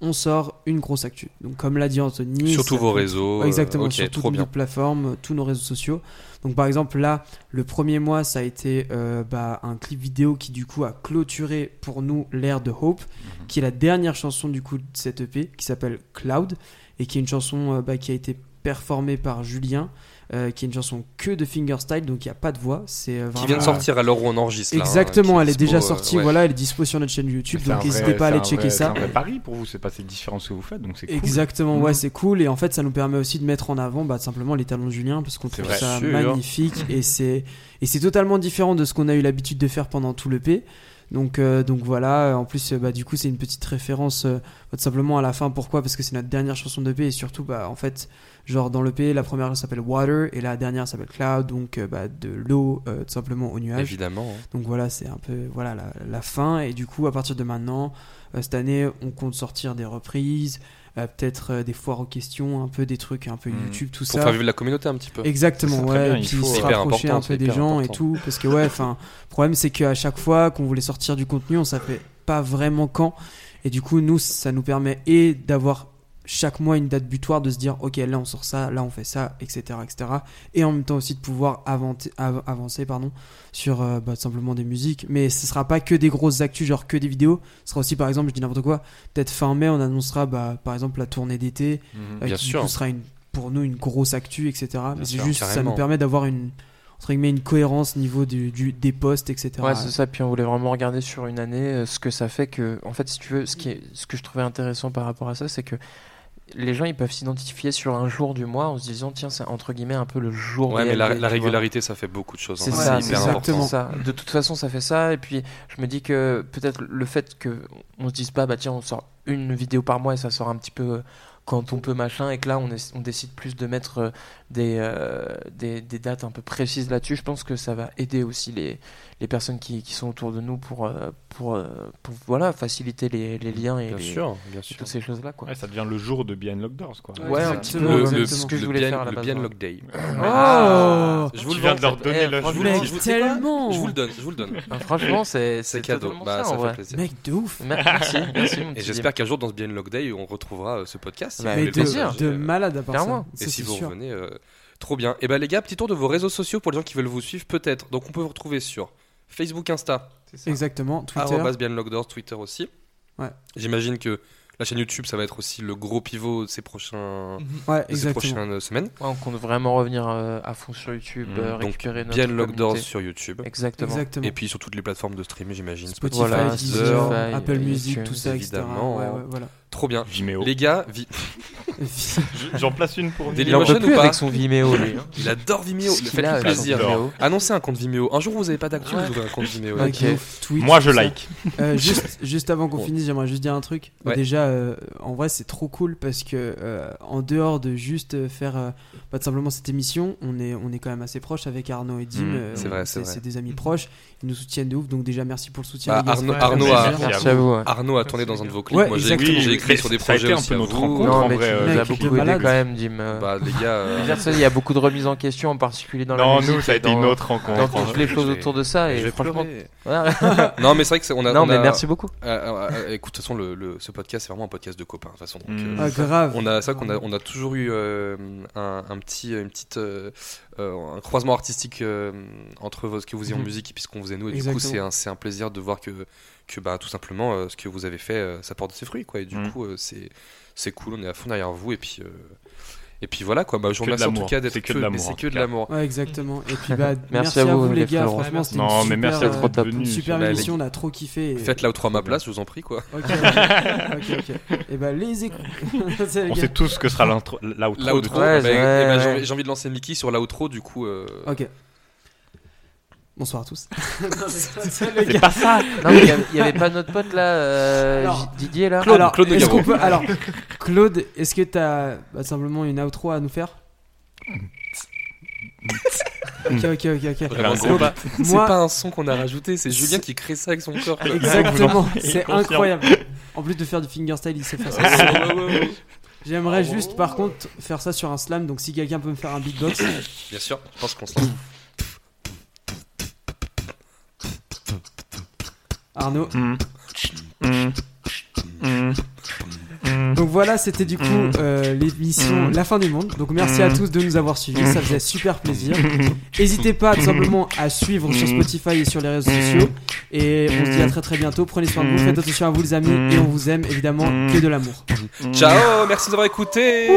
[SPEAKER 6] on sort une grosse actu. Donc, comme l'a dit Anthony,
[SPEAKER 8] Sur tous
[SPEAKER 6] ça
[SPEAKER 8] vos
[SPEAKER 6] peut-
[SPEAKER 8] réseaux,
[SPEAKER 6] Ouais, exactement,
[SPEAKER 8] euh, ok,
[SPEAKER 6] sur toutes
[SPEAKER 8] trop
[SPEAKER 6] nos
[SPEAKER 8] bien.
[SPEAKER 6] plateformes, euh, tous nos réseaux sociaux. Donc, par exemple, là, le premier mois, ça a été euh, bah, un clip vidéo qui, du coup, a clôturé pour nous l'ère de Hope,
[SPEAKER 8] Mhm.
[SPEAKER 6] qui est la dernière chanson, du coup, de cette EP, qui s'appelle Cloud, et qui est une chanson euh, bah, qui a été performée par Julien. euh, qui est une chanson que de fingerstyle, donc il n'y a pas de voix. C'est euh,
[SPEAKER 8] Qui vient
[SPEAKER 6] vraiment-
[SPEAKER 8] de
[SPEAKER 6] euh,
[SPEAKER 8] sortir à l'heure où on enregistre. là, hein,
[SPEAKER 6] Exactement,
[SPEAKER 8] qui
[SPEAKER 6] elle est
[SPEAKER 8] dispo,
[SPEAKER 6] déjà
[SPEAKER 8] euh,
[SPEAKER 6] sortie,
[SPEAKER 8] ouais.
[SPEAKER 6] voilà, elle est dispo sur notre chaîne YouTube,
[SPEAKER 7] C'est un
[SPEAKER 6] donc
[SPEAKER 7] vrai-
[SPEAKER 6] n'hésitez pas à
[SPEAKER 7] c'est
[SPEAKER 6] aller
[SPEAKER 7] un
[SPEAKER 6] checker
[SPEAKER 7] vrai-
[SPEAKER 6] ça.
[SPEAKER 7] C'est un vrai pari pour vous, c'est pas cette différence que vous faites, donc c'est cool.
[SPEAKER 6] Exactement, ouais,
[SPEAKER 7] Mhm.
[SPEAKER 6] c'est cool. Et en fait, ça nous permet aussi de mettre en avant bah, simplement les talents de Julien, parce qu'on
[SPEAKER 7] C'est
[SPEAKER 6] trouve
[SPEAKER 7] vrai.
[SPEAKER 6] ça
[SPEAKER 7] Sûr.
[SPEAKER 6] magnifique. et c'est et c'est totalement différent de ce qu'on a eu l'habitude de faire pendant tout le P. Donc, euh, donc voilà, en plus, euh, bah, du coup, c'est une petite référence euh, tout simplement à la fin. Pourquoi Parce que c'est notre dernière chanson de P. Et surtout, bah, en fait, genre dans le P, la première s'appelle Water et la dernière s'appelle Cloud, donc euh, bah, de l'eau euh, tout simplement au nuage.
[SPEAKER 8] Évidemment. hein.
[SPEAKER 6] Donc voilà, c'est un peu voilà la, la fin. Et du coup, à partir de maintenant, euh, cette année, on compte sortir des reprises, euh, peut-être euh, des foires aux questions, un peu des trucs un peu
[SPEAKER 8] Mhm.
[SPEAKER 6] YouTube, tout
[SPEAKER 8] Pour
[SPEAKER 6] ça.
[SPEAKER 8] faire vivre la communauté un petit peu.
[SPEAKER 6] Exactement,
[SPEAKER 7] C'est très
[SPEAKER 6] ouais,
[SPEAKER 7] bien,
[SPEAKER 6] et
[SPEAKER 7] il
[SPEAKER 6] puis
[SPEAKER 7] faut,
[SPEAKER 6] se
[SPEAKER 7] euh,
[SPEAKER 6] rapprocher
[SPEAKER 8] hyper
[SPEAKER 6] un
[SPEAKER 8] important,
[SPEAKER 6] peu des
[SPEAKER 8] hyper
[SPEAKER 6] gens et
[SPEAKER 8] important.
[SPEAKER 6] tout, parce que ouais, enfin, le problème c'est qu'à chaque fois qu'on voulait sortir du contenu, on savait pas vraiment quand, et du coup, nous, ça nous permet et d'avoir chaque mois une date butoir de se dire, ok, là on sort ça, là on fait ça, etc., etc., et en même temps aussi de pouvoir avancer, avancer pardon, sur euh, bah, tout simplement des musiques, mais ce sera pas que des grosses actus, genre que des vidéos, ce sera aussi, par exemple, je dis n'importe quoi, peut-être fin mai, on annoncera, bah, par exemple, la tournée d'été,
[SPEAKER 7] Mhm.
[SPEAKER 6] euh,
[SPEAKER 8] Bien
[SPEAKER 6] qui
[SPEAKER 8] sûr.
[SPEAKER 6] du coup, sera une, pour nous une grosse actu, etc. Mais c'est
[SPEAKER 8] sûr,
[SPEAKER 6] juste, ça
[SPEAKER 8] carrément.
[SPEAKER 6] nous permet d'avoir une, entre guillemets, une cohérence niveau du, du- des postes, etc.
[SPEAKER 10] Ouais, c'est ça. Puis on voulait vraiment regarder sur une année euh, ce que ça fait que, en fait, si tu veux, ce qui est, ce que je trouvais intéressant par rapport à ça, c'est que les gens ils peuvent s'identifier sur un jour du mois en se disant tiens c'est entre guillemets un peu le jour.
[SPEAKER 8] Ouais,
[SPEAKER 10] des
[SPEAKER 8] mais la,
[SPEAKER 10] LP,
[SPEAKER 8] la
[SPEAKER 10] tu vois.
[SPEAKER 8] régularité, ça fait beaucoup de choses. hein.
[SPEAKER 6] C'est
[SPEAKER 10] Ouais,
[SPEAKER 6] ça,
[SPEAKER 10] c'est
[SPEAKER 8] hyper
[SPEAKER 10] ça,
[SPEAKER 8] important.
[SPEAKER 6] exactement.
[SPEAKER 10] ça. De toute façon, ça fait ça. Et puis, je me dis que peut-être le fait que on se dise pas, bah tiens, on sort une vidéo par mois et ça sort un petit peu quand on peut machin et que là on, est- on décide plus de mettre euh, des, euh, des, des dates un peu précises là-dessus, je pense que ça va aider aussi les, les personnes qui, qui sont autour de nous pour, euh, pour, euh, pour, voilà, faciliter les, les liens et,
[SPEAKER 8] Bien
[SPEAKER 10] les-
[SPEAKER 8] sûr,
[SPEAKER 10] et
[SPEAKER 8] bien sûr.
[SPEAKER 10] toutes ces choses-là. Quoi.
[SPEAKER 7] Ouais, ça devient le jour de Behind Locked Doors, quoi.
[SPEAKER 10] Ouais, un petit peu,
[SPEAKER 8] Le-
[SPEAKER 10] c'est
[SPEAKER 8] le-
[SPEAKER 10] ce que
[SPEAKER 8] le
[SPEAKER 10] je voulais
[SPEAKER 8] bien-
[SPEAKER 10] faire à la
[SPEAKER 8] le
[SPEAKER 10] base. hein.
[SPEAKER 8] bien Lock Day.
[SPEAKER 10] Oh
[SPEAKER 8] Je vous
[SPEAKER 7] Ah, Tu
[SPEAKER 8] le
[SPEAKER 7] viens
[SPEAKER 8] vends,
[SPEAKER 7] de leur
[SPEAKER 8] ça-
[SPEAKER 7] donner
[SPEAKER 8] eh,
[SPEAKER 7] le-
[SPEAKER 8] franchement,
[SPEAKER 7] Mec,
[SPEAKER 8] je vous-
[SPEAKER 6] tellement
[SPEAKER 8] Je vous le donne, je vous le donne.
[SPEAKER 10] Ah, franchement, c'est-
[SPEAKER 8] c'est
[SPEAKER 10] c'est
[SPEAKER 8] cadeau.
[SPEAKER 10] totalement
[SPEAKER 8] Bah,
[SPEAKER 10] ça,
[SPEAKER 8] ça,
[SPEAKER 10] en vrai.
[SPEAKER 8] fait plaisir.
[SPEAKER 6] Mec, de ouf.
[SPEAKER 10] Me- Merci, merci, mon petit
[SPEAKER 8] Et
[SPEAKER 10] Jim.
[SPEAKER 8] j'espère qu'un jour dans ce Bien Lock Day, on retrouvera euh, ce podcast. si
[SPEAKER 10] Bah,
[SPEAKER 8] vous
[SPEAKER 10] avec
[SPEAKER 8] voulez
[SPEAKER 10] plaisir.
[SPEAKER 8] partager,
[SPEAKER 6] De
[SPEAKER 8] euh,
[SPEAKER 6] malade à part
[SPEAKER 10] Clairement.
[SPEAKER 6] ça.
[SPEAKER 8] Et
[SPEAKER 6] ça,
[SPEAKER 8] si
[SPEAKER 6] c'est
[SPEAKER 8] vous
[SPEAKER 6] sûr.
[SPEAKER 8] revenez, euh, trop bien. Et bah les gars, petit tour de vos réseaux sociaux pour les gens qui veulent vous suivre peut-être. Donc on peut vous retrouver sur Facebook, Insta,
[SPEAKER 6] Exactement, Twitter.
[SPEAKER 8] arrobas Bien Locked Doors, Twitter aussi.
[SPEAKER 6] Ouais.
[SPEAKER 8] J'imagine que la chaîne YouTube, ça va être aussi le gros pivot de ces, prochains,
[SPEAKER 6] Ouais,
[SPEAKER 8] de ces
[SPEAKER 6] exactement.
[SPEAKER 8] prochaines euh, semaines.
[SPEAKER 10] Ouais, on compte vraiment revenir euh, à fond sur YouTube,
[SPEAKER 8] Mm.
[SPEAKER 10] euh,
[SPEAKER 8] Donc,
[SPEAKER 10] récupérer notre
[SPEAKER 8] Bien Locked Doors
[SPEAKER 10] communauté.
[SPEAKER 8] sur YouTube.
[SPEAKER 10] Exactement.
[SPEAKER 6] Exactement.
[SPEAKER 8] Et puis sur toutes les plateformes de stream, j'imagine.
[SPEAKER 6] Spotify,
[SPEAKER 10] Voilà,
[SPEAKER 6] Deezer,
[SPEAKER 10] Spotify,
[SPEAKER 6] Apple Music,
[SPEAKER 10] iTunes,
[SPEAKER 6] tout ça, etc.
[SPEAKER 8] évidemment.
[SPEAKER 6] Ouais, ouais, voilà.
[SPEAKER 8] Trop bien.
[SPEAKER 7] Vimeo.
[SPEAKER 8] Les gars, vi-
[SPEAKER 7] J'en place une pour
[SPEAKER 10] Il en
[SPEAKER 8] Dailymotion
[SPEAKER 10] peut plus
[SPEAKER 8] ou pas
[SPEAKER 10] avec son Vimeo, lui. hein.
[SPEAKER 8] il adore Vimeo.
[SPEAKER 10] Ce qu'il a,
[SPEAKER 8] Faites-lui
[SPEAKER 10] euh,
[SPEAKER 8] plaisir.
[SPEAKER 10] son Vimeo.
[SPEAKER 8] Annoncez un compte Vimeo. Un jour où vous n'avez pas d'actu,
[SPEAKER 10] Ouais.
[SPEAKER 8] vous ouvrez un compte Vimeo.
[SPEAKER 10] Ouais.
[SPEAKER 6] Ouais, de
[SPEAKER 10] Ok.
[SPEAKER 6] ouf, Twitch,
[SPEAKER 7] Moi, je
[SPEAKER 6] tout ça.
[SPEAKER 7] like.
[SPEAKER 6] Euh, juste, juste avant qu'on
[SPEAKER 8] Bon.
[SPEAKER 6] finisse, j'aimerais juste dire un truc.
[SPEAKER 8] Ouais.
[SPEAKER 6] Déjà, euh, en vrai, c'est trop cool parce que euh, en dehors de juste euh, faire euh, bah, tout simplement cette émission, on est, on est quand même assez proches avec Arnaud et Dim.
[SPEAKER 8] Mmh,
[SPEAKER 6] euh,
[SPEAKER 8] c'est vrai, c'est vrai.
[SPEAKER 6] des amis proches. Ils nous soutiennent de ouf, donc déjà merci pour le soutien.
[SPEAKER 8] Bah,
[SPEAKER 6] les gars,
[SPEAKER 8] Arnaud,
[SPEAKER 9] Ouais,
[SPEAKER 8] Arnaud, a,
[SPEAKER 7] merci.
[SPEAKER 10] Merci à vous. ouais.
[SPEAKER 8] Arnaud a tourné dans un de vos clips.
[SPEAKER 6] Ouais,
[SPEAKER 8] Moi, j'ai
[SPEAKER 6] exactement.
[SPEAKER 8] j'ai
[SPEAKER 7] Oui,
[SPEAKER 8] écrit
[SPEAKER 7] mais
[SPEAKER 8] sur des
[SPEAKER 7] ça a été
[SPEAKER 8] projets
[SPEAKER 7] un
[SPEAKER 8] aussi
[SPEAKER 7] peu
[SPEAKER 8] à
[SPEAKER 7] notre
[SPEAKER 8] vous.
[SPEAKER 7] rencontre.
[SPEAKER 10] Non,
[SPEAKER 7] en
[SPEAKER 10] mais
[SPEAKER 7] vrai,
[SPEAKER 10] tu
[SPEAKER 7] euh,
[SPEAKER 10] nous as
[SPEAKER 6] mec, de
[SPEAKER 10] beaucoup aidé
[SPEAKER 6] malade.
[SPEAKER 10] quand même, Jim. euh.
[SPEAKER 8] Bah, les gars.
[SPEAKER 10] Je
[SPEAKER 8] euh,
[SPEAKER 10] veux dire, ça, il y a beaucoup de remises en question, en particulier dans la
[SPEAKER 7] Non,
[SPEAKER 10] musique
[SPEAKER 7] nous, ça a
[SPEAKER 10] et
[SPEAKER 7] été
[SPEAKER 10] dans-
[SPEAKER 7] une autre rencontre.
[SPEAKER 10] Dans
[SPEAKER 7] hein.
[SPEAKER 10] toutes les choses
[SPEAKER 8] vais-
[SPEAKER 10] autour de ça,
[SPEAKER 8] je
[SPEAKER 10] et
[SPEAKER 8] vais
[SPEAKER 10] franchement.
[SPEAKER 8] pleurer.
[SPEAKER 10] voilà.
[SPEAKER 8] Non, mais c'est vrai que c'est- on a.
[SPEAKER 10] Non,
[SPEAKER 8] on
[SPEAKER 10] mais
[SPEAKER 8] a-
[SPEAKER 10] merci beaucoup.
[SPEAKER 8] Euh, euh, euh, écoute, de toute façon, le, le- ce podcast, c'est vraiment un podcast de copains. De toute façon, donc, euh,
[SPEAKER 7] Mm.
[SPEAKER 6] Ah, grave.
[SPEAKER 8] on a ça qu'on a, on a toujours eu euh, un, un petit, une petite, euh, euh, un croisement artistique euh, entre vos- ce que vous faisiez en
[SPEAKER 10] Mhm.
[SPEAKER 8] musique et puis ce qu'on faisait nous. Et du coup,
[SPEAKER 6] Exactement.
[SPEAKER 8] c'est un, c'est un plaisir de voir que, que bah, tout simplement, euh, ce que vous avez fait, euh, ça porte de ses fruits, quoi. Et du
[SPEAKER 7] Mm.
[SPEAKER 8] coup, euh, c'est, c'est cool. On est à fond derrière vous. Et puis, euh, et puis voilà, quoi. Bah, je vous
[SPEAKER 7] Que de
[SPEAKER 8] remercie en tout
[SPEAKER 7] l'amour.
[SPEAKER 8] cas d'être
[SPEAKER 7] C'est que de
[SPEAKER 8] mais
[SPEAKER 7] l'amour, en
[SPEAKER 8] C'est que
[SPEAKER 7] tout
[SPEAKER 8] de
[SPEAKER 7] cas.
[SPEAKER 8] l'amour.
[SPEAKER 6] Ouais, exactement. Et puis bah,
[SPEAKER 10] Merci à vous, les
[SPEAKER 6] les gars.
[SPEAKER 10] frérots.
[SPEAKER 6] Franchement, c'était une
[SPEAKER 7] Non, mais
[SPEAKER 6] super,
[SPEAKER 7] merci à
[SPEAKER 6] euh,
[SPEAKER 7] vous d'être
[SPEAKER 10] top.
[SPEAKER 7] venus.
[SPEAKER 6] une super
[SPEAKER 8] Bah, les-
[SPEAKER 6] émission, on a trop kiffé. et-
[SPEAKER 8] Faites la outro à ma place, je vous en prie, quoi.
[SPEAKER 6] Ok, ok, ok. Et bah, les écoutes.
[SPEAKER 7] On sait tous ce que sera l'intro- l'outro. de
[SPEAKER 8] L'outro,
[SPEAKER 7] tout.
[SPEAKER 10] Ouais,
[SPEAKER 8] bah,
[SPEAKER 10] ouais,
[SPEAKER 8] eh ben, j'ai
[SPEAKER 10] ouais.
[SPEAKER 8] envie- j'ai envie de lancer Mickey sur l'outro, du coup. euh,
[SPEAKER 6] Ok. Bonsoir à tous.
[SPEAKER 7] C'est pas ça.
[SPEAKER 10] Non, mais il y avait- il y avait pas notre pote là, euh,
[SPEAKER 6] Alors,
[SPEAKER 10] J- Didier là
[SPEAKER 8] Claude,
[SPEAKER 6] alors,
[SPEAKER 8] Claude de
[SPEAKER 6] est-ce qu'on
[SPEAKER 8] Gavron.
[SPEAKER 6] peut- alors, Claude, est-ce que t'as bah, simplement une outro à nous faire Ok, ok, ok, ok.
[SPEAKER 8] Vraiment,
[SPEAKER 7] un
[SPEAKER 8] c'est
[SPEAKER 7] gros
[SPEAKER 8] pas- C'est
[SPEAKER 6] Moi-
[SPEAKER 8] pas un son qu'on a rajouté, c'est Julien qui crée ça avec son corps. quoi.
[SPEAKER 6] Exactement,
[SPEAKER 7] Il
[SPEAKER 6] c'est
[SPEAKER 7] confirme.
[SPEAKER 6] incroyable. En plus de faire du fingerstyle, il sait faire ça. J'aimerais
[SPEAKER 8] Oh.
[SPEAKER 6] juste, par contre, faire ça sur un slam. Donc, si quelqu'un peut me faire un beatbox,
[SPEAKER 8] Bien sûr, je pense qu'on se lance.
[SPEAKER 6] Arnaud.
[SPEAKER 7] Mm. Mm. Mm. Mm.
[SPEAKER 6] Donc voilà, c'était du coup euh, l'émission La fin du monde. Donc merci à tous de nous avoir suivis, ça faisait super plaisir. N'hésitez pas tout simplement à suivre sur Spotify et sur les réseaux sociaux. Et on se dit à très très bientôt. Prenez soin de vous, faites attention à vous les amis et on vous aime évidemment que de l'amour.
[SPEAKER 8] Ciao, merci d'avoir écouté.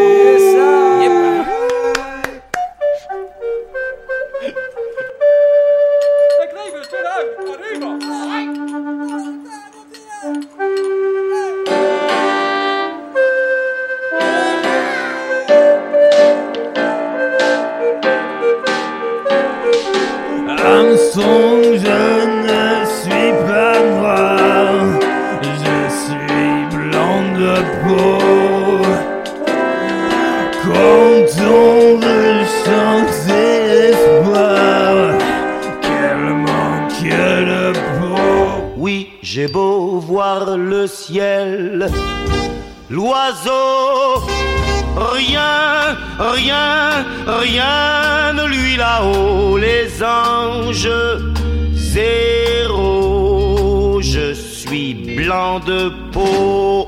[SPEAKER 4] Un mensonge, je ne suis pas noir, je suis blanc de peau. Quand on veut chanter espoir, quel manque de peau.
[SPEAKER 12] Oui, j'ai beau voir le ciel, l'oiseau, rien, rien, rien ne lui là-haut, les anges, zéro, je suis blanc de peau.